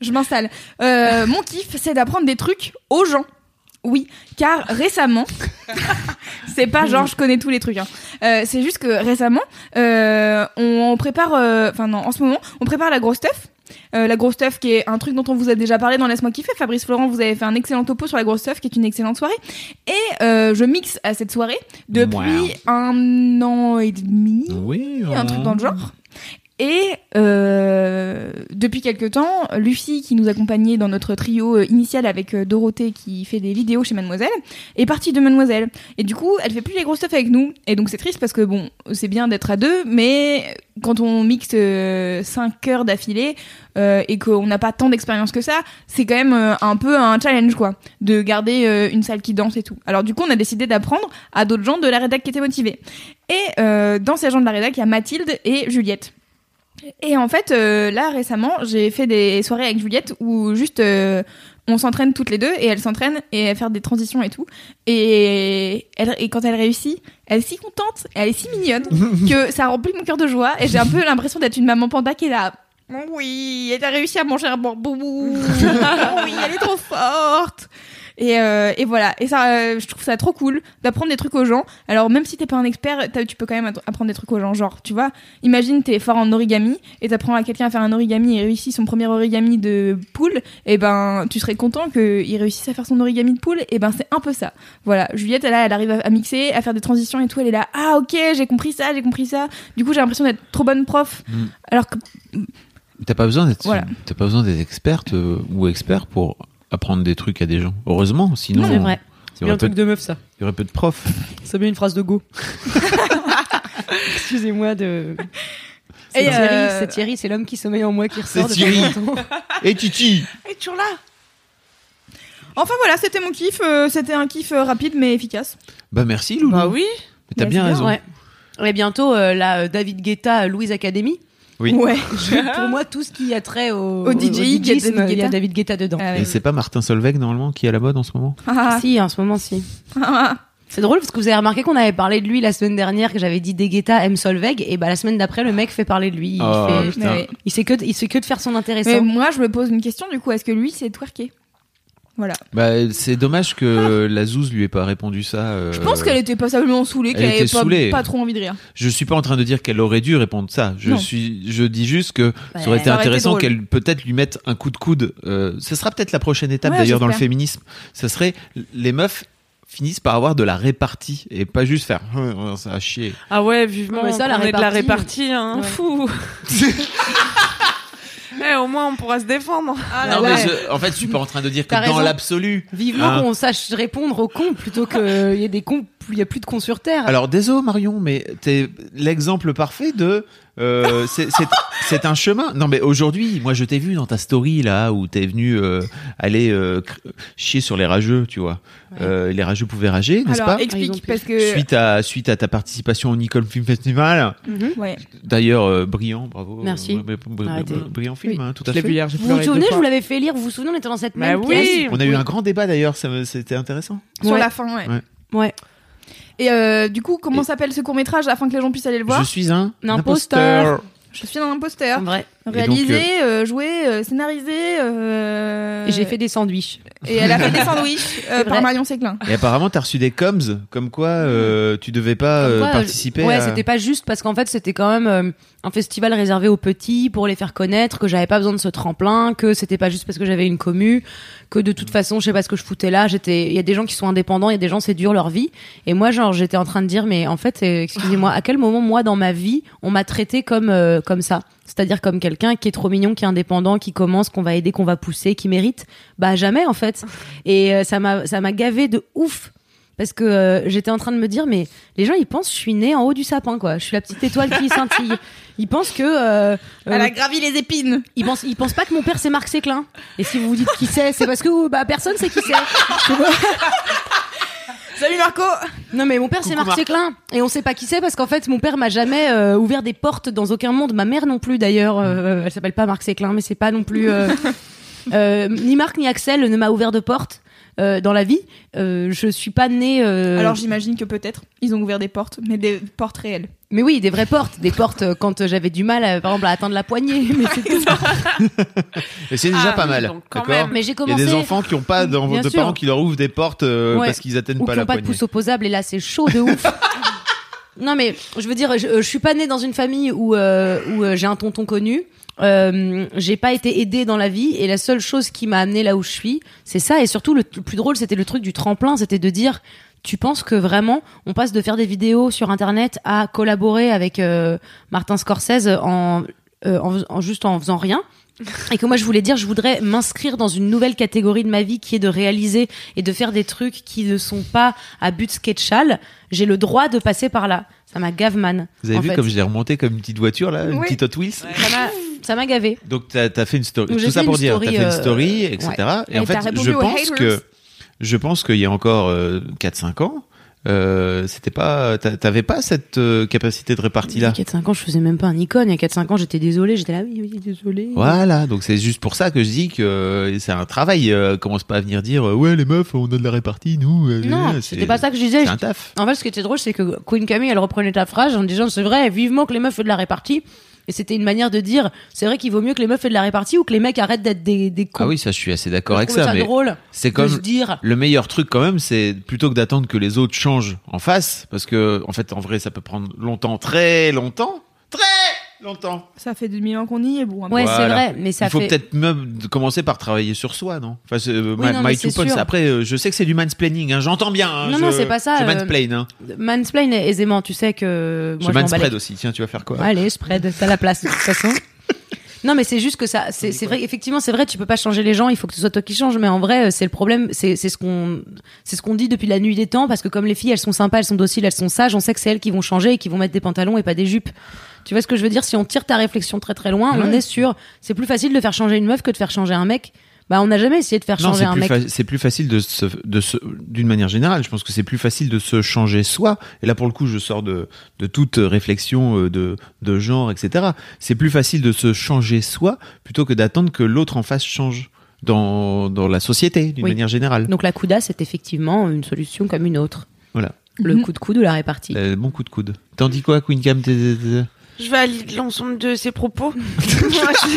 B: Je m'installe. Euh, mon kiff c'est d'apprendre des trucs aux gens. Oui, car récemment, c'est pas genre je connais tous les trucs. hein. Euh, c'est juste que récemment, euh, on prépare, euh, enfin non, en ce moment, on prépare la grosse teuf. Euh, la grosse teuf qui est un truc dont on vous a déjà parlé dans Laisse-moi kiffer. Fabrice Florent, vous avez fait un excellent topo sur la grosse teuf qui est une excellente soirée. Et euh, je mixe à cette soirée depuis un an et demi
A: Oui,
B: un truc dans le genre. Et euh, depuis quelque temps, Lucie, qui nous accompagnait dans notre trio euh, initial avec euh, Dorothée, qui fait des vidéos chez Mademoiselle, est partie de Mademoiselle. Et du coup, elle fait plus les grosses stuff avec nous. Et donc c'est triste parce que bon, c'est bien d'être à deux, mais quand on mixe 5 heures d'affilée euh, et qu'on n'a pas tant d'expérience que ça, c'est quand même euh, un peu un challenge quoi, de garder euh, une salle qui danse et tout. Alors du coup, on a décidé d'apprendre à d'autres gens de la rédac qui étaient motivés. Et euh, dans ces gens de la rédac, il y a Mathilde et Juliette. Et en fait, euh, là récemment, j'ai fait des soirées avec Juliette où juste euh, on s'entraîne toutes les deux et elle s'entraîne et elle fait des transitions et tout. Et, elle, et quand elle réussit, elle est si contente, elle est si mignonne que ça remplit mon cœur de joie et j'ai un peu l'impression d'être une maman panda qui est là. Oh Oui, elle a réussi à manger un bon boubou. Oh oui, elle est trop forte. Et, euh, et voilà. Et ça, euh, je trouve ça trop cool d'apprendre des trucs aux gens. Alors même si t'es pas un expert, t'as- tu peux quand même att- apprendre des trucs aux gens. Genre, tu vois, imagine t'es fort en origami et t'apprends à quelqu'un à faire un origami et réussit son premier origami de poule. Et ben, tu serais content qu'il réussisse à faire son origami de poule. Et ben, c'est un peu ça. Voilà. Juliette, elle, a- elle arrive à, à mixer, à faire des transitions et tout. Elle est là. Ah ok, j'ai compris ça, j'ai compris ça. Du coup, j'ai l'impression d'être trop bonne prof.
C: Mm.
B: Alors que
C: T'as pas besoin d'être,
B: Voilà.
C: t'as pas besoin d'être experte euh, ou expert pour apprendre des trucs à des gens. Heureusement, sinon
D: C'est vrai.
C: il y aurait peu de,
D: de meuf, ça.
C: il y aurait peu de profs.
D: Ça met une phrase de go. Excusez-moi de. C'est
B: Et,
D: Thierry,
B: euh,
D: c'est Thierry, c'est l'homme qui sommeille en moi qui
C: C'est
D: ressort de
C: Thierry.
D: temps en temps.
C: Et Eh, Titi,
F: Et toujours là.
B: Enfin voilà, c'était mon kiff. Euh, c'était un kiff euh, rapide mais efficace.
C: bah merci Loulou.
F: Bah oui.
C: Mais t'as
B: Bah,
C: bien
B: c'est bien,
C: raison.
D: Ouais. Et bientôt, euh, la euh, David Guetta euh, Louise Academy.
C: Oui.
B: Ouais.
D: Je- pour moi, tout ce qui a trait au,
B: Au DJing, il y a David
D: DJisme, il y a
B: Guetta.
D: David Guetta dedans.
B: Ah ouais.
C: Et c'est pas Martin Solveig normalement qui est à la mode en ce moment.
B: Ah,
D: Si, en ce moment, si.
B: ah, ah.
D: C'est drôle parce que vous avez remarqué qu'on avait parlé de lui la semaine dernière, que j'avais dit des Guetta M Solveig, et bah la semaine d'après, le mec fait parler de lui. Il,
C: Oh,
D: fait-
C: putain.
B: Mais-
D: il sait que, de- il sait que de faire son
B: Mais
D: intéressant.
B: moi, je me pose une question du coup. Est-ce que lui, c'est twerké Voilà.
C: Bah, c'est dommage que la Zouz lui ait pas répondu ça. euh,
B: Je pense qu'elle était passablement saoulée, qu'elle
C: elle
B: avait
C: était
B: pas,
C: saoulée.
B: pas trop envie de rire.
C: Je suis pas en train de dire qu'elle aurait dû répondre ça. Je
B: Non.
C: suis, je dis juste que ça aurait été
B: Ça aurait été
C: intéressant
B: drôle.
C: qu'elle peut-être lui mette un coup de coude. Euh, ce sera peut-être la prochaine étape
B: Ouais,
C: d'ailleurs dans le
B: j'espère.
C: féminisme. Ce serait les meufs finissent par avoir de la répartie et pas juste faire Hum, ça a chier.
F: Ah ouais, vivement,
D: Ah ouais, ça,
F: on
D: la
F: est de la
D: répartie.
F: répartie, hein,
D: Ouais.
F: fou. Eh, au moins, on pourra se défendre.
B: Ah
C: Non,
D: ouais.
C: mais je- en fait, je suis pas en train de dire que
D: T'as
C: dans
D: raison.
C: l'absolu.
D: Vivement
C: Hein.
D: qu'on sache répondre aux cons plutôt qu'il y ait des cons, il n'y a plus de cons sur Terre.
C: Alors désolé Marion, mais t'es l'exemple parfait de euh, c'est- c'est- c'est un chemin. Non mais aujourd'hui, moi je t'ai vu dans ta story là où t'es venu euh, aller euh, cr- chier sur les rageux, tu vois. Euh, les rageux pouvaient rager, n'est-ce
B: Alors,
C: pas
D: Ah, ils ont
B: explique,
D: pu-
B: parce que.
C: Suite à suite à ta participation au Nicole Film Festival,
D: Mhm.
B: Ouais.
C: d'ailleurs euh, brillant, bravo.
D: Merci.
C: Euh, br- br- br-
D: Arrêtez.
C: brillant film,
D: Oui.
C: hein, tout à
F: Je l'ai vu
C: fait.
F: hier, j'ai
D: Vous vous
F: pleuré deux
D: souvenez, je
F: fois.
D: vous l'avais fait lire, vous vous souvenez, on était dans cette
F: Bah
D: même
F: oui.
D: pièce.
C: On a eu un grand débat d'ailleurs, ça me- c'était intéressant.
B: Sur
D: Ouais.
B: la fin, ouais.
C: Ouais.
D: Ouais.
B: Et euh, du coup, comment
C: Et-
B: s'appelle ce court-métrage afin que les gens puissent aller le voir
C: Je suis un,
D: Un imposteur.
B: Je suis un imposteur.
D: En vrai.
C: donc,
B: Réalisé, euh, joué, euh, scénarisé. euh,
D: Et J'ai fait des sandwichs.
B: Et elle a fait des sandwichs euh, par
D: vrai.
B: Marion Séclin.
C: Et apparemment, t'as reçu des coms comme quoi euh, tu devais pas
D: Comme
C: euh,
D: quoi, euh,
C: participer.
D: Ouais,
C: à-
D: c'était pas juste parce qu'en fait, c'était quand même euh, un festival réservé aux petits pour les faire connaître, que j'avais pas besoin de ce tremplin, que c'était pas juste parce que j'avais une commu, que de toute façon, je sais pas ce que je foutais là. J'étais, il y a des gens qui sont indépendants, il y a des gens c'est dur leur vie. Et moi, genre, j'étais en train de dire, mais en fait, euh, excusez-moi, à quel moment moi dans ma vie on m'a traité comme euh, comme ça C'est-à-dire comme quelqu'un qui est trop mignon, qui est indépendant, qui commence, qu'on va aider, qu'on va pousser, qui mérite Bah jamais en fait. Et euh, ça m'a ça m'a gavé de ouf. Parce que euh, j'étais en train de me dire, mais les gens, ils pensent que je suis née en haut du sapin, quoi. Je suis la petite étoile qui scintille. Ils pensent que... euh,
B: Elle
D: euh,
B: a gravi les épines.
D: ils, pensent, ils pensent pas que mon père, c'est Marc Séclin. Et si vous vous dites qui c'est, c'est parce que bah, personne sait qui c'est.
B: Salut Marco
C: Euh,
D: Non, mais mon père, c'est
C: Coucou,
D: Marc
C: Marc.
D: Séclin. Et on sait pas qui c'est parce qu'en fait, mon père m'a jamais euh, ouvert des portes dans aucun monde. Ma mère non plus, d'ailleurs.
C: Mm.
D: Euh, elle s'appelle pas Marc Séclin, mais c'est pas non plus... euh, euh, ni Marc ni Axel ne m'a ouvert de porte. euh, dans la vie, Euh, je suis pas née. euh,
B: Alors j'imagine que peut-être ils ont ouvert des portes, mais des portes réelles.
D: Mais oui, des vraies portes, des portes euh, quand euh, j'avais du mal, euh, par exemple, à atteindre la poignée. Mais, c'est tout.
C: Et c'est déjà
F: Ah,
C: pas
F: oui,
C: mal.
F: donc quand
C: D'accord.
F: même.
D: Mais j'ai
C: Il y a
D: commencé.
C: des enfants qui ont pas d'en-
D: Bien
C: de
D: sûr.
C: parents qui leur ouvrent des portes euh,
D: Ouais.
C: parce qu'ils atteignent
D: ou
C: pas
D: qui
C: la
D: n'ont pas de
C: poignée.
D: pouce opposable et là c'est chaud de ouf. non mais je veux dire, je, euh, je suis pas née dans une famille où euh, où euh, j'ai un tonton connu. Euh, j'ai pas été aidée dans la vie et la seule chose qui m'a amenée là où je suis, c'est ça et surtout le, t- le plus drôle c'était le truc du tremplin, c'était de dire tu penses que vraiment on passe de faire des vidéos sur internet à collaborer avec euh, Martin Scorsese en, euh, en, en juste en faisant rien et que moi je voulais dire je voudrais m'inscrire dans une nouvelle catégorie de ma vie qui est de réaliser et de faire des trucs qui ne sont pas à but sketchal j'ai le droit de passer par là ça m'a gaveman
C: Vous avez
D: en
C: vu
D: fait.
C: comme je l'ai remonté comme une petite voiture là, une
B: Oui.
C: petite Hot Wheels.
D: ça m'a ça m'a gavé
C: Donc t'as as fait une story.
D: Donc, j'ai
C: Tout ça
D: fait
C: pour
D: une
C: dire,
D: story,
C: t'as fait
D: euh,
C: une story, etc. Et,
B: Et
C: en fait,
B: t'as répondu
C: je
B: aux
C: pense
B: haters.
C: que je pense qu'il y a encore euh, 4-5 ans, euh, c'était pas, t'a- t'avais pas cette euh, capacité de répartie
D: il y a
C: là.
D: 4-5 ans je faisais même pas un icône il y a 4-5 ans j'étais désolée j'étais là oui oui désolée
C: Voilà, donc c'est juste pour ça que je dis que euh, c'est un travail. euh, commence pas à venir dire euh, ouais les meufs, on a de la répartie nous. euh,
D: non
C: euh,
D: c'était
C: c'est-
D: pas ça que je disais
C: C'est un taf.
D: En fait, ce qui était drôle, c'est que Queen Camille, elle reprenait ta phrase en disant c'est vrai, vivement que les meufs aient de la répartie. Et c'était une manière de dire c'est vrai qu'il vaut mieux que les meufs aient de la répartie ou que les mecs arrêtent d'être des, des cons.
C: Ah oui, ça je suis assez d'accord
D: Je
C: avec
D: trouvais
C: ça, mais
D: drôle
C: c'est
D: de se
C: comme
D: dire.
C: le meilleur truc quand même, c'est plutôt que d'attendre que les autres changent en face, parce que en fait en vrai ça peut prendre longtemps, très longtemps, très longtemps.
B: Ça fait 2000 ans qu'on y est, bon. un peu.
D: Ouais, c'est
C: Voilà.
D: vrai, mais ça
C: Il faut
D: fait.
C: peut-être même de commencer par travailler sur soi, non Enfin, c'est, euh,
D: Oui,
C: my,
D: non,
C: my
D: mais
C: two
D: c'est
C: points.
D: sûr.
C: Après, euh, je sais que c'est du mansplaining, hein, j'entends bien. hein,
D: Non,
C: je-
D: non, c'est pas ça,
C: Je
D: euh,
C: mansplain, hein.
D: Mansplain aisément, tu sais que.
C: je
D: Moi, je m'en
C: manspread
D: balais.
C: aussi. Tiens, tu vas faire quoi
D: Allez, spread, t'as la place de toute façon. Non, mais c'est juste que ça, c'est c'est vrai, effectivement, c'est vrai, tu peux pas changer les gens, il faut que ce soit toi qui change, mais en vrai, euh, c'est le problème, c'est c'est ce qu'on c'est ce qu'on dit depuis la nuit des temps, parce que comme les filles, elles sont sympas, elles sont dociles, elles sont sages, on sait que c'est elles qui vont changer et qui vont mettre des pantalons et pas des jupes. Tu vois ce que je veux dire? Si on tire ta réflexion très très
C: Ah
D: loin, on est sûr, c'est plus facile de faire changer une meuf que de faire changer un mec. Bah, on n'a jamais essayé de faire
C: Non,
D: changer
C: c'est
D: un
C: plus,
D: mec.
C: fa- c'est plus facile de se, de se- d'une manière générale. Je pense que c'est plus facile de se changer soi. Et là, pour le coup, je sors de, de toute réflexion euh, de, de genre, etc. C'est plus facile de se changer soi plutôt que d'attendre que l'autre en face change dans, dans la société, d'une
D: Oui.
C: manière générale.
D: Donc la couda, c'est effectivement une solution comme une autre.
C: Voilà.
D: Le coup de coude ou la répartie.
C: Euh, bon coup de coude. T'en dis quoi, Queen Cam t'es- t'es- t'es-
F: je valide l'ensemble de ses propos. moi, je,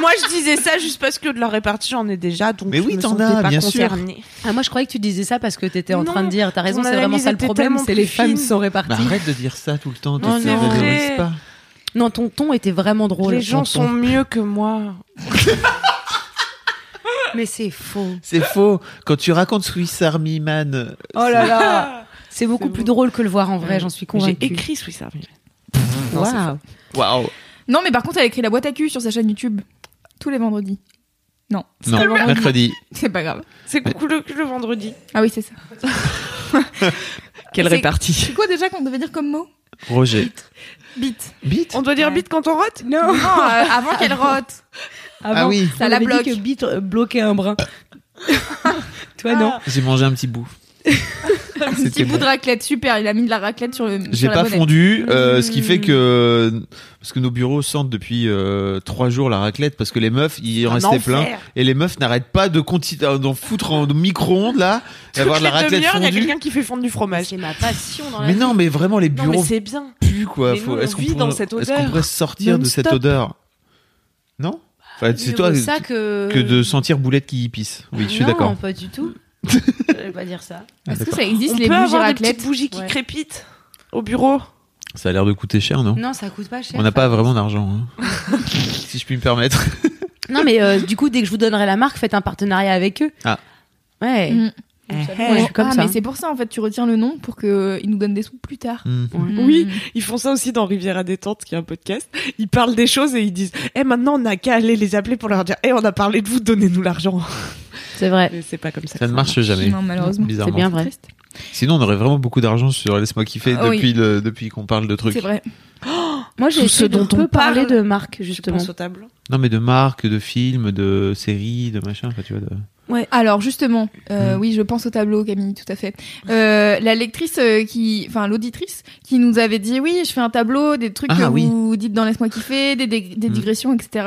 F: moi, je disais ça juste parce que de la répartie, j'en ai déjà, donc
C: Mais
F: je
C: oui,
F: me
C: t'en
F: sentais
C: as,
F: pas
C: bien sûr.
F: concernée.
D: Ah, moi, je croyais que tu disais ça parce que t'étais en
F: Non,
D: train de dire. T'as raison,
F: ton
D: c'est vraiment ça le
F: analyse était
D: problème,
F: tellement
D: c'est les
F: plus
D: femmes
F: fine.
D: sont
C: Bah,
D: réparties.
C: arrête de dire ça tout le temps, tu
F: Non,
C: te
F: non.
C: révélerais
F: Vrai.
C: pas.
D: non, ton ton était vraiment drôle.
F: Les gens
D: ton
F: sont
D: ton.
F: mieux que moi.
D: Mais c'est faux.
C: C'est faux. Quand tu racontes Swiss Army Man,
D: Oh là là C'est beaucoup
F: C'est
D: plus
F: beau.
D: drôle que le voir en vrai, j'en suis
F: J'ai
D: convaincue.
F: écrit Swiss Army. Non, c'est
D: Waouh
C: waouh.
B: Non, mais par contre, elle écrit la boîte à cul sur sa chaîne YouTube tous les vendredis. Non, c'est pas le
C: Non,
B: vendredi.
C: mercredi.
B: C'est pas grave.
F: C'est cool le, le vendredi.
B: Ah oui, c'est ça.
F: Quelle
B: C'est-
F: répartie
B: C'est quoi déjà qu'on devait dire comme mot
C: Roger.
B: Bite.
C: Bite
F: On doit dire
B: Ouais.
F: bite quand on rote
B: Non, euh, avant qu'elle rote.
C: Ah oui.
B: Ça la bloque.
D: bloqué que Bit euh, bloquait un brin. Toi, non.
C: J'ai mangé un petit bout.
B: Un
C: C'était
B: petit bout de raclette, super. Il a mis de la raclette sur le.
C: J'ai
B: sur la
C: pas
B: bonnette.
C: fondu, euh, ce qui
B: Mmh.
C: fait
F: Hmm.
C: que parce que nos bureaux sentent depuis euh, trois jours la raclette parce que les meufs il en
F: Un
C: restait plein
F: enfer.
C: et les meufs n'arrêtent pas de conti- euh, d'en foutre en micro-ondes là d'avoir de la
F: Toutes les
C: raclette
F: demi-heures, Il y a
C: fondue.
F: quelqu'un qui fait fondre du fromage.
D: C'est ma passion dans la
C: Mais non, mais vraiment les
F: Non, mais
C: bureaux
F: c'est bien.
C: puent quoi.
F: mais nous, on
C: est-ce qu'on
F: vit
C: pourrait-
F: dans cette
C: est-ce qu'on
F: odeur
C: pourrait sortir de cette
F: non-stop. Bah,
C: odeur Non. Enfin, c'est toi
D: ça
C: que...
D: que...
C: que
F: euh,
C: de sentir boulette qui pisse. Oui, je suis
D: Non,
C: d'accord.
D: pas du tout. Je vais pas dire ça.
C: Ah,
B: Est-ce que
C: d'accord.
B: ça existe
F: On
B: les
F: peut
B: bougies
F: avoir des
B: raclette
F: petites bougies qui
D: Ouais.
F: crépitent au bureau.
C: Ça a l'air de coûter cher, non
D: Non, ça coûte pas cher.
C: On n'a pas vraiment d'argent, hein. si je puis me permettre.
D: Non, mais euh, du coup, dès que je vous donnerai la marque, faites un partenariat avec eux.
C: Ah.
D: Ouais.
B: Mm.
D: Moi, je suis comme
B: ah,
D: ça.
B: mais c'est pour ça en fait, tu retiens le nom pour qu'ils nous donnent des sous plus tard.
C: Hmm.
F: Oui, ils font ça aussi dans Rivière à détente, qui est un podcast. Ils parlent des choses et ils disent Eh, maintenant, on n'a qu'à aller les appeler pour leur dire Eh, on a parlé de vous, donnez-nous l'argent.
D: C'est vrai.
F: Mais C'est pas comme ça.
C: Ça ne marche jamais.
B: Non, malheureusement.
D: C'est
C: Bizarrement.
D: bien vrai.
B: Triste.
C: Sinon, on aurait vraiment beaucoup d'argent sur Laisse-moi kiffer
B: Ah oui.
C: depuis, le, depuis qu'on parle de trucs.
B: C'est vrai.
D: Moi, j'ai
F: Tout ce
D: essayé de
F: dont on
D: peu parler
F: parle,
D: de marque,
F: Je
D: justement.
F: pense au tableau.
C: Non, mais de marques, de films, de séries, de machin. Enfin, tu vois, de...
B: Alors justement, euh,
C: Mm.
B: oui, je pense au tableau, Camille, tout à fait. Euh, la lectrice euh, qui, enfin l'auditrice qui nous avait dit oui, je fais un tableau des trucs que
C: Ah, oui.
B: vous dites dans laisse-moi kiffer, des, des- des
C: Mm.
B: digressions, etc.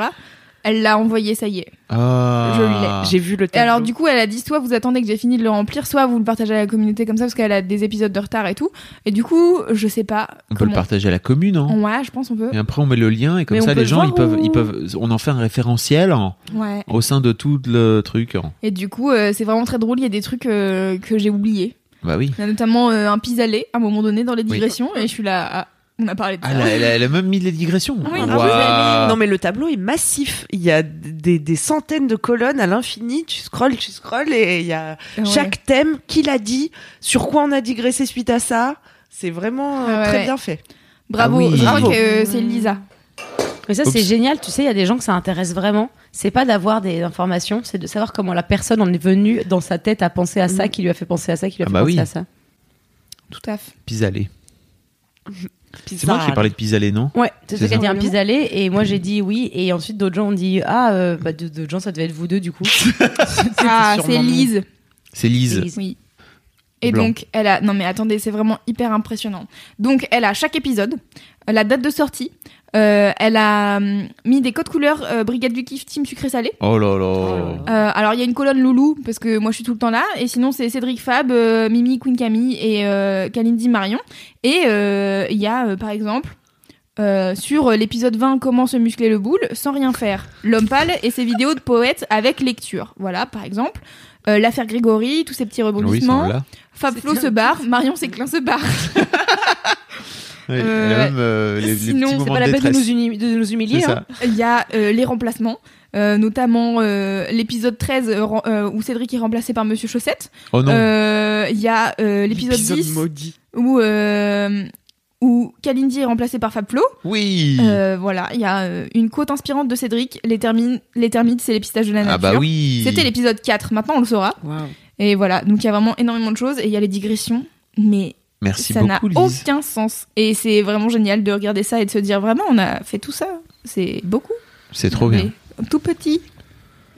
B: Elle l'a envoyé, ça y est.
C: Ah.
F: J'ai vu le
B: Et
F: tableau.
B: alors du coup, elle a dit soit vous attendez que j'ai fini de le remplir, soit vous le partagez à la communauté comme ça parce qu'elle a des épisodes de retard et tout. Et du coup, je sais pas.
C: On peut
B: comment-
C: le partager à la commune, hein.
B: Ouais, je pense on peut.
C: Et après, on met le lien et comme
F: Mais on
C: ça,
F: peut
C: les
F: le
C: gens,
F: voir
C: ils peuvent,
F: ou-
C: ils peuvent, on en fait un référentiel hein,
B: Ouais.
C: au sein de tout le truc. hein.
B: Et du coup, euh, c'est vraiment très drôle. Il y a des trucs euh, que j'ai oubliés.
C: Bah oui.
B: Il y a notamment euh, un pis-aller à un moment donné dans les digressions. Et je suis là, ah, on a parlé de ça.
C: Ah, elle, a, elle a- elle a même mis les digressions.
B: Oui,
C: Waouh.
B: ah oui, elle
F: Non, mais le tableau est massif. Il y a des, des centaines de colonnes à l'infini. Tu scrolles, tu scrolles, et il y a
B: Ouais.
F: chaque thème, qui l'a dit, sur quoi on a digressé suite à ça. C'est vraiment euh,
B: Ah ouais,
F: très
B: ouais.
F: bien fait.
B: Bravo,
C: Ah oui.
B: je
C: Bravo.
B: crois que euh, c'est Lisa.
D: Mais ça, c'est
C: Oups.
D: génial. Tu sais, il y a des gens que ça intéresse vraiment. C'est pas d'avoir des informations, c'est de savoir comment la personne en est venue dans sa tête à penser à ça, qui lui a fait penser à ça, qui lui a
C: Ah
D: fait
C: bah
D: penser
C: oui.
D: à ça.
B: Tout à fait.
C: Pis-aller. C'est moi qui ai parlé de pis-aller, non
D: Ouais, c'est
C: C'est
D: ce qu'a
C: ça.
D: dit un pis-aller, et moi j'ai dit oui, et ensuite d'autres gens ont dit ah, euh, bah, d- d'autres gens, ça devait être vous deux du coup.
B: Ah,
F: sûrement
B: c'est
F: nous.
B: Lise.
C: C'est Lise.
B: Oui. Et
C: Blanc.
B: donc, elle a. Non, mais attendez, c'est vraiment hyper impressionnant. Donc, elle a chaque épisode, euh, la date de sortie, euh, elle a hum, mis des codes couleurs euh, Brigade du Kiff Team Sucré Salé.
C: Oh là
D: Oh
C: là.
D: là
B: Euh, alors, il y a une colonne Loulou, parce que moi je suis tout le temps là. Et sinon, c'est Cédric Fab, euh, Mimi, Queen Camille et euh, Kalindi Marion. Et euh, il y a, euh, par exemple, euh, sur l'épisode 20, Comment se muscler le boule sans rien faire. L'homme pâle et ses vidéos de poètes avec lecture. Voilà, par exemple. Euh, L'affaire Grégory, tous ces petits
C: Oui, ça, on
B: rebondissements.
C: l'a.
B: Fab Flo se barre, Marion Séclin se barre.
C: Ouais, elle a
B: Euh,
C: même euh, les, les
B: sinon,
C: petits
B: c'est
C: moments
D: pas la
C: de
D: peine de
C: détresse.
D: nous, uni- de nous humilier.
C: C'est
D: hein.
C: ça.
B: Il y a euh, les remplacements. euh, notamment euh, l'épisode 13 euh, ren- euh, où Cédric est remplacé par Monsieur Chaussette.
C: Oh non.
B: Euh, Il y a euh, l'épisode 10
F: maudit.
B: où, euh, où Kalindi est remplacée par Fab Flo.
C: Oui.
B: Euh, voilà, il y a euh, une quote inspirante de Cédric Les termites, les termites c'est les pistaches de la nature.
C: ah bah oui.
B: C'était l'épisode 4, maintenant on le saura. Et voilà, donc il y a vraiment énormément de choses et il y a les digressions, mais
C: Merci
B: ça n'a
C: beaucoup, Lise.
B: aucun sens. Et c'est vraiment génial de regarder ça et de se dire vraiment, on a fait tout ça. C'est beaucoup.
C: C'est trop bien.
B: Mais Tout petit.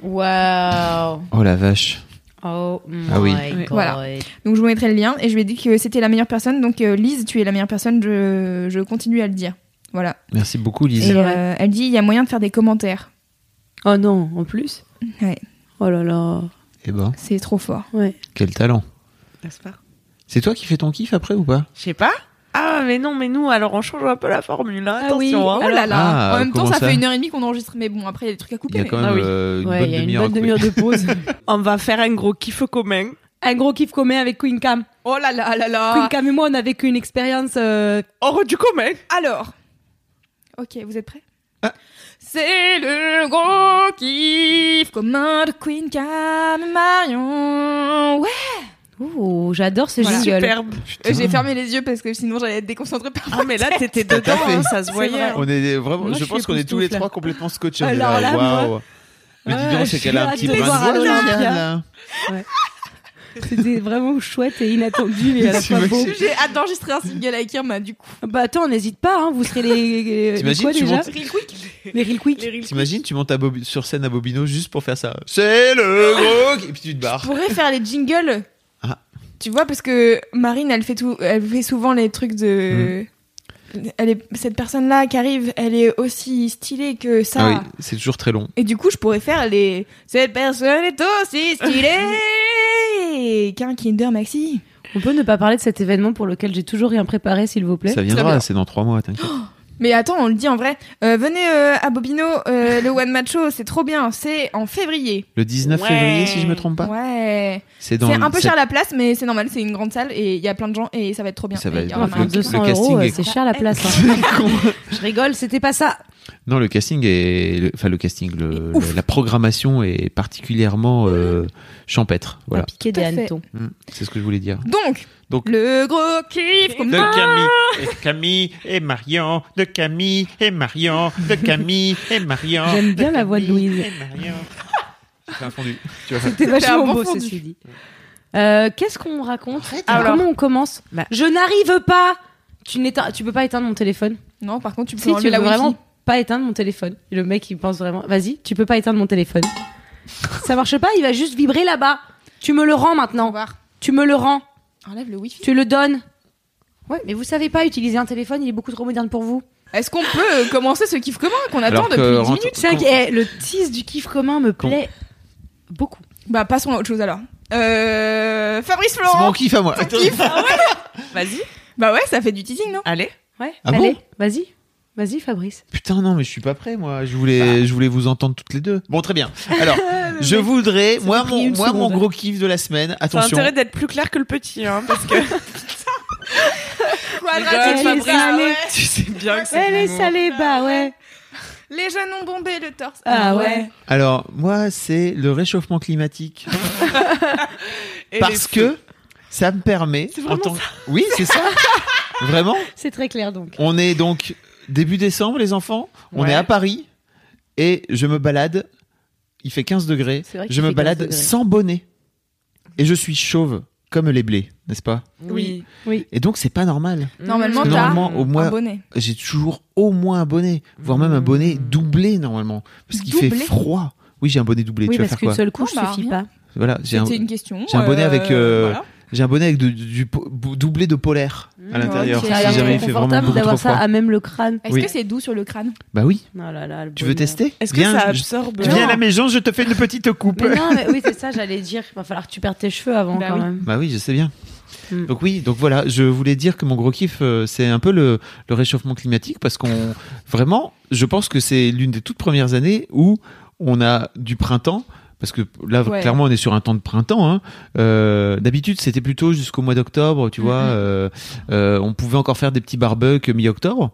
D: Waouh.
C: Oh la vache.
D: Oh my
C: Ah oui.
D: god.
B: Voilà. Donc je vous mettrai le lien et je lui ai dit que c'était la meilleure personne. Donc euh, Lise, tu es la meilleure personne, je, je continue à le dire. Voilà.
C: Merci beaucoup, Lise.
B: Et
D: C'est vrai.
B: euh, elle dit il y a moyen de faire des commentaires.
D: Oh non, en plus.
B: Ouais,
D: Oh là là.
C: Eh ben,
B: c'est trop fort.
D: Ouais.
C: quel talent.
F: N'est-ce pas
C: C'est toi qui fais ton kiff après ou pas
F: Je sais pas. Ah, mais non, mais nous, alors on change un peu la formule. hein,
B: Ah oui,
F: attention, hein.
B: oh là là.
C: Ah,
B: en même temps,
C: comment
B: ça,
C: ça
B: fait une heure et demie qu'on enregistre, mais bon, après, il y a des trucs à
C: Il y
B: couper.
C: a
B: mais-
C: quand même
D: Ah oui.
C: euh, une
D: Ouais,
C: bonne
D: il y a une
C: demi-heure. à
D: bonne
C: couper.
D: demi-heure de pause.
F: On va faire un gros kiff commun.
G: Un gros kiff commun avec Queen Cam.
B: Oh là là là
D: Ah.
G: Queen
B: là.
G: Cam et moi, on a vécu une expérience. euh,
F: Hors du commun.
B: Alors. Ok, vous êtes prêts
C: Ah.
B: C'est le gros kiff commun de Queen Cam et Marion. Ouais.
D: Ouh, j'adore ce
B: Voilà.
D: jingle.
F: Superbe.
B: Euh, J'ai fermé les yeux parce que sinon j'allais être déconcentrée par
F: Ah, mais là, t'étais dedans,
C: fait.
F: hein, ça se voyait.
C: On est vraiment,
G: Moi,
C: je,
G: je
C: pense
G: suis
C: qu'on est tous les
G: époustouflée.
C: trois complètement scotchés.
G: Alors
C: on est
G: là,
C: là,
G: moi-
C: waouh. Mais dis
G: Ouais,
C: donc,
G: je
C: c'est
G: suis
C: qu'elle a un
G: hâte
C: petit
G: de
C: brin de
G: voir
C: voix,
G: Alain.
C: Jeanne, là.
G: C'était vraiment chouette et inattendu et à la
C: C'est
G: fois beau.
C: magnifique.
B: J'ai hâte d'enregistrer un single avec Irma du coup.
G: Bah attends, n'hésite pas, hein, vous serez les- les. les
C: T'imagines,
G: quoi,
C: tu
G: déjà
C: montes-
G: Les real quick.
C: T'imagines, tu montes à Bobi- sur scène à Bobino juste pour faire ça. C'est le gros. Et puis tu te barres.
B: Je pourrais faire les jingles.
C: Ah.
B: Tu vois, parce que Marine, elle fait, tout, elle fait souvent les trucs de.
C: Mm.
B: Elle est, cette personne-là qui arrive, elle est aussi stylée que ça.
C: Ah oui, c'est toujours très long.
B: Et du coup, je pourrais faire les. Cette personne est aussi stylée qu'un Kinder Maxi.
D: On peut ne pas parler de cet événement pour lequel j'ai toujours rien préparé, s'il vous plaît.
C: Ça
B: bien.
C: viendra, c'est dans trois mois, t'inquiète.
B: Mais attends, on le dit en vrai. Euh, venez euh, à Bobino, euh, le One Match Show, c'est trop bien. C'est en février.
C: Le 19
F: Ouais.
C: février, si je me trompe pas.
B: Ouais.
C: C'est dans
B: C'est un peu
C: c'est-
B: cher la place, mais c'est normal. C'est une grande salle et il y a plein de gens et ça va être trop bien.
C: Ça va
B: Et il y
C: être-
B: aura
C: le-
B: Marine.
C: le
D: 200 euros,
C: casting
D: euh,
C: est-
D: c'est cher la place. hein. Je rigole, c'était pas ça.
C: Non, le casting est, le- enfin le casting, le-
B: Ouf.
C: le- la programmation est particulièrement euh, champêtre. Voilà,
D: À piquer des
B: Tout à fait.
D: hannetons.
C: Mm, c'est ce que je voulais dire.
B: Donc,
C: Donc-
B: le gros kiff commun.
C: Camille, et Camille et Marion, de Camille et Marion, de Camille et Marion.
D: J'aime bien la voix de Louise.
C: J'ai fondu. Tu vois.
D: C'était vachement
B: un bon
D: beau,
B: fondu.
D: ceci dit. Euh, Qu'est-ce qu'on raconte bah,
F: Alors.
D: Comment on commence
G: Je n'arrive pas
D: tu, n'éteins- tu peux pas éteindre mon téléphone
B: Non, par contre, tu peux
D: Si, tu
B: enlever
D: veux
B: la wifi.
D: vraiment pas éteindre mon téléphone. Et le mec, il pense vraiment, vas-y, tu peux pas éteindre mon téléphone. Ça marche pas, il va juste vibrer là-bas. Tu me le rends
B: Au
D: maintenant.
B: revoir.
D: Tu me le rends.
B: Enlève le wifi.
D: Tu le donnes. Ouais, mais vous savez pas utiliser un téléphone, il est beaucoup trop moderne pour vous.
B: Est-ce qu'on peut euh, commencer ce kiff commun qu'on
C: Alors
B: attend
C: que,
B: depuis 10
C: rentre-
B: minutes
D: Cinq- eh, le tease du kiff commun me
C: Con.
D: plaît beaucoup.
B: Bah, passons à autre chose alors. Euh, Fabrice
C: C'est
B: Florent
C: mon kiff à moi.
F: hein. Vas-y,
B: Bah ouais, ça fait du teasing, non
F: allez.
D: Ouais,
C: Ah
D: allez,
C: bon
D: vas-y. Vas-y, Fabrice.
C: Putain, non, mais je suis pas prêt, moi. Je voulais, je voulais vous entendre toutes les deux. Bon, très bien. Alors, je voudrais, moi,
D: pris
C: mon,
D: une
C: moi, mon
D: seconde.
C: gros kiff de la semaine.
F: T'as
C: Attention.
F: intérêt d'être plus clair que le petit, hein, parce que
B: Quadratique,
D: Allez,
B: Fabrice, Ah
D: allez.
B: ouais.
F: tu sais bien que c'est.
D: Elle est
F: mon-
D: salée, bah ouais.
B: Les jeunes ont bombé le torse.
D: Ah ouais.
C: Alors, moi, c'est le réchauffement climatique.
F: Et
C: parce
F: les-
C: que ça me permet.
F: C'est vraiment
C: en tant- Oui, c'est ça. vraiment.
D: C'est très clair donc.
C: On est donc début décembre, les enfants. On
F: Ouais.
C: est à Paris et je me balade. Il fait 15 degrés.
D: C'est vrai qu'il
C: Je me
D: fait 15
C: balade
D: degrés.
C: sans bonnet et je suis chauve comme les blés, n'est-ce pas
F: Oui.
C: Et donc c'est pas normal.
B: Normalement,
C: Parce que
B: t'as
C: normalement, au
B: un
C: moins,
B: bonnet.
C: j'ai toujours au moins un bonnet, voire même un bonnet
D: Mmh.
C: doublé normalement, parce qu'il fait
B: Doublé
C: froid. Oui, j'ai un bonnet doublé.
D: Oui,
C: tu vas
D: parce
C: faire
D: qu'une
C: quoi
D: seule couche
B: Oh, bah,
D: suffit
B: rien.
D: pas.
C: Voilà, j'ai un,
B: C'était une question.
C: j'ai un bonnet
B: euh,
C: avec, euh,
B: voilà.
C: j'ai un bonnet avec de- du po- bou- doublé de polaire à l'intérieur.
D: C'est
B: ok.
C: Si jamais il fait vraiment
D: Mmh, confortable
C: beaucoup trop
D: d'avoir ça
C: froid.
D: à même le crâne.
B: Est-ce
C: oui.
B: que c'est doux sur le crâne
C: Bah oui.
D: Oh là là, le
C: Tu veux
D: bonheur.
C: tester
F: Est-ce que
C: Viens,
F: ça
C: je-
F: absorbe
C: Viens à la maison, je te fais une petite coupe.
D: Mais non, mais oui, c'est ça, j'allais dire. Il va falloir que tu perdes tes cheveux avant
B: Bah
D: quand
B: oui.
D: même.
C: Bah oui, je sais bien.
D: Mm.
C: Donc oui, donc voilà, je voulais dire que mon gros kiff, euh, c'est un peu le, le réchauffement climatique parce qu'on vraiment, je pense que c'est l'une des toutes premières années où on a du printemps. Parce que là,
B: Ouais.
C: clairement, on est sur un temps de printemps. hein. Euh, D'habitude, c'était plutôt jusqu'au mois d'octobre, tu
D: Mm-hmm.
C: vois. euh, euh, on pouvait encore faire des petits barbecues mi-octobre.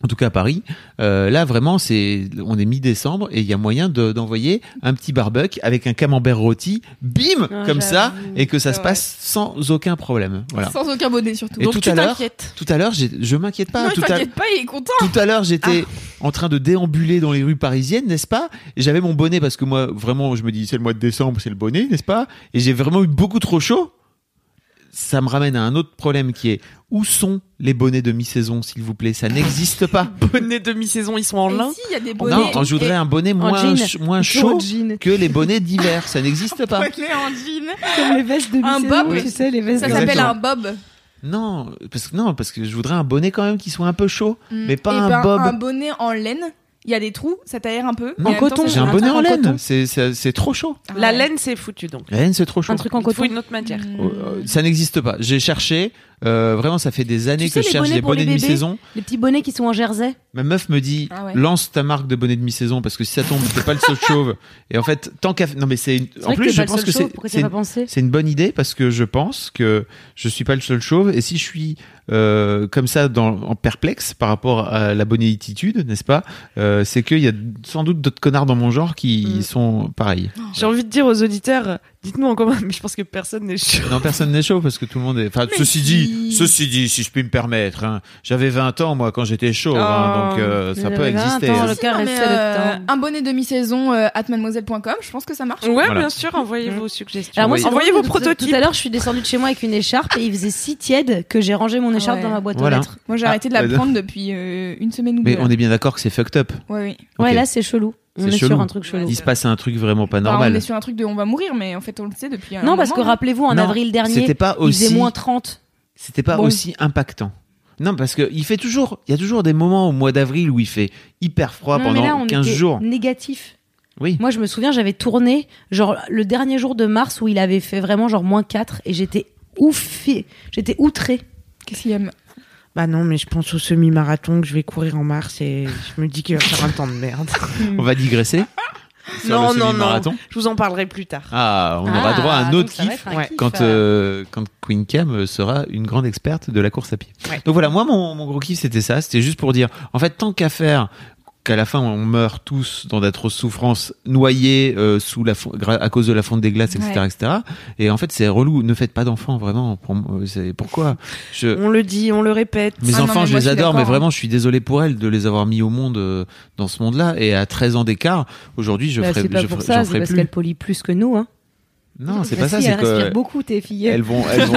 C: En tout cas à Paris, Euh, là vraiment c'est on est mi-décembre et il y a moyen de- d'envoyer un petit barbecue avec un camembert rôti, bim
D: Ah,
C: comme ça
D: j'avoue.
C: et que ça
B: C'est
C: se
B: vrai.
C: passe sans aucun problème. Voilà.
B: Sans aucun bonnet surtout.
C: Et
B: Donc
C: tout
B: tu
C: à l'heure-
B: t'inquiètes.
C: Tout à l'heure, j'ai- je m'inquiète pas.
B: Non, il
C: tout, à,
B: t'inquiète pas, Ah. il est content.
C: tout à l'heure, j'étais en train de déambuler dans les rues parisiennes, n'est-ce pas Et j'avais mon bonnet parce que moi, vraiment, je me dis, c'est le mois de décembre, c'est le bonnet, n'est-ce pas Et j'ai vraiment eu beaucoup trop chaud. Ça me ramène à un autre problème qui est où sont les bonnets de mi-saison, s'il vous plaît Ça n'existe pas.
F: bonnet demi-saison, ils sont en
B: Et
F: lin.
B: si, il y a des bonnets.
C: non, je voudrais un bonnet moins,
D: jean.
C: ch- moins
D: Toujours
C: chaud
D: en jean.
C: que les bonnets d'hiver. Ça n'existe pas.
B: bonnet en jean.
D: Comme les vestes de
B: Un
D: mi-saison,
B: bob.
D: tu sais, les vestes
B: Ça
D: de
B: s'appelle
C: Exactement.
B: un bob.
C: Non, parce que non, parce que je voudrais un bonnet quand même qui soit un peu chaud, mais pas
B: Et
C: un
B: ben,
C: bob.
B: Un bonnet en laine, il y a des trous, ça t'aère un peu.
C: Non,
B: Et en même temps,
D: coton.
B: ça-
C: J'ai un
D: Un
C: bonnet
D: truc
C: en
D: en
C: laine,
D: coton.
C: c'est ça- c'est trop chaud.
F: La
B: Ouais.
F: laine, c'est foutu donc.
C: La laine, c'est trop chaud.
D: Un truc en
B: Mm.
F: Il te faut
D: coton.
F: une autre matière.
C: Euh, Ça n'existe pas. J'ai cherché, Euh, vraiment, ça fait des années
D: Tu sais,
C: que je
D: les
C: cherche
D: bonnets
C: des
D: pour
C: bonnets de
D: les bébés
C: mi-saison.
D: Les petits bonnets qui sont en jersey.
C: Ma meuf me dit,
B: Ah ouais.
C: lance ta marque de bonnet de mi-saison parce que si ça tombe, t'es pas le seul chauve. Et en fait, tant qu'à. Non, mais c'est. une-
D: C'est
C: En
D: vrai
C: plus,
D: que t'es
C: je
D: pas le
C: pense
D: seul
C: que
D: chauve,
C: c'est.
D: pourquoi
C: c'est
D: t'as
C: une-
D: pas pensé
C: C'est une bonne idée parce que je pense que je suis pas le seul chauve et si je suis euh, comme ça dans, en perplexe par rapport à la bonititude, n'est-ce pas euh, C'est qu'il y a sans doute d'autres connards dans mon genre qui
F: Mm.
C: sont pareils.
F: J'ai envie de dire aux auditeurs, dites-nous en commun, mais je pense que personne n'est sûr.
C: Non, personne n'est chauve parce que tout le monde est. Enfin, ceci dit, ceci dit, si je puis me permettre, hein, j'avais 20 ans moi quand j'étais chauve, hein,
F: Oh,
C: donc euh, ça
D: vous
C: peut
D: avez 20
C: exister.
D: ans,
C: hein.
D: le
B: Si,
D: cœur
B: non,
D: est
B: mais,
D: fait
B: euh,
D: de temps.
B: un bonnet de mi-saison euh, at mademoiselle.com, je pense que ça marche.
F: Ouais,
C: Voilà.
F: bien sûr, envoyez vos suggestions.
D: Alors moi,
C: Oui.
D: c'est drôle,
F: Mm. Envoyez vos
D: tout-
F: prototypes.
D: Tout à l'heure, je suis descendue de chez moi avec une écharpe et il faisait si tiède que j'ai rangé mon écharpe
B: Ouais.
D: dans ma boîte
C: Voilà.
D: aux lettres.
B: Moi, j'ai
C: Ah,
B: arrêté de la
C: euh,
B: prendre depuis euh, une semaine ou deux.
C: Mais on est bien d'accord que c'est fucked up.
B: Ouais, oui.
D: Ouais,
C: Ok.
D: là, c'est chelou. On
C: C'est
D: est
C: chelou.
D: sur un truc chelou.
C: Il se passe un truc vraiment pas
B: Bah, on
C: normal.
B: est sur un truc de on va mourir, mais en fait, on le sait depuis. un
D: Non, parce que
B: moment,
D: rappelez-vous, en
C: Non,
D: avril dernier,
C: C'était pas
D: il
C: aussi.
D: faisait moins 30.
C: c'était pas
D: Bon.
C: aussi impactant. Non, parce que il fait toujours, il y a toujours des moments au mois d'avril où il fait hyper froid
D: Non, mais
C: pendant
D: là, on
C: 15
D: était
C: jours.
D: Négatif.
C: Oui.
D: Moi, je me souviens, j'avais tourné, genre, le dernier jour de mars où il avait fait vraiment, genre, moins 4, et j'étais oufée. J'étais outrée.
B: Qu'est-ce qu'il aime
F: Bah non, mais je pense au semi-marathon que je vais courir en mars et je me dis qu'il va faire un temps de merde.
D: Hmm.
C: On va digresser. sur
F: Non,
C: le
F: non,
C: semi-marathon.
F: Je vous en parlerai plus tard.
C: Ah, on aura droit à un autre kiff
F: un Ouais.
C: quand euh, quand Queen Cam sera une grande experte de la course à pied.
F: Ouais.
C: Donc voilà, moi mon, mon gros kiff c'était ça, c'était juste pour dire, en fait tant qu'à faire qu'à la fin on meurt tous dans d'atroces souffrances, noyés euh, sous la fon- gra- à cause de la fonte des glaces, etc.,
B: Ouais.
C: etc. Et en fait c'est relou, ne faites pas d'enfants vraiment. Pour, moi, c'est pourquoi je
D: Ah
F: On le dit, on le répète.
C: Mes
B: Ah non,
C: enfants,
B: mais
C: je
B: moi,
C: les
B: je suis
C: adore,
D: hein.
C: mais
B: d'accord,
C: vraiment, je suis désolé pour elles de les avoir mis au monde euh, dans ce monde-là. Et à 13 ans d'écart, aujourd'hui, je
D: Bah,
C: ferai,
D: c'est pas
C: je
D: pour
C: ferai-
D: ça,
C: j'en
D: c'est
C: ferai
D: parce
C: plus.
D: qu'elle polie plus que nous. Hein.
C: Non, c'est
D: Bah
C: pas
D: si,
C: ça, c'est
D: Elle respire
C: que
D: beaucoup, tes filles.
C: elles vont, elles vont.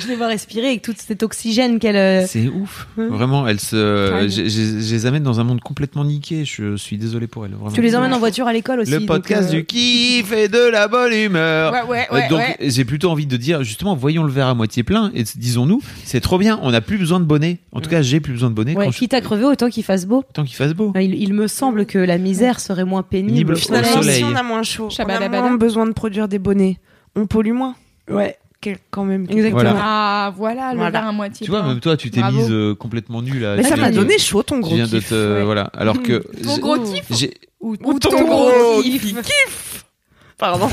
D: Je les vois respirer avec tout cet oxygène qu'elle. euh,
C: c'est ouf.
D: Ouais.
C: Vraiment, elles se,
B: Carrément.
C: je, je- je les amène dans un monde complètement niqué. Je suis désolé pour elles. vraiment.
D: Tu les emmènes en voiture à l'école aussi.
C: Le
D: donc,
C: podcast
D: euh,
C: du kiff et de la bonne humeur.
B: Ouais, ouais,
C: Euh,
B: ouais.
C: Donc
B: ouais.
C: j'ai plutôt envie de dire justement voyons le verre à moitié plein et disons-nous c'est trop bien on n'a plus besoin de bonnet en tout cas j'ai plus besoin de bonnet
D: Ouais,
C: quand je-
D: quitte à crever, autant qu'il fasse beau.
C: tant qu'il fasse beau
D: Il, il me semble que la misère serait moins pénible.
C: Pénible au
F: Finalement,
C: soleil.
F: si on a moins chaud, on a
B: Shabadabada.
F: moins besoin de produire des bonnets. On pollue moins.
D: Ouais.
F: Quel- Quand même.
D: Exactement.
C: Voilà.
B: Ah, voilà, le
F: Voilà.
B: verre à moitié.
C: euh, tu vois
B: plein.
C: même toi tu t'es
B: Bravo.
C: mise euh, complètement nulle à
F: Mais ça
C: tu viens
F: m'a
C: de-
F: donné chaud ton
C: Tu
F: gros
C: viens de
F: kiff.
C: te euh, voilà alors que
B: Ton
C: j'ai-
B: gros kiff
C: j'ai
B: ou,
F: Ou
B: ton,
F: ton
B: gros
F: gros
B: kiff.
F: Pardon.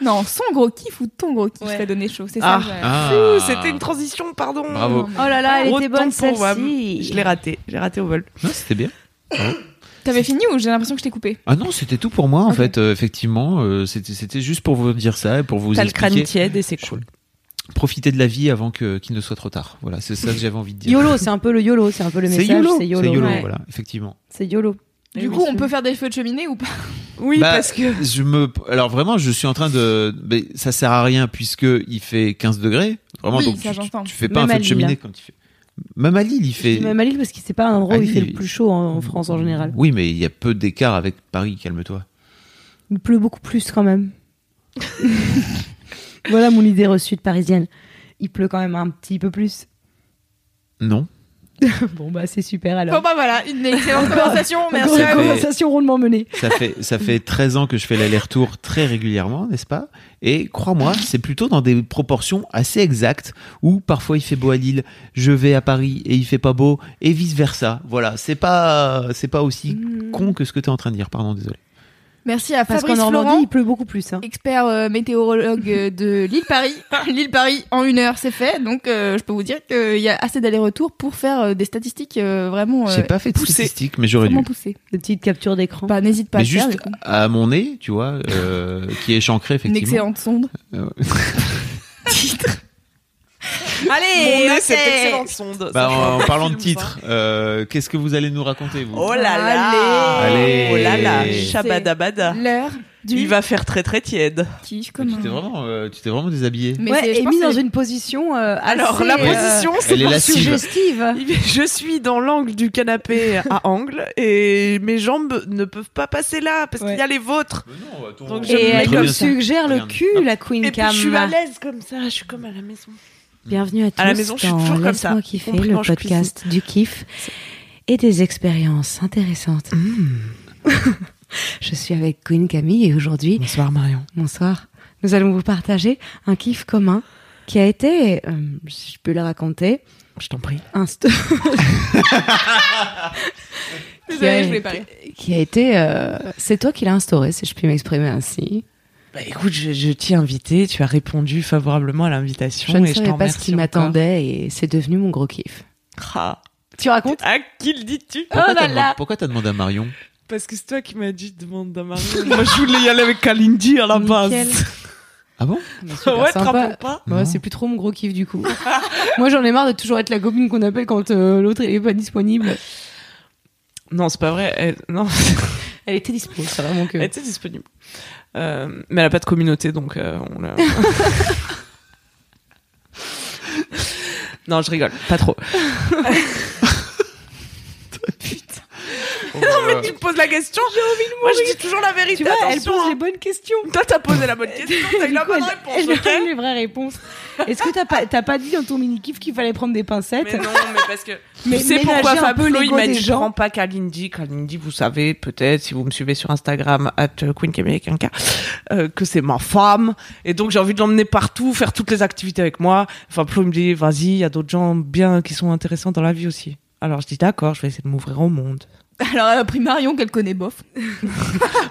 B: Non, son gros kiff ou ton gros kiff,
D: Ouais.
B: je t'ai donné chaud. C'est
F: Ah.
B: ça. ouais.
C: Ah.
F: Fou, C'était une transition, pardon.
C: Bravo.
B: Non, mais-
D: Oh là là, elle
F: Autant
D: était bonne
F: pour moi. Je l'ai
D: celle-ci.
F: raté. J'ai raté au vol.
C: Non, c'était bien
B: T'avais fini ou j'ai l'impression que je t'ai coupé
C: ah non c'était tout pour moi en
B: Ok.
C: fait euh, effectivement euh, c'était c'était juste pour vous dire ça et pour vous
F: T'as le crâne
C: expliquer
F: tiède et c'est cool.
C: profiter de la vie avant que qu'il ne soit trop tard voilà c'est ça que j'avais envie de dire
D: YOLO, c'est un peu le YOLO, c'est un peu le
C: c'est
D: message.
C: YOLO
D: C'est YOLO.
B: ouais.
C: voilà effectivement
D: C'est YOLO.
B: Du coup, on peut faire des feux de cheminée ou pas
F: Oui,
C: Bah,
F: parce que.
C: je me alors vraiment je suis en train de mais ça sert à rien puisque il fait 15 degrés vraiment
B: Oui,
C: donc
B: ça,
C: tu,
B: j'entends.
C: tu fais pas
D: Même
C: un
D: à
C: feu de
D: Lille.
C: cheminée quand il fait même à Lille il
D: Je dis
C: fait
D: Même à Lille, parce que c'est pas un endroit où
C: Ah,
D: il fait
C: il-
D: le plus chaud en, en France en général.
C: oui mais il y a peu d'écart avec Paris calme-toi
D: Il pleut beaucoup plus quand même. voilà mon idée reçue de parisienne. Il pleut quand même un petit peu plus.
C: non
D: Bon bah c'est super
B: Bon
D: alors.
B: bah voilà, une excellente conversation,
D: Encore
B: merci
D: une
B: à vous.
C: Mais-
D: conversation rondement menée.
C: Ça fait, ça fait 13 ans que je fais l'aller-retour très régulièrement, n'est-ce pas Et crois-moi, c'est plutôt dans des proportions assez exactes où parfois il fait beau à Lille, je vais à Paris et il fait pas beau et vice-versa. Voilà, c'est pas, c'est pas aussi
F: Mm.
C: con que ce que tu es en train de dire, pardon, désolé.
B: Merci à
D: Parce
B: Fabrice
D: qu'en Normandie,
B: Florent,
D: il pleut beaucoup plus. hein.
B: expert euh, météorologue euh, de l'île Paris. L'île Paris en une heure, c'est fait. Donc euh, je peux vous dire qu'il y a assez d'allers-retours pour faire euh, des statistiques euh, vraiment, euh,
C: J'ai pas fait de
B: poussé.
C: statistiques, mais j'aurais dû.
B: vraiment poussées.
D: Des petites captures d'écran.
B: Bah, N'hésite pas
C: Mais
B: à le faire.
C: juste
B: du coup.
C: à mon nez, tu vois, euh, qui est échancré,
B: Une
C: effectivement.
B: excellente sonde.
C: Euh,
B: Allez,
F: Mon nez,
B: ok.
F: cette excellente sonde.
C: bah,
F: Ça
C: en, en
F: fait un
C: parlant de
F: film, ça.
C: titre, euh, qu'est-ce que vous allez nous raconter, vous
F: Oh là là
C: Allez.
F: Oh là là
C: Allez.
F: Shabadabada
B: L'heure
F: Il
B: du
F: va faire très très tiède.
B: kiff
C: Tu
B: comme
C: t'es vraiment, euh, tu t'es vraiment déshabillée.
F: Mm.
B: Mais
D: ouais,
B: c'est- je
D: et
B: pense
D: mis
B: que
D: dans
B: c'est-
D: une position euh,
F: Alors
D: assez,
F: la
D: euh,
F: position, c'est
C: Elle est
F: pas-
C: lascive.
D: suggestive.
F: Je suis dans l'angle du canapé à angle et mes jambes ne peuvent pas passer là parce
D: Ouais.
F: qu'il y a les vôtres.
C: Bah
F: Donc, je
D: Et
F: me mets
D: elle
F: comme
D: nous
F: ça.
D: suggère le
C: Regarde.
D: cul,
C: Hop.
D: la Queen
F: Et puis
D: Cam.
F: je suis à l'aise comme ça, je suis comme à la maison.
D: Mm. Bienvenue à tous
F: À la maison, je suis
D: dans
F: toujours comme
D: Laisse-moi
F: ça,
D: kiffer,
F: compris
D: le
F: quand je
D: podcast du kiff et des expériences intéressantes.
F: Mm.
D: je suis avec Queen Camille et aujourd'hui,
F: Bonsoir Marion.
D: bonsoir, nous allons vous partager un kiff commun qui a été, euh, si je peux la raconter,
F: Je t'en prie.
D: un st- qui,
B: Désolée,
D: a,
B: je voulais pas rire.
D: qui a été, euh, c'est toi qui l'as instauré, si je puis m'exprimer ainsi.
F: Bah écoute, je, je t'ai invité, tu as répondu favorablement à l'invitation
D: Je ne
F: et je
D: savais
F: t'en
D: pas ce
F: remercie
D: qui
F: encore.
D: m'attendait et c'est devenu mon gros kiff.
F: Ah,
D: Tu racontes
F: à qui le dis-tu
C: Pourquoi
D: Oh là
C: t'as demandé-
D: là.
C: pourquoi t'as demandé à Marion
F: Parce que c'est toi qui m'as dit demande à Marie. Moi je voulais y aller avec Kalindi à la
D: Nickel.
F: base.
C: Ah bon
D: Mais super
F: ouais, te
D: sympa.
F: rappelles pas
D: Ouais,
C: Non.
D: c'est plus trop mon gros kiff du coup. Moi j'en ai marre de toujours être la copine qu'on appelle quand euh, l'autre elle est pas disponible.
F: Non, c'est pas vrai. Elle, non,
D: Elle était dispo, ça va mon
F: elle
D: cœur.
F: était disponible. Euh, mais elle a pas de communauté donc euh, on l'a. non, je rigole, pas trop.
C: Non mais
F: Tu me poses la question. J'ai envie de Moi je dis toujours la vérité.
G: Tu vois, elle
F: attention,
G: pose
F: hein.
G: les bonnes questions.
F: Toi t'as posé la bonne question, t'as eu la bonne réponse.
G: Elle
F: ok
G: donne les vraies réponses. Est-ce que t'as pas, t'as pas dit dans ton mini-kiff qu'il fallait prendre des pincettes
F: Mais non, mais parce que.
G: Mais
F: tu sais pourquoi
G: ménager un peu
F: Fabio, il
G: l'ego
F: m'a
G: des
F: dit
G: gens.
F: prends pas Kalindi. Kalindi, vous savez peut-être, si vous me suivez sur Instagram, at queencamillequinca, euh, que c'est ma femme. Et donc, j'ai envie de l'emmener partout, faire toutes les activités avec moi. Enfin, Flo, il me dit, vas-y, il y a d'autres gens bien qui sont intéressants dans la vie aussi. Alors, je dis, d'accord, je vais essayer de m'ouvrir au monde.
B: Alors, elle a pris Marion qu'elle connaît bof.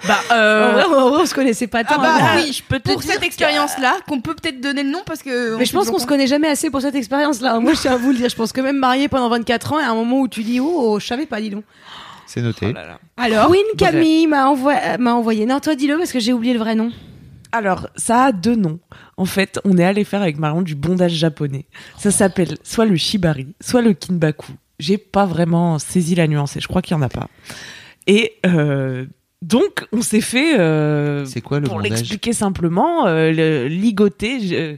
F: Bah,
G: En
F: euh...
G: vrai, en vrai, on se connaissait pas tant.
B: Ah bah,
G: alors.
B: oui,
F: je peux te
B: Pour
F: dire
B: cette expérience-là, qu'on peut peut-être donner le nom parce que. on
D: Mais je
B: sait
D: pense
B: toujours
D: qu'on se connaît jamais assez pour cette expérience-là. Moi, je tiens à vous le dire. Je pense que même marié pendant 24 ans, et à un moment où tu dis oh, oh, je savais pas, dis donc.
C: C'est
F: Oh
C: noté.
F: là là.
B: Alors,
D: Queen Camille m'a envoyé, m'a envoyé. Non, toi dis-le parce que j'ai oublié le vrai nom.
F: Alors, ça a deux noms. En fait, on est allé faire avec Marion du bondage japonais. Ça s'appelle soit le shibari, soit le kinbaku. J'ai pas vraiment saisi la nuance et je crois qu'il y en a pas. Et euh, donc, on s'est fait, euh,
C: C'est quoi le
F: pour
C: bondage
F: l'expliquer simplement, euh, le- ligoter, euh,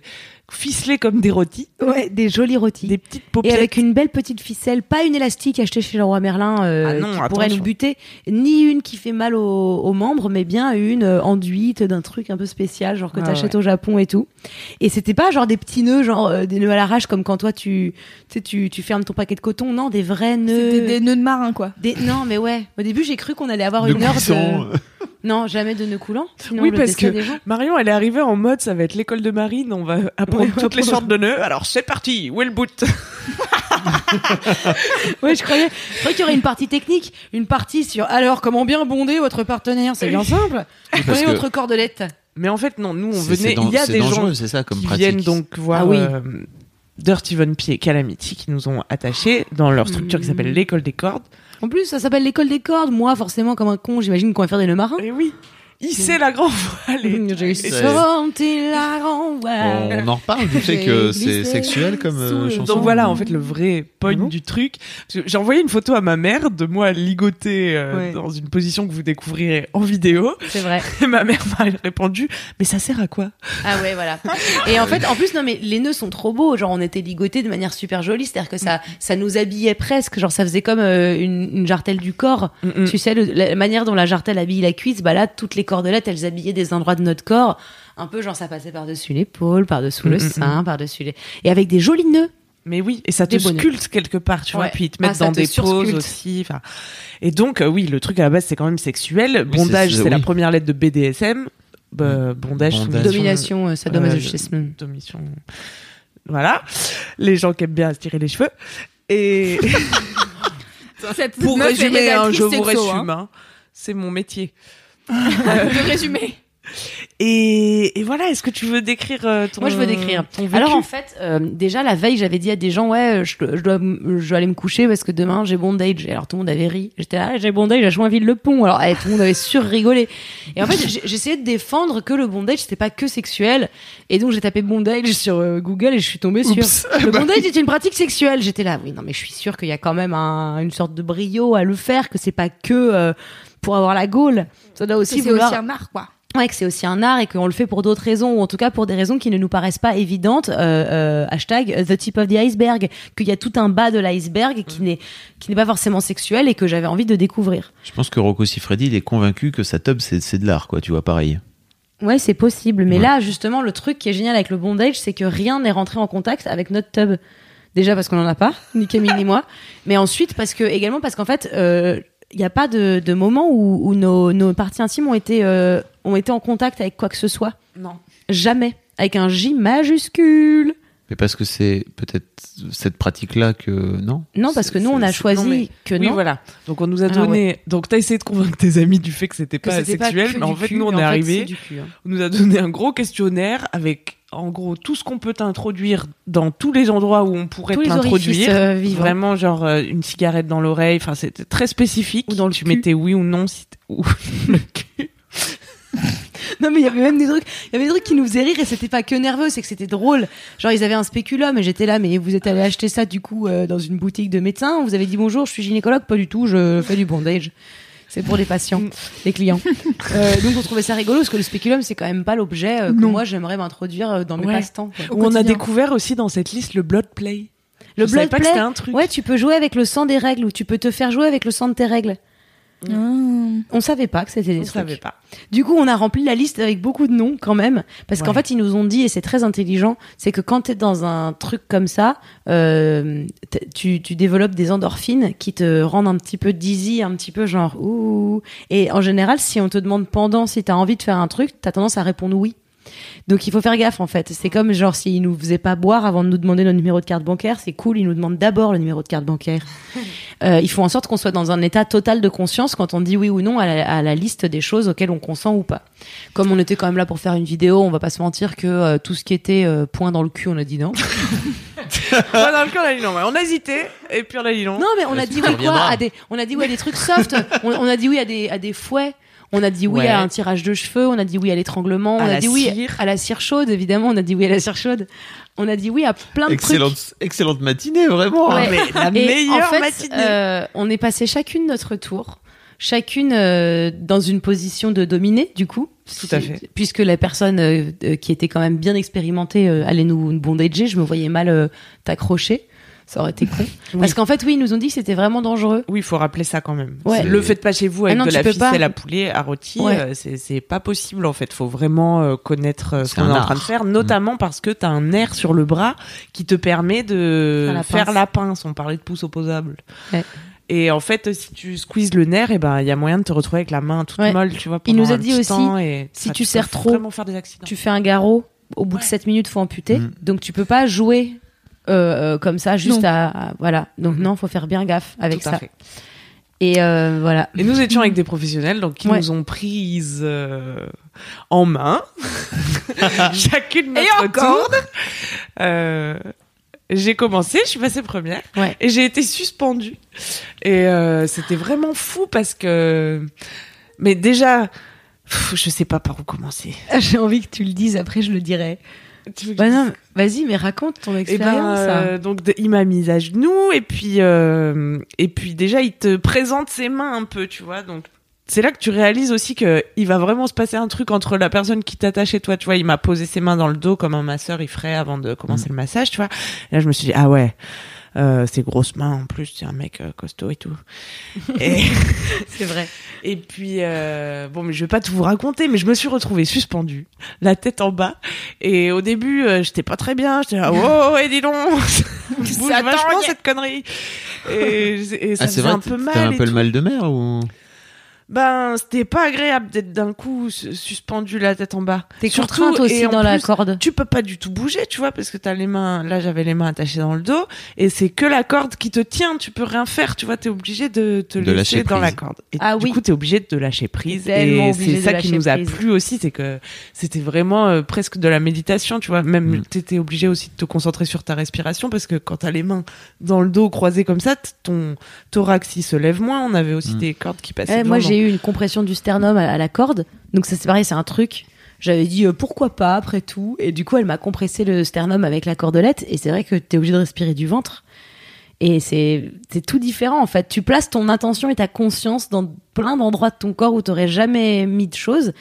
F: ficeler comme des rôtis,
D: Ouais, des jolis rôtis.
F: des petites
D: Et
F: paupières.
D: avec une belle petite ficelle, pas une élastique achetée chez le roi Merlin euh,
F: Ah non,
D: qui pourrait
F: attention.
D: nous buter, ni une qui fait mal aux, aux membres, mais bien une euh, enduite d'un truc un peu spécial, genre que
F: Ah
D: t'achètes au Japon et tout. Et c'était pas genre des petits nœuds, genre euh, des nœuds à l'arrache comme quand toi tu, tu, sais, tu tu fermes ton paquet de coton, non, des vrais nœuds.
B: c'était des nœuds de marin, quoi.
D: Des- Non, mais ouais. Au début, j'ai cru qu'on allait avoir
C: De
D: une heure
C: cuisson,
D: de. Non, jamais de nœuds coulants. Sinon,
F: Oui,
D: le
F: parce
D: destin
F: que-
D: des gens.
F: Marion, elle est arrivée en mode, ça va être l'école de marine, on va apprendre
D: Ouais, on va
F: toutes les
D: apprendre.
F: sortes de nœuds. Alors, c'est parti, où est le boot
D: Ouais, je croyais, je croyais qu'il y aurait une partie technique, une partie sur alors comment bien bonder votre partenaire, c'est bien simple.
C: Oui, parce
D: Prenez
C: que
D: votre cordelette.
F: Mais en fait, non, nous, on
C: c'est-
F: venait,
C: c'est dan-
F: il y a
C: c'est
F: des gens
C: dangereux, c'est ça comme
F: qui
C: pratique.
F: viennent donc voir
D: Ah oui.
F: euh, Dirty Von Pie et Calamity qui nous ont attachés dans leur structure qui
D: Mm.
F: s'appelle l'école des cordes.
D: En plus, ça s'appelle l'école des cordes. Moi, forcément, comme un con, j'imagine qu'on va faire des nœuds marins. Mmh,
F: Et oui, hisser la grande voile. et-
D: J'ai
F: c'est-
D: sorti la grande voile.
C: On en reparle du fait
D: J'ai
C: que c'est
D: glissé
C: sexuel comme
D: sous
C: euh,
D: le
C: chanson.
F: Donc voilà, en fait, le vrai point
D: Mm.
F: du truc. Parce que J'ai envoyé une photo à ma mère de moi ligotée euh,
D: Ouais.
F: dans une position que vous découvrirez en vidéo.
D: C'est vrai.
F: Et ma mère m'a répondu Mais ça sert à quoi
D: Ah ouais, voilà. Et en fait, en plus, non, mais les nœuds sont trop beaux. Genre, on était ligotés de manière super jolie. C'est-à-dire que ça, ça nous habillait presque. Genre, ça faisait comme euh, une, une jartelle du corps.
F: Mm.
D: Tu sais, le- la manière dont la jartelle habille la cuisse, bah là, toutes les cordelettes, elles habillaient des endroits de notre corps. Un peu, genre, ça passait par-dessus l'épaule, par-dessous le
F: Mm, mm, mm.
D: sein, par-dessus les. Et avec des jolis nœuds.
F: Mais oui, et ça te
D: Des bonnets.
F: sculpte quelque part, tu vois,
D: Ouais.
F: puis ils te
D: Ah,
F: mettent
D: ça
F: dans
D: te
F: des poses
D: sursculpte.
F: aussi. enfin. Et donc, euh, oui, le truc à la base, c'est quand même sexuel.
C: Oui,
F: bondage,
C: c'est-
F: c'est
C: c'est-
F: la
C: oui. Mm.
F: première lettre de BDSM. Bah, bondage,
C: Bondage.
F: soumission,
D: Domination, euh, sadomasochisme.
F: domination. Voilà. Les gens qui aiment bien se tirer les cheveux. Et
B: Cette
F: pour
B: meuf est
F: résumer, hein,
B: rédactrice
F: je vous
B: sexo,
F: résume,
B: hein.
F: hein. c'est mon métier.
B: De résumer.
F: Et, et voilà, est-ce que tu veux décrire euh, ton
D: Moi, je veux décrire.
F: ton vécu
D: Alors en fait, euh, déjà la veille, j'avais dit à des gens ouais, euh, je, je dois, je dois aller me coucher parce que demain j'ai bondage. Et alors tout le monde avait ri. J'étais là, Ah, j'ai bondage à Joinville-le-Pont. Alors eh, tout le monde avait surrigolé. Et en fait, j'ai- j'essayais de défendre que le bondage c'était pas que sexuel. Et donc j'ai tapé bondage sur euh, Google et je suis tombée sur le bondage est une pratique sexuelle. J'étais là, oui non mais je suis sûre qu'il y a quand même un- une sorte de brio à le faire, que c'est pas que euh, pour avoir la gaule. Ça doit aussi
B: C'est
D: vouloir
B: aussi un art, quoi.
D: ouais, que c'est aussi un art et qu'on le fait pour d'autres raisons, ou en tout cas pour des raisons qui ne nous paraissent pas évidentes. Euh, euh, hashtag the tip of the iceberg, qu'il y a tout un bas de l'iceberg qui n'est qui n'est pas forcément sexuel et que j'avais envie de découvrir.
C: Je pense que Rocco Siffredi, il est convaincu que sa tub, c'est c'est de l'art, quoi. Tu vois, pareil.
D: Ouais, c'est possible. Mais
C: Ouais.
D: là, justement, le truc qui est génial avec le bondage, c'est que rien n'est rentré en contact avec notre tub. Déjà parce qu'on n'en a pas, ni Camille ni moi. Mais ensuite, parce que, également parce qu'en fait, euh, il n'y a pas de, de moment où, où nos, nos parties intimes ont été, euh, ont été en contact avec quoi que ce soit.
F: Non.
D: Jamais. Avec un J majuscule.
C: Mais parce que c'est peut-être cette pratique-là que. Non
D: Non, parce que nous,
F: C'est-
D: on a
F: c'est-
D: choisi
F: non, mais-
D: que
F: Oui,
D: non.
F: voilà. Donc on nous a
D: Alors,
F: donné. Donc t'as essayé de convaincre tes amis du fait que c'était
D: Ah, que
F: pas
D: c'était pas
F: sexuel,
D: que
F: mais en
D: du
F: fait
D: cul,
F: nous on
D: mais en
F: est
D: fait,
F: arrivés,
D: c'est du cul, hein.
F: on nous a donné un gros questionnaire avec en gros tout ce qu'on peut t'introduire dans tous les endroits où on pourrait
D: Tous les orifices
F: t'introduire.
D: euh, vivants.
F: Vraiment genre euh, une cigarette dans l'oreille, enfin c'était très spécifique.
D: Ou dans le
F: tu
D: cul.
F: mettais oui ou non si t- ou le cul.
D: Non, mais il y avait même des trucs, il y avait des trucs qui nous faisaient rire et c'était pas que nerveux, c'est que c'était drôle. Genre, ils avaient un spéculum et j'étais là, mais vous êtes allé acheter ça du coup euh, dans une boutique de médecin, on vous avez dit bonjour, je suis gynécologue, pas du tout, je fais du bondage. C'est pour les patients, les clients. Euh, donc on trouvait ça rigolo parce que le spéculum c'est quand même pas l'objet euh, que
B: Non.
D: moi j'aimerais m'introduire euh, dans mes
F: Ouais.
D: passe-temps. quoi.
B: Au
F: Où on a
B: quotidien.
F: découvert aussi dans cette liste le blood play.
D: Le
F: Je savais
D: blood
F: pas que
D: play,
F: c'était un truc.
D: ouais, tu peux jouer avec le sang des règles ou tu peux te faire jouer avec le sang de tes règles. On savait pas que c'était des
F: Je
D: trucs.
F: savais pas.
D: Du coup, on a rempli la liste avec beaucoup de noms quand même, parce qu'en
F: Ouais.
D: fait, ils nous ont dit, et c'est très intelligent, c'est que quand t'es dans un truc comme ça, euh, t- tu, tu développes des endorphines qui te rendent un petit peu dizzy, un petit peu genre ouh. Et en général, si on te demande pendant si t'as envie de faire un truc, t'as tendance à répondre oui. Donc il faut faire gaffe en fait. C'est comme genre s'ils nous faisaient pas boire avant de nous demander notre numéro de carte bancaire, c'est cool, ils nous demandent d'abord le numéro de carte bancaire. Euh, ils font en sorte qu'on soit dans un état total de conscience quand on dit oui ou non à la, à la liste des choses auxquelles on consent ou pas. Comme on était quand même là pour faire une vidéo, on va pas se mentir que euh, tout ce qui était euh, point dans le cul, on a dit non.
F: Ouais, dans le cul, on a dit non. Ouais, On a hésité et puis on a dit non.
D: Non, mais on a dit oui quoi à des, on a dit oui à des trucs soft. on, on a dit oui à des, à des fouets. On a dit oui
F: Ouais.
D: à un tirage de cheveux. On a dit oui à l'étranglement. On
F: À
D: a
F: la
D: dit oui
F: cire.
D: à la cire chaude, évidemment. On a dit oui à la cire chaude. On a dit oui à plein de trucs.
C: excellente, excellente matinée, vraiment
D: Ouais.
F: Oh, Mais la
D: Et
F: meilleure
D: en fait,
F: matinée.
D: euh, on est passé chacune notre tour, chacune euh, dans une position de dominée, du coup.
F: Tout à fait.
D: Puisque la personne euh, euh, qui était quand même bien expérimentée euh, allait nous bondager, je me voyais mal euh, t'accrocher. Ça aurait été con. Parce qu'en fait, oui, ils nous ont dit que c'était vraiment dangereux.
F: Oui, il faut rappeler ça quand même.
D: Ouais.
F: Le faites pas chez vous avec
D: Ah non,
F: de
D: tu
F: la
D: peux
F: ficelle
D: pas.
F: à poulet, à rôti,
D: Ouais.
F: euh, c'est- c'est pas possible en fait. Faut vraiment euh, connaître euh, ce
C: C'est
F: qu'on
C: un
F: est en
C: art.
F: train de faire, notamment parce que t'as un nerf sur le bras qui te permet de
D: Faire la
F: faire
D: pince.
F: la pince. On parlait de pouce opposable.
D: Ouais.
F: Et en fait, si tu squeezes le nerf, et ben il y a moyen de te retrouver avec la main toute
D: Ouais.
F: molle, tu vois.
D: Il nous
F: pendant
D: a
F: un
D: dit
F: petit
D: aussi,
F: temps, et
D: si
F: ça
D: tu
F: peut
D: serres trop,
F: vraiment faire des accidents.
D: Tu fais un garrot, au bout de 7 minutes, faut amputer.
C: Mm.
D: Donc tu peux pas jouer euh, euh, comme ça, juste
B: Non.
D: à, à- Voilà. Donc non, faut faire bien gaffe avec
F: Tout à
D: ça.
F: fait.
D: Et euh, voilà.
F: Et nous étions avec des professionnels, donc qui
D: Ouais.
F: nous ont prises euh, en main, chacune
B: Et
F: notre
B: encore.
F: tour. Euh, j'ai commencé, je suis passée première,
D: Ouais.
F: et j'ai été suspendue. Et euh, c'était vraiment fou parce que, mais déjà, pff, je sais pas par où commencer.
D: J'ai envie que tu le dises, après je le dirai.
F: Tu veux que
D: Bah
F: je dise
D: non, vas-y, mais raconte ton
F: Et ben,
D: expérience. hein.
F: euh, donc de- il m'a mise à genoux et puis euh, et puis déjà il te présente ses mains un peu, tu vois. Donc c'est là que tu réalises aussi que il va vraiment se passer un truc entre la personne qui t'attache et toi, tu vois. Il m'a posé ses mains dans le dos comme un masseur il ferait avant de commencer le massage, tu vois. Et là je me suis dit ah ouais. Euh, c'est grosses mains en plus, c'est un mec euh, costaud et tout. et,
D: c'est vrai.
F: et puis euh, bon, mais je vais pas tout vous raconter, mais je me suis retrouvée suspendue, la tête en bas. Et au début, euh, j'étais pas très bien. J'étais là, oh, et dis donc, ça bouge
B: Ça
F: vachement
B: tangue.
F: cette connerie. Et, et ça
C: Ah, c'est
F: faisait
C: vrai,
F: un
C: t'as
F: peu mal.
C: un
F: et
C: peu le
F: tout.
C: mal de mer ou...
F: Ben, c'était pas agréable d'être d'un coup su- suspendue la tête en bas.
D: T'es
F: Surtout,
D: contrainte aussi
F: et en
D: dans la
F: plus,
D: corde.
F: tu peux pas du tout bouger, tu vois, parce que t'as les mains, là j'avais les mains attachées dans le dos, et c'est que la corde qui te tient, tu peux rien faire, tu vois, t'es obligé de te
C: De
F: laisser
C: lâcher
F: dans la
C: prise.
F: corde. Et
D: Ah
F: du
D: oui.
F: coup, t'es obligé de te lâcher prise,
D: T'es tellement
F: et
D: obligé
F: c'est
D: de
F: ça qui
D: lâcher
F: nous a
D: prise.
F: plu aussi, c'est que c'était vraiment euh, presque de la méditation, tu vois, même
C: Mm.
F: t'étais obligé aussi de te concentrer sur ta respiration, parce que quand t'as les mains dans le dos croisées comme ça, t- ton thorax il se lève moins, on avait aussi
C: Mm.
F: des cordes qui passaient.
D: Eh, moi,
F: devant,
D: j'ai eu une compression du sternum à, à la corde. Donc, ça, c'est pareil, c'est un truc. J'avais dit euh, pourquoi pas après tout. Et du coup, elle m'a compressé le sternum avec la cordelette. Et c'est vrai que t'es obligé de respirer du ventre. Et c'est c'est tout différent en fait. Tu places ton attention et ta conscience dans plein d'endroits de ton corps où t'aurais jamais mis de choses.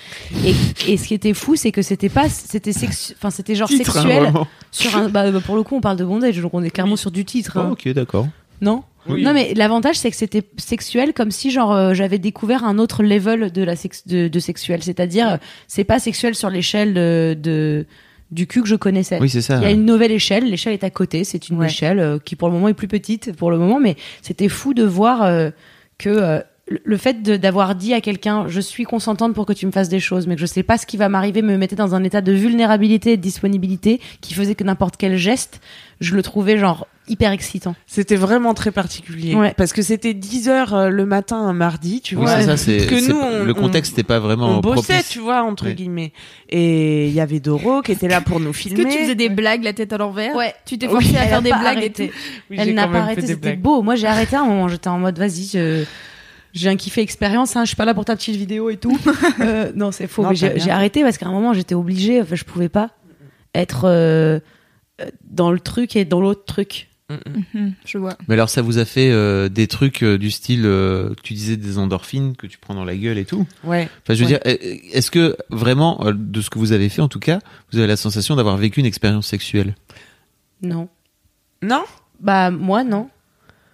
D: Et, et ce qui était fou, c'est que c'était pas, c'était sexu- enfin c'était genre
C: Titre, hein,
D: sexuel.
C: vraiment.
D: sur un, bah, bah, pour le coup, on parle de bondage, donc on est clairement sur du titre.
C: Ah,
D: hein.
C: ok, d'accord.
D: Non
C: Oui.
D: Non, mais l'avantage, c'est que c'était sexuel, comme si genre euh, j'avais découvert un autre level de la sex- de, de sexuel. C'est-à-dire, euh, c'est pas sexuel sur l'échelle de, de- du cul que je connaissais.
C: Oui, c'est ça.
D: Il y a une nouvelle échelle, l'échelle est à côté, c'est une
F: Ouais.
D: échelle euh, qui pour le moment est plus petite pour le moment, mais c'était fou de voir euh, que euh, le- le fait de- d'avoir dit à quelqu'un je suis consentante pour que tu me fasses des choses mais que je sais pas ce qui va m'arriver me mettait dans un état de vulnérabilité et de disponibilité qui faisait que n'importe quel geste je le trouvais genre hyper excitant
F: C'était vraiment très particulier.
D: Ouais.
F: Parce que c'était 10 heures euh, le matin un mardi, tu
C: Oui,
F: vois.
C: c'est ça, c'est,
F: que
C: c'est
F: nous,
C: pas-
F: on-
C: le contexte n'était pas vraiment
F: on bossait,
C: propice.
F: tu vois, entre
C: Ouais.
F: guillemets. Et il y avait Doro qui était là pour nous
B: Est-ce
F: filmer.
B: que tu faisais des blagues la tête à l'envers
D: ouais
B: Tu t'es forcé à faire des blagues et tout.
F: Oui, j'ai
D: elle
F: quand
D: n'a pas
F: même
D: arrêté
F: fait des
D: c'était
F: blagues.
D: beau moi j'ai arrêté à un moment j'étais en mode vas-y je- j'ai un kiffé expérience hein, je suis pas là pour ta petite vidéo et tout Euh, non c'est faux
F: Non,
D: mais
F: t'as
D: j'ai
F: bien
D: j'ai
F: fait.
D: arrêté parce qu'à un moment j'étais obligée enfin je pouvais pas être euh, euh, dans le truc et dans l'autre truc
B: Mhm, Je vois.
C: Mais alors, ça vous a fait euh, des trucs euh, du style, euh, que tu disais des endorphines que tu prends dans la gueule et tout.
F: Ouais.
C: Enfin, je veux dire,
F: Ouais.
C: euh, est-ce que vraiment, euh, de ce que vous avez fait en tout cas, vous avez la sensation d'avoir vécu une expérience sexuelle
D: non
F: Non
D: Bah moi non.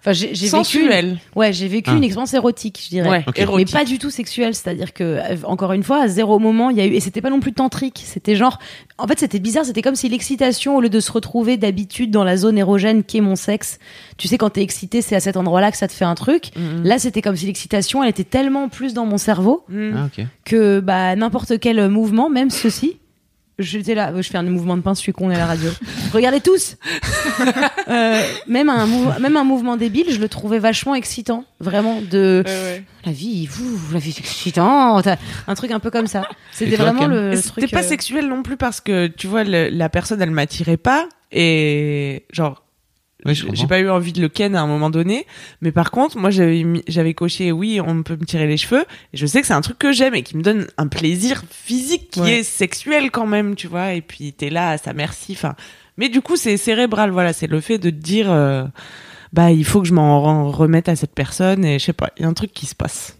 D: Enfin j'ai j'ai vécu une-
F: Sensuel.
D: ouais, j'ai vécu
C: Ah.
D: une expérience érotique, je dirais.
F: Ouais,
C: Ok.
F: érotique.
D: Mais pas du tout sexuelle, c'est-à-dire que euh, encore une fois, à zéro moment, il y a eu et c'était pas non plus tantrique, c'était genre en fait, c'était bizarre, c'était comme si l'excitation au lieu de se retrouver d'habitude dans la zone érogène qu'est mon sexe, tu sais quand t'es excité, c'est à cet endroit-là que ça te fait un truc.
F: Mhm.
D: Là, c'était comme si l'excitation, elle était tellement plus dans mon cerveau
F: Mhm.
C: Ah, ok.
D: que bah n'importe quel euh, mouvement, même ceci. J'étais là, je fais un mouvement de pince, je suis con à la radio. Regardez tous. Euh, même un mouvement, même un mouvement débile, je le trouvais vachement excitant, vraiment de Oh,
F: Ouais, ouais.
D: la vie, vous, la vie c'est excitant, un truc un peu comme ça. C'était
C: Et toi,
D: vraiment
C: Cam
D: le
F: Et
D: truc.
F: C'était pas
D: euh,
F: sexuel non plus parce que tu vois le- la personne elle m'attirait pas et genre
C: Ouais, je
F: j'ai
C: comprends.
F: pas eu envie de le ken à un moment donné mais par contre moi j'avais mis- j'avais coché oui on peut me tirer les cheveux et je sais que c'est un truc que j'aime et qui me donne un plaisir physique qui
D: Ouais.
F: est sexuel quand même tu vois et puis t'es là à sa merci enfin mais du coup c'est cérébral voilà c'est le fait de te dire euh, bah il faut que je m'en ren- remette à cette personne et je sais pas il y a un truc qui se passe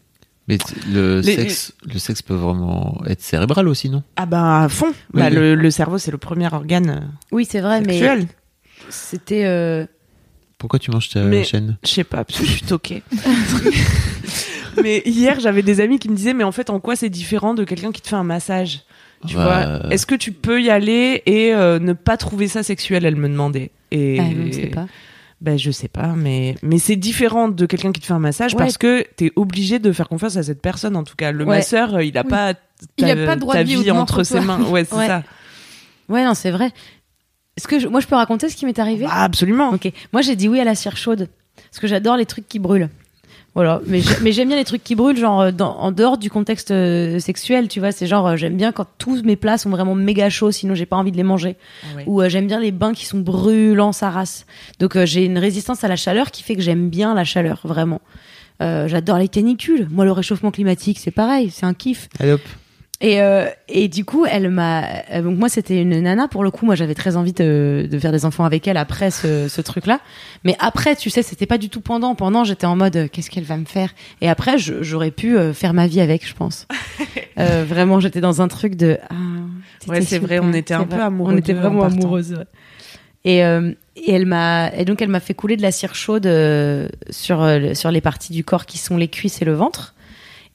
C: Mais t- le
F: Les-
C: sexe, le sexe peut vraiment être cérébral aussi, non
F: ah bah à fond bah,
C: oui.
F: Le, le cerveau c'est le premier organe
D: Oui, c'est vrai,
F: euh,
D: Ah, mais
F: sexuel
D: c'était. euh,
C: Pourquoi tu manges ta
F: Mais-
C: chaîne
F: Je sais pas, parce que je suis toquée. mais hier, j'avais des amis qui me disaient, mais en fait, en quoi c'est différent de quelqu'un qui te fait un massage Tu
C: Bah,
F: vois Est-ce que tu peux y aller et euh, ne pas trouver ça sexuel Elle me demandait. Et
D: ah, non, je sais pas.
F: Ben, je sais pas, mais, mais c'est différent de quelqu'un qui te fait un massage
D: Ouais.
F: parce que t'es obligé de faire confiance à cette personne, en tout cas. Le
D: Ouais.
F: masseur, euh, il a
B: Oui.
F: pas.
B: Il
F: ta-
B: a pas de droit
F: ta
B: de vie ou de mort
F: entre
B: pour
F: ses
B: toi.
F: mains. Ouais, c'est
D: Ouais.
F: ça.
D: Ouais, non, c'est vrai. Est-ce que je- moi je peux raconter ce qui m'est arrivé
F: Ah, absolument.
D: Ok. Moi, j'ai dit oui à la cire chaude parce que j'adore les trucs qui brûlent. Voilà, mais j'ai- mais j'aime bien les trucs qui brûlent, genre euh, dans- en dehors du contexte euh, sexuel, tu vois. C'est genre euh, j'aime bien quand tous mes plats sont vraiment méga chauds, sinon j'ai pas envie de les manger. Ou euh, j'aime bien les bains qui sont brûlants, sa race. Donc euh, j'ai une résistance à la chaleur qui fait que j'aime bien la chaleur, vraiment. Euh, j'adore les canicules. Moi, le réchauffement climatique, c'est pareil, c'est un kiff.
C: allez hop.
D: Et, euh, et du coup, elle m'a. euh, Donc moi, c'était une nana. Pour le coup, moi, j'avais très envie de, de faire des enfants avec elle après ce, ce truc-là. Mais après, tu sais, c'était pas du tout pendant. Pendant, j'étais en mode, euh, qu'est-ce qu'elle va me faire Et après, je- j'aurais pu euh, faire ma vie avec, je pense. Euh, vraiment, j'étais dans un truc de. Ah, t'étais
F: Ouais, c'est vrai,
D: super,
F: on était
D: c'est
F: un
D: vrai.
F: peu amoureux
D: On était
F: d'eux en
D: vraiment
F: partant.
D: amoureuses. ouais. Et, euh, et elle m'a. Et donc, elle m'a fait couler de la cire chaude euh, sur euh, le- sur les parties du corps qui sont les cuisses et le ventre.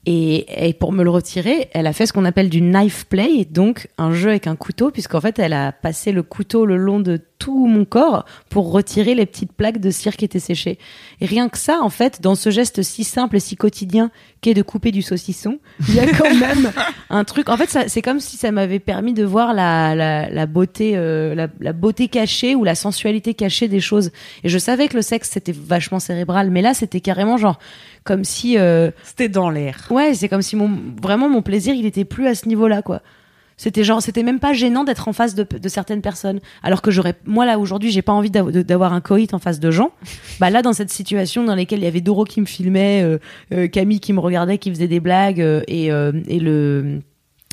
D: Et, et pour me le retirer, elle a fait ce qu'on appelle du knife play, donc un jeu avec un couteau, puisqu'en fait, elle a passé le couteau le long de tout mon corps pour retirer les petites plaques de cire qui étaient séchées. Et rien que ça, en fait, dans ce geste si simple et si quotidien qu'est de couper du saucisson, il y a quand même un truc. En fait, ça- c'est comme si ça m'avait permis de voir la, la, la beauté, euh, la, la beauté cachée ou la sensualité cachée des choses. Et je savais que le sexe, c'était vachement cérébral, mais là, c'était carrément genre comme si... euh,
F: C'était dans l'air.
D: Ouais, c'est comme si mon vraiment mon plaisir, il était plus à ce niveau-là quoi. C'était genre c'était même pas gênant d'être en face de, de certaines personnes alors que j'aurais moi là aujourd'hui, j'ai pas envie d'av- de- d'avoir un coït en face de gens. Bah là dans cette situation dans laquelle il y avait Doro qui me filmait, euh, euh, Camille qui me regardait, qui faisait des blagues euh, et euh, et le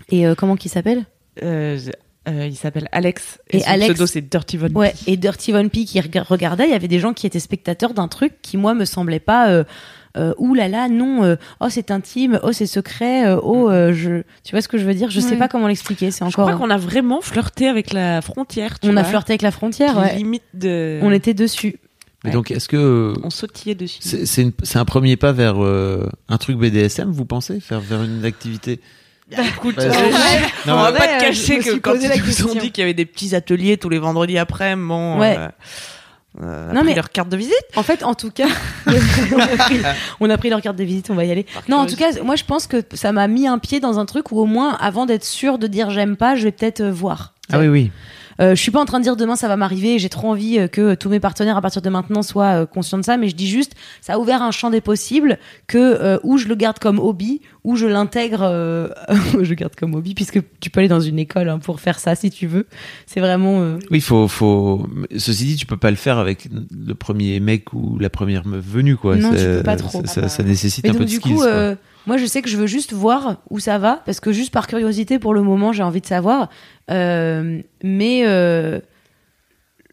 D: et euh, comment qui s'appelle
F: Euh, euh, il s'appelle Alex.
D: Et
F: son
D: Alex-
F: pseudo, c'est Dirty Von
D: Ouais, et Dirty Von P qui rega- regardait, il y avait des gens qui étaient spectateurs d'un truc qui, moi, me semblait pas. Euh, euh, Ouh là là, non, euh, oh c'est intime, oh c'est secret, euh, oh euh, je. Tu vois ce que je veux dire Je sais
B: Ouais.
D: pas comment l'expliquer, c'est
F: Mm. Je
D: encore. hein.
F: crois qu'on a vraiment flirté avec la frontière. tu
D: on a
F: vois,
D: flirté avec la
F: qui euh,
D: frontière, ouais.
F: Limite de.
D: On était dessus.
C: Mais donc, est-ce que
F: On sautillait dessus.
C: c'est, c'est une- c'est un premier pas vers euh, un truc BDSM, vous pensez Faire vers une activité
F: Écoute,
C: Bah,
F: euh,
C: c'est-
F: on va
G: vrai,
F: pas
G: euh,
F: te
G: je
F: cacher
G: me
F: que
G: suis
F: quand
G: posé la
F: ils nous ont
G: question.
F: dit qu'il y avait des petits ateliers tous les vendredis après, bon,
D: Ouais.
F: euh, euh,
D: Non,
F: pris
D: mais-
F: leur carte de visite.
D: En fait, en tout cas, on, a pris, on a pris leur carte de visite, on va y aller. Non, en tout cas, moi je pense que ça m'a mis un pied dans un truc où au moins, avant d'être sûr de dire j'aime pas, je vais peut-être euh, voir.
C: Ah oui, oui.
D: Euh, je suis pas en train de dire demain ça va m'arriver et j'ai trop envie euh, que tous mes partenaires à partir de maintenant soient euh, conscients de ça, mais je dis juste ça a ouvert un champ des possibles que euh, ou je le garde comme hobby ou je l'intègre, euh, je le garde comme hobby puisque tu peux aller dans une école hein, pour faire ça si tu veux. C'est vraiment euh,
C: Oui, faut, faut. Ceci dit, tu peux pas le faire avec le premier mec ou la première meuf venue, quoi.
D: Non,
C: Ça-
D: tu peux pas trop.
C: Ça, ça- ça nécessite
D: Mais
C: un peu
D: donc
C: de
D: du
C: skills.
D: coup,
C: quoi.
D: euh, moi je sais que je veux juste voir où ça va, parce que juste par curiosité pour le moment j'ai envie de savoir. Euh, mais euh,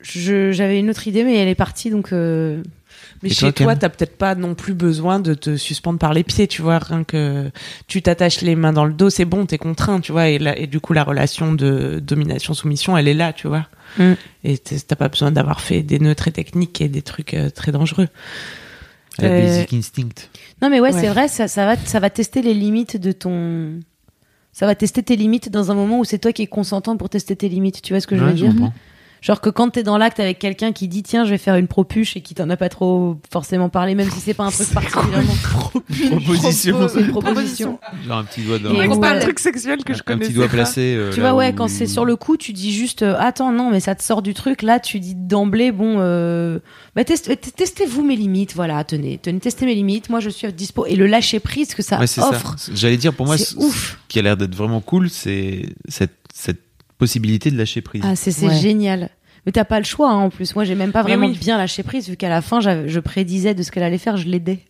D: je- j'avais une autre idée, mais elle est partie, donc euh,
F: Mais
C: Et
F: chez
C: toi, Cam
F: toi, t'as peut-être pas non plus besoin de te suspendre par les pieds, tu vois, rien que tu t'attaches les mains dans le dos, c'est bon, t'es contraint, tu vois, et, là, et du coup, la relation de domination-soumission, elle est là, tu vois.
D: Mm.
F: Et t'es- t'as pas besoin d'avoir fait des nœuds très techniques et des trucs euh, très dangereux.
C: La
F: euh,
C: basic instinct.
D: non mais ouais,
F: Ouais.
D: c'est vrai, ça, ça va, ça va tester les limites de ton, ça va tester tes limites dans un moment où c'est toi qui es consentant pour tester tes limites. Tu vois ce que je veux
C: Ouais,
D: dire
C: comprends.
D: Genre que quand t'es dans l'acte avec quelqu'un qui dit tiens je vais faire une propuche et qui t'en a pas trop forcément parlé, même si c'est pas un truc particulièrement
C: Proposition.
D: c'est une proposition.
C: Genre un petit doigt dans.
D: Et
C: un,
D: qu'on parle de trucs
F: sexuel que
C: petit doigt placé. euh,
D: Tu
C: là
D: vois, ouais,
C: où-
D: quand c'est sur le coup, tu dis juste euh, attends, non, mais ça te sort du truc. Là, tu dis d'emblée, bon, euh, bah, test- t- testez-vous mes limites. Voilà, tenez, tenez, testez mes limites. Moi, je suis à dispo. Et le lâcher prise que ça
C: Ouais, c'est ça.
D: offre,
C: J'allais dire pour moi,
D: c'est
C: ce-
D: ouf.
C: ce qui a l'air d'être vraiment cool, c'est cette, cette possibilité de lâcher prise.
D: Ah, c'est c'est
F: Ouais.
D: génial. Mais t'as pas le choix hein, en plus. Moi, j'ai même pas
F: Mais
D: vraiment
F: oui.
D: bien lâché prise vu qu'à la fin, j'avais- je prédisais de ce qu'elle allait faire, je l'aidais.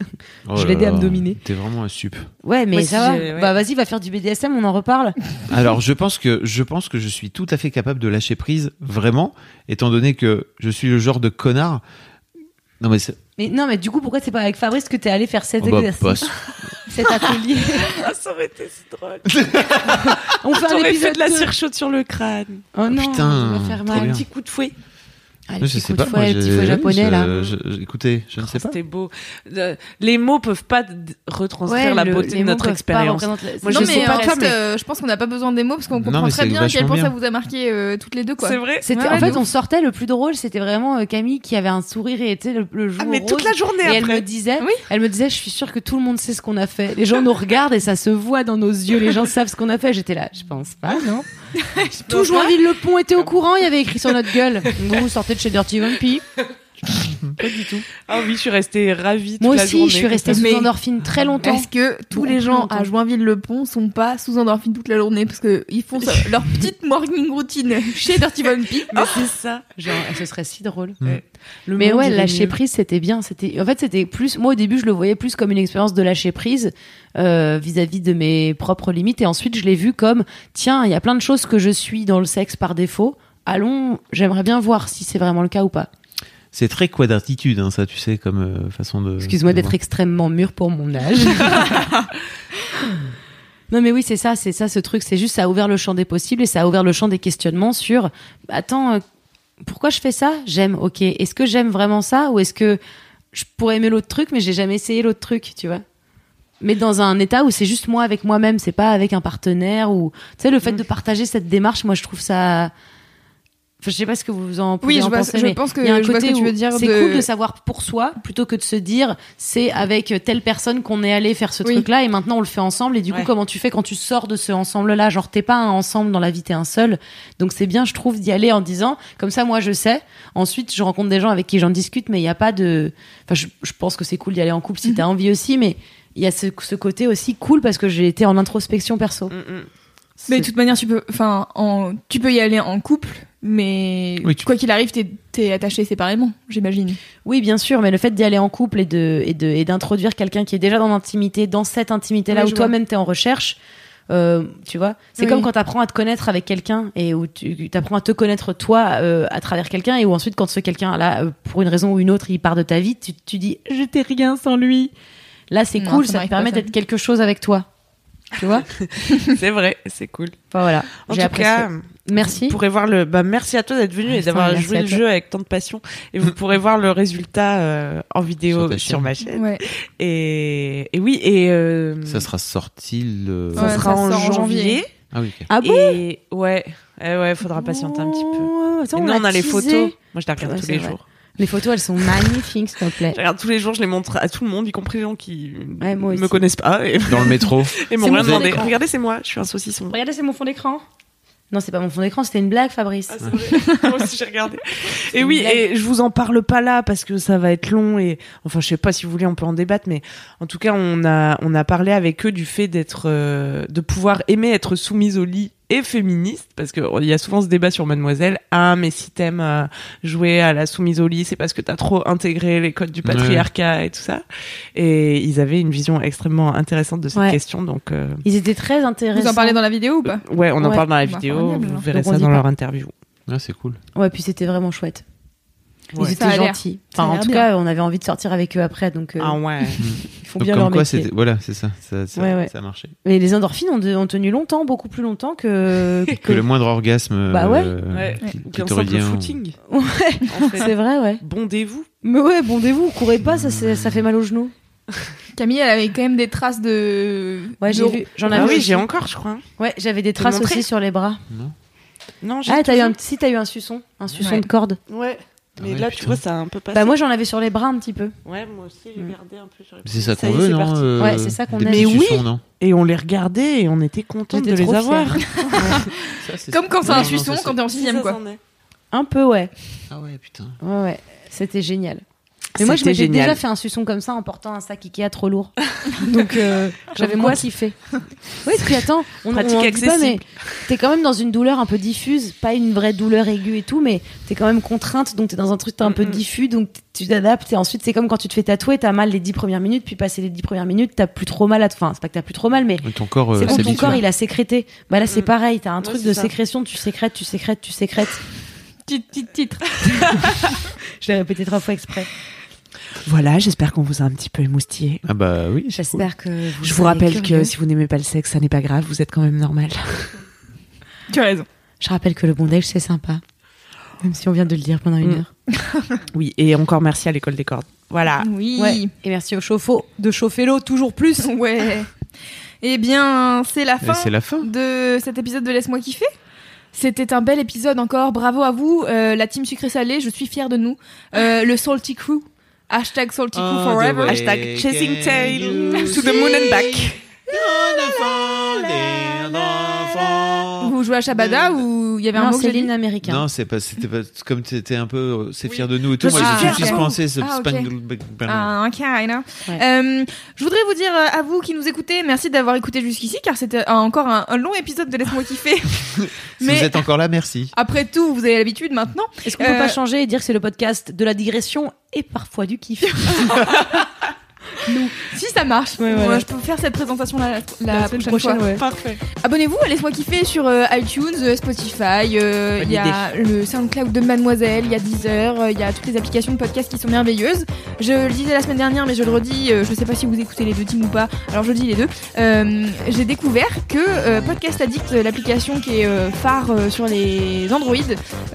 C: Oh
D: je
C: là
D: l'ai aidé à
C: là,
D: me dominer.
C: T'es vraiment un sup.
D: Ouais, mais
F: Ouais,
D: ça
F: si,
D: va.
F: j'ai- ouais.
D: Bah vas-y, va faire du BDSM, on en reparle.
C: Alors, je pense que je pense que je suis tout à fait capable de lâcher prise, vraiment, étant donné que je suis le genre de connard. Non mais c'est
D: Mais non, mais du coup, pourquoi c'est pas avec Fabrice que t'es allé faire cet
C: oh, bah,
D: exercice,
C: passe.
D: cet atelier
F: ça aurait été si drôle.
D: On fait un
F: T'aurais fait
D: épisode
F: de la
D: deux.
F: cire chaude sur le crâne.
D: Oh non,
C: Putain,
D: je vais faire
C: trop
D: mal.
C: bien.
F: Petit coup de fouet.
D: Ah,
C: Je
D: le petit
C: sais
D: coup
C: pas.
D: de
C: moi,
D: fouet, le petit
C: j'ai-
D: fouet japonais
C: je-
D: là.
C: je- je- écoutez, je ne sais pas.
F: C'était beau. Euh, les mots peuvent pas d- retranscrire
D: Ouais,
F: la
D: le-
F: beauté
D: les
F: de
D: mots
F: notre
D: peuvent pas
F: expérience.
D: représenter-
F: Moi,
B: non,
F: je
B: mais
F: sais pas,
B: en
F: toi,
B: fait,
F: mais-
B: euh, je pense qu'on n'a pas besoin des mots parce qu'on
C: Non,
B: comprend
C: mais
B: très
C: c'est
B: bien à quel
C: vachement
B: point
C: bien.
B: ça vous a marqué euh, toutes les deux. quoi.
F: C'est vrai.
D: C'était-
B: Ouais,
D: en fait,
B: de
D: on sortait, le plus drôle, c'était vraiment euh, Camille qui avait un sourire et était le, le jour
F: Ah, mais toute la journée
D: et elle
F: après.
D: me disait,
B: Oui.
D: elle me disait, je suis sûre que tout le monde sait ce qu'on a fait. Les gens nous regardent et ça se voit dans nos yeux. Les gens savent ce qu'on a fait. J'étais là, je pense pas, non. Tout Joinville Le Pont était au courant. Il y avait écrit sur notre gueule. Vous vous sortez de chez Dirty Vampy. pas du tout.
F: Ah oui, je suis restée ravie.
D: Moi
F: toute la
D: aussi,
F: journée.
D: je suis restée sous
B: Mais-
D: endorphine très longtemps.
B: Est-ce que tous
D: Bon,
B: les gens
D: longtemps.
B: à Joinville-le-Pont sont pas sous endorphine toute la journée parce que ils font ça- leur petite morning routine chez Dirty Bumpy
F: Mais c'est ça.
D: Genre, ce serait si drôle.
C: Mm.
F: Le
D: Mais
F: monde
D: ouais,
F: irait
D: lâcher
F: mieux.
D: prise, c'était bien. C'était, en fait, c'était plus. Moi, au début, je le voyais plus comme une expérience de lâcher prise euh, vis-à-vis de mes propres limites. Et ensuite, je l'ai vu comme tiens, il y a plein de choses que je suis dans le sexe par défaut. Allons, j'aimerais bien voir si c'est vraiment le cas ou pas.
C: C'est très quadratitude, hein, ça, tu sais, comme euh, façon de.
D: Excuse-moi
C: de
D: d'être extrêmement mûr pour mon âge. Non mais oui c'est ça c'est ça ce truc c'est juste ça a ouvert le champ des possibles et ça a ouvert le champ des questionnements sur attends euh, pourquoi je fais ça j'aime ok est-ce que j'aime vraiment ça ou est-ce que je pourrais aimer l'autre truc mais j'ai jamais essayé l'autre truc tu vois mais dans un état où c'est juste moi avec moi-même c'est pas avec un partenaire ou tu sais le fait de partager cette démarche moi je trouve ça Enfin, je sais pas ce que vous en pouvez
B: Oui, je
D: en
B: vois-
D: penser,
B: je
D: mais
B: pense que-
D: il y a un
B: je vois ce
D: côté
B: que tu
D: où
B: veux dire
D: C'est
B: de-
D: cool de savoir pour soi plutôt que de se dire c'est avec telle personne qu'on est allé faire ce
B: Oui.
D: truc-là et maintenant on le fait ensemble. Et du coup,
F: Ouais.
D: comment tu fais quand tu sors de ce ensemble-là Genre, t'es pas un ensemble dans la vie, t'es un seul. Donc c'est bien, je trouve, d'y aller en disant comme ça, moi je sais. Ensuite, je rencontre des gens avec qui j'en discute, mais il n'y a pas de. Enfin, je, je pense que c'est cool d'y aller en couple
B: Mhm.
D: si t'as envie aussi, mais il y a ce, ce côté aussi cool parce que j'ai été en introspection perso.
F: Mm, mm.
B: Mais de toute manière, tu peux, enfin, en- tu peux y aller en couple, mais
C: Oui, tu-
B: quoi qu'il arrive, t'es, t'es attaché séparément, j'imagine.
D: Oui, bien sûr, mais le fait d'y aller en couple et de et de et d'introduire quelqu'un qui est déjà dans l'intimité, dans cette intimité là
B: Oui,
D: où
B: je
D: toi-même t'es en recherche, euh, tu vois, c'est
B: Oui.
D: comme quand t'apprends à te connaître avec quelqu'un et où tu t'apprends à te connaître toi euh, à travers quelqu'un et où ensuite quand ce quelqu'un là euh, pour une raison ou une autre il part de ta vie, tu tu dis j'étais rien sans lui. Là, c'est
B: Non,
D: cool,
B: ça
D: ça te
B: m'arrive pas,
D: permet
B: ça.
D: d'être quelque chose avec toi. Tu vois
F: C'est vrai, c'est cool.
D: Enfin voilà,
F: En
D: j'ai
F: tout
D: apprécié.
F: cas,
D: Merci.
F: vous pourrez voir le. Bah, merci à toi d'être venu
D: Ah,
F: et
D: putain,
F: d'avoir
D: merci
F: joué
D: à
F: le
D: toi.
F: jeu avec tant de passion. Et vous pourrez voir le résultat euh, en vidéo
C: Sur
F: sur,
C: ta chaîne.
F: ma chaîne.
B: Ouais.
F: Et, et oui, et euh,
C: Ça sera sorti le.
F: ça
B: Ouais,
F: sera
B: ça
F: en,
B: sort en
F: janvier.
B: janvier.
C: Ah oui, ok.
D: Ah bon
F: et ouais, eh ouais, faudra patienter un petit peu.
D: Oh, attends,
F: Et
D: on
F: nous,
D: l'a
F: on a les
D: teasé.
F: photos. Moi, je les regarde
D: Ouais,
F: tous
D: c'est
F: les
D: vrai.
F: jours.
D: Les photos, elles sont magnifiques, s'il te plaît.
F: Je regarde tous les jours, je les montre à tout le monde, y compris les gens qui
D: Ouais, moi
F: me
D: aussi.
F: connaissent pas et,
C: Dans le métro.
F: et
D: C'est
F: m'ont rien
D: mon fond
F: demandé.
D: d'écran.
F: Regardez, c'est moi, je suis un saucisson.
D: Regardez, c'est mon fond d'écran. Non, c'est pas mon fond d'écran, c'était une blague, Fabrice.
F: Ah, c'est vrai. Moi aussi j'ai regardé. Et
D: une
F: oui,
D: blague.
F: et je vous en parle pas là parce que ça va être long et enfin je sais pas si vous voulez on peut en débattre mais en tout cas on a on a parlé avec eux du fait d'être euh, de pouvoir aimer être soumise au lit et féministe parce que oh, il y a souvent ce débat sur Mademoiselle ah mais si t'aimes euh, jouer à la soumise au lit c'est parce que t'as trop intégré les codes du
C: Ouais.
F: patriarcat et tout ça et ils avaient une vision extrêmement intéressante de cette
D: Ouais.
F: question donc euh,
D: Ils étaient très intéressants.
B: Vous en parlez dans la vidéo ou pas
F: ouais hein. on en
D: Ouais.
F: parle dans la
B: Bah,
F: vidéo
B: formidable,
F: vous
B: alors.
F: verrez
D: Donc, on
F: ça
D: dit
F: dans
D: pas.
F: leur interview
C: Ah, c'est cool.
D: Ouais, puis c'était vraiment chouette.
F: Ouais.
D: Ils
B: Ça
D: étaient
B: a l'air.
D: gentils.
B: Ça a
D: Enfin, en
B: l'air
D: tout
B: bien.
D: cas, on avait envie de sortir avec eux après, donc euh,
F: ah ouais
D: ils font
C: Donc,
D: bien
C: comme
D: leur
C: quoi,
D: métier.
C: c'était. Voilà, c'est ça. Ça, ça,
D: Ouais, ouais.
C: ça a marché.
D: Mais les endorphines ont, de- ont tenu longtemps, beaucoup plus longtemps que.
C: Que le moindre orgasme.
D: Bah ouais.
C: euh,
F: Ouais.
C: qui- qui
F: Ou qu'un
C: t'aurait
F: simple
C: dit un-
F: footing.
D: Ouais.
F: En fait.
D: C'est vrai, ouais.
F: Bondez-vous.
D: Mais ouais, bondez-vous, courez pas, ça, c'est- ça fait mal aux genoux.
B: Camille, elle avait quand même des traces de.
D: Ouais, j'ai
B: de-
D: vu. J'en
F: Ah
D: avais
F: oui,
D: aussi.
F: j'ai encore, je crois.
D: Ouais, j'avais des
F: Te
D: traces
F: montrer.
D: aussi sur les bras.
F: Non, j'ai.
D: Ah, t'as eu un, si t'as eu un suçon, un suçon
B: Ouais.
D: de corde.
F: Ah Ouais. Ah, Mais
C: Ouais,
F: là, tu
C: putain.
F: vois, ça a un peu passé.
D: Bah moi, j'en avais sur les bras un petit peu.
F: Ouais, moi aussi, j'ai regardé un peu sur les
C: C'est ça
F: Ça
C: qu'on
F: y est,
C: veut,
F: c'est
C: non
F: parti.
C: euh,
D: Ouais, c'est ça qu'on
C: des
D: aime.
C: petits
F: Mais oui.
C: suçons, non
F: Et on les regardait et on était contents de
D: J'étais
F: les
D: trop
F: avoir.
D: fière.
B: Comme quand c'est un
C: Non, non,
B: suçon,
C: ça, c'est-
B: quand t'es en sixième, quoi.
D: Un peu, ouais.
C: Ah ouais, putain.
D: Ouais, ouais. C'était génial. Mais moi, je m'étais
F: génial.
D: déjà fait un suçon comme ça en portant un sac Ikea trop lourd. Donc, euh, j'avais
F: Comme
D: moins
F: quoi.
D: kiffé. Oui, puis attends, on, on en
F: Pratique
D: dit pas,
F: accessible.
D: mais t'es quand même dans une douleur un peu diffuse, pas une vraie douleur aiguë et tout, mais t'es quand même contrainte, donc t'es dans un truc un peu
F: Mm, mm.
D: diffus, donc t- tu t'adaptes, et ensuite, c'est comme quand tu te fais tatouer, t'as mal les dix premières minutes, puis passé les dix premières minutes, t'as plus trop mal à... Enfin, c'est pas que t'as plus trop mal, mais
C: Et Ton corps euh,
D: c'est quand ton
C: s'habitue.
D: corps, il a sécrété. Bah là, c'est
F: Mm.
D: pareil, t'as un truc
F: c'est
D: de
F: ça.
D: sécrétion, tu sécrètes, tu sécrètes, tu sécrètes.
B: Petit petit titre.
D: Je l'ai répété trois fois exprès.
F: Voilà, j'espère qu'on vous a un petit peu émoustillé.
C: Ah bah oui. c'est cool.
D: J'espère que vous
F: Je vous
D: serez
F: rappelle que
D: curieux.
F: si vous n'aimez pas le sexe, ça n'est pas grave, vous êtes quand même normal.
B: Tu as raison.
D: Je rappelle que le bondage, c'est sympa. Même si on vient de le dire pendant une
F: Mm.
D: heure.
F: Oui, et encore merci à l'école des cordes.
C: Ah.
F: Voilà.
B: Oui.
D: Ouais. Et merci au chauffe-eau de chauffer l'eau toujours plus.
B: Ouais. Eh bien, c'est la
C: Et
B: fin
C: C'est la fin.
B: de cet épisode de Laisse-moi kiffer. C'était un bel épisode encore. Bravo à vous, euh, la team sucré-salé. Je suis fière de nous. Euh, le Salty Crew. Hashtag Salty Crew
C: Oh,
B: forever.
F: Hashtag chasing tail to the moon and back.
B: Vous jouez à Shabada ou il y avait un
D: Non,
B: mot que
D: c'est
B: j'ai
D: l'hymne
B: dit
D: américain.
C: Non, c'est pas, c'était pas, comme t'étais un peu, euh, c'est fier de nous et tout.
F: Je
C: Moi,
F: suis
C: j'ai tout de
B: fière
C: suite
B: de
C: pensé, ce
B: Ah, ok.
C: Spandle Back- Bernard.
B: Ah, ok, I know.
D: Ouais.
B: Euh, je voudrais vous dire euh, à vous qui nous écoutez, merci d'avoir écouté jusqu'ici car c'était un- encore un, un long épisode de Laisse-moi kiffer.
C: Si vous êtes encore là, merci.
B: Après tout, vous avez l'habitude maintenant.
D: Est-ce qu'on peut
B: Euh,
D: pas changer et dire que c'est le podcast de la digression et parfois du kiff
B: Si ça marche,
D: Ouais, voilà.
B: moi, je peux faire cette présentation la, la prochaine, fois.
F: Parfait.
B: Abonnez-vous à Laisse-moi kiffer sur euh, iTunes, euh, Spotify, euh,
F: Bonne
B: il y a le SoundCloud de Mademoiselle, il y a Deezer, euh, il y a toutes les applications de podcast qui sont merveilleuses. Je le disais la semaine dernière, mais je le redis, euh, je sais pas si vous écoutez les deux teams ou pas, alors je dis les deux. Euh, J'ai découvert que euh, Podcast Addict, euh, l'application qui est euh, phare euh, sur les Android,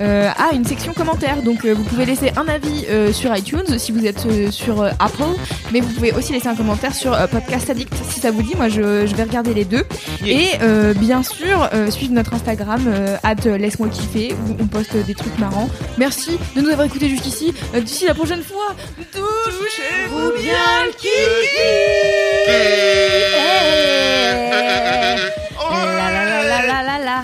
B: euh, a une section commentaires. Donc euh, vous pouvez laisser un avis euh, sur iTunes si vous êtes euh, sur euh, Apple, mais vous pouvez aussi laisser un commentaire sur euh, Podcast Addict si ça vous dit. Moi, je, je vais regarder les deux. Et euh, bien sûr, euh, suivre notre Instagram, euh, at, euh, laisse-moi kiffer, où on poste euh, des trucs marrants. Merci de nous avoir écoutés jusqu'ici. Euh, D'ici la prochaine fois, touchez-vous bien le kiki
D: La la la la la la la.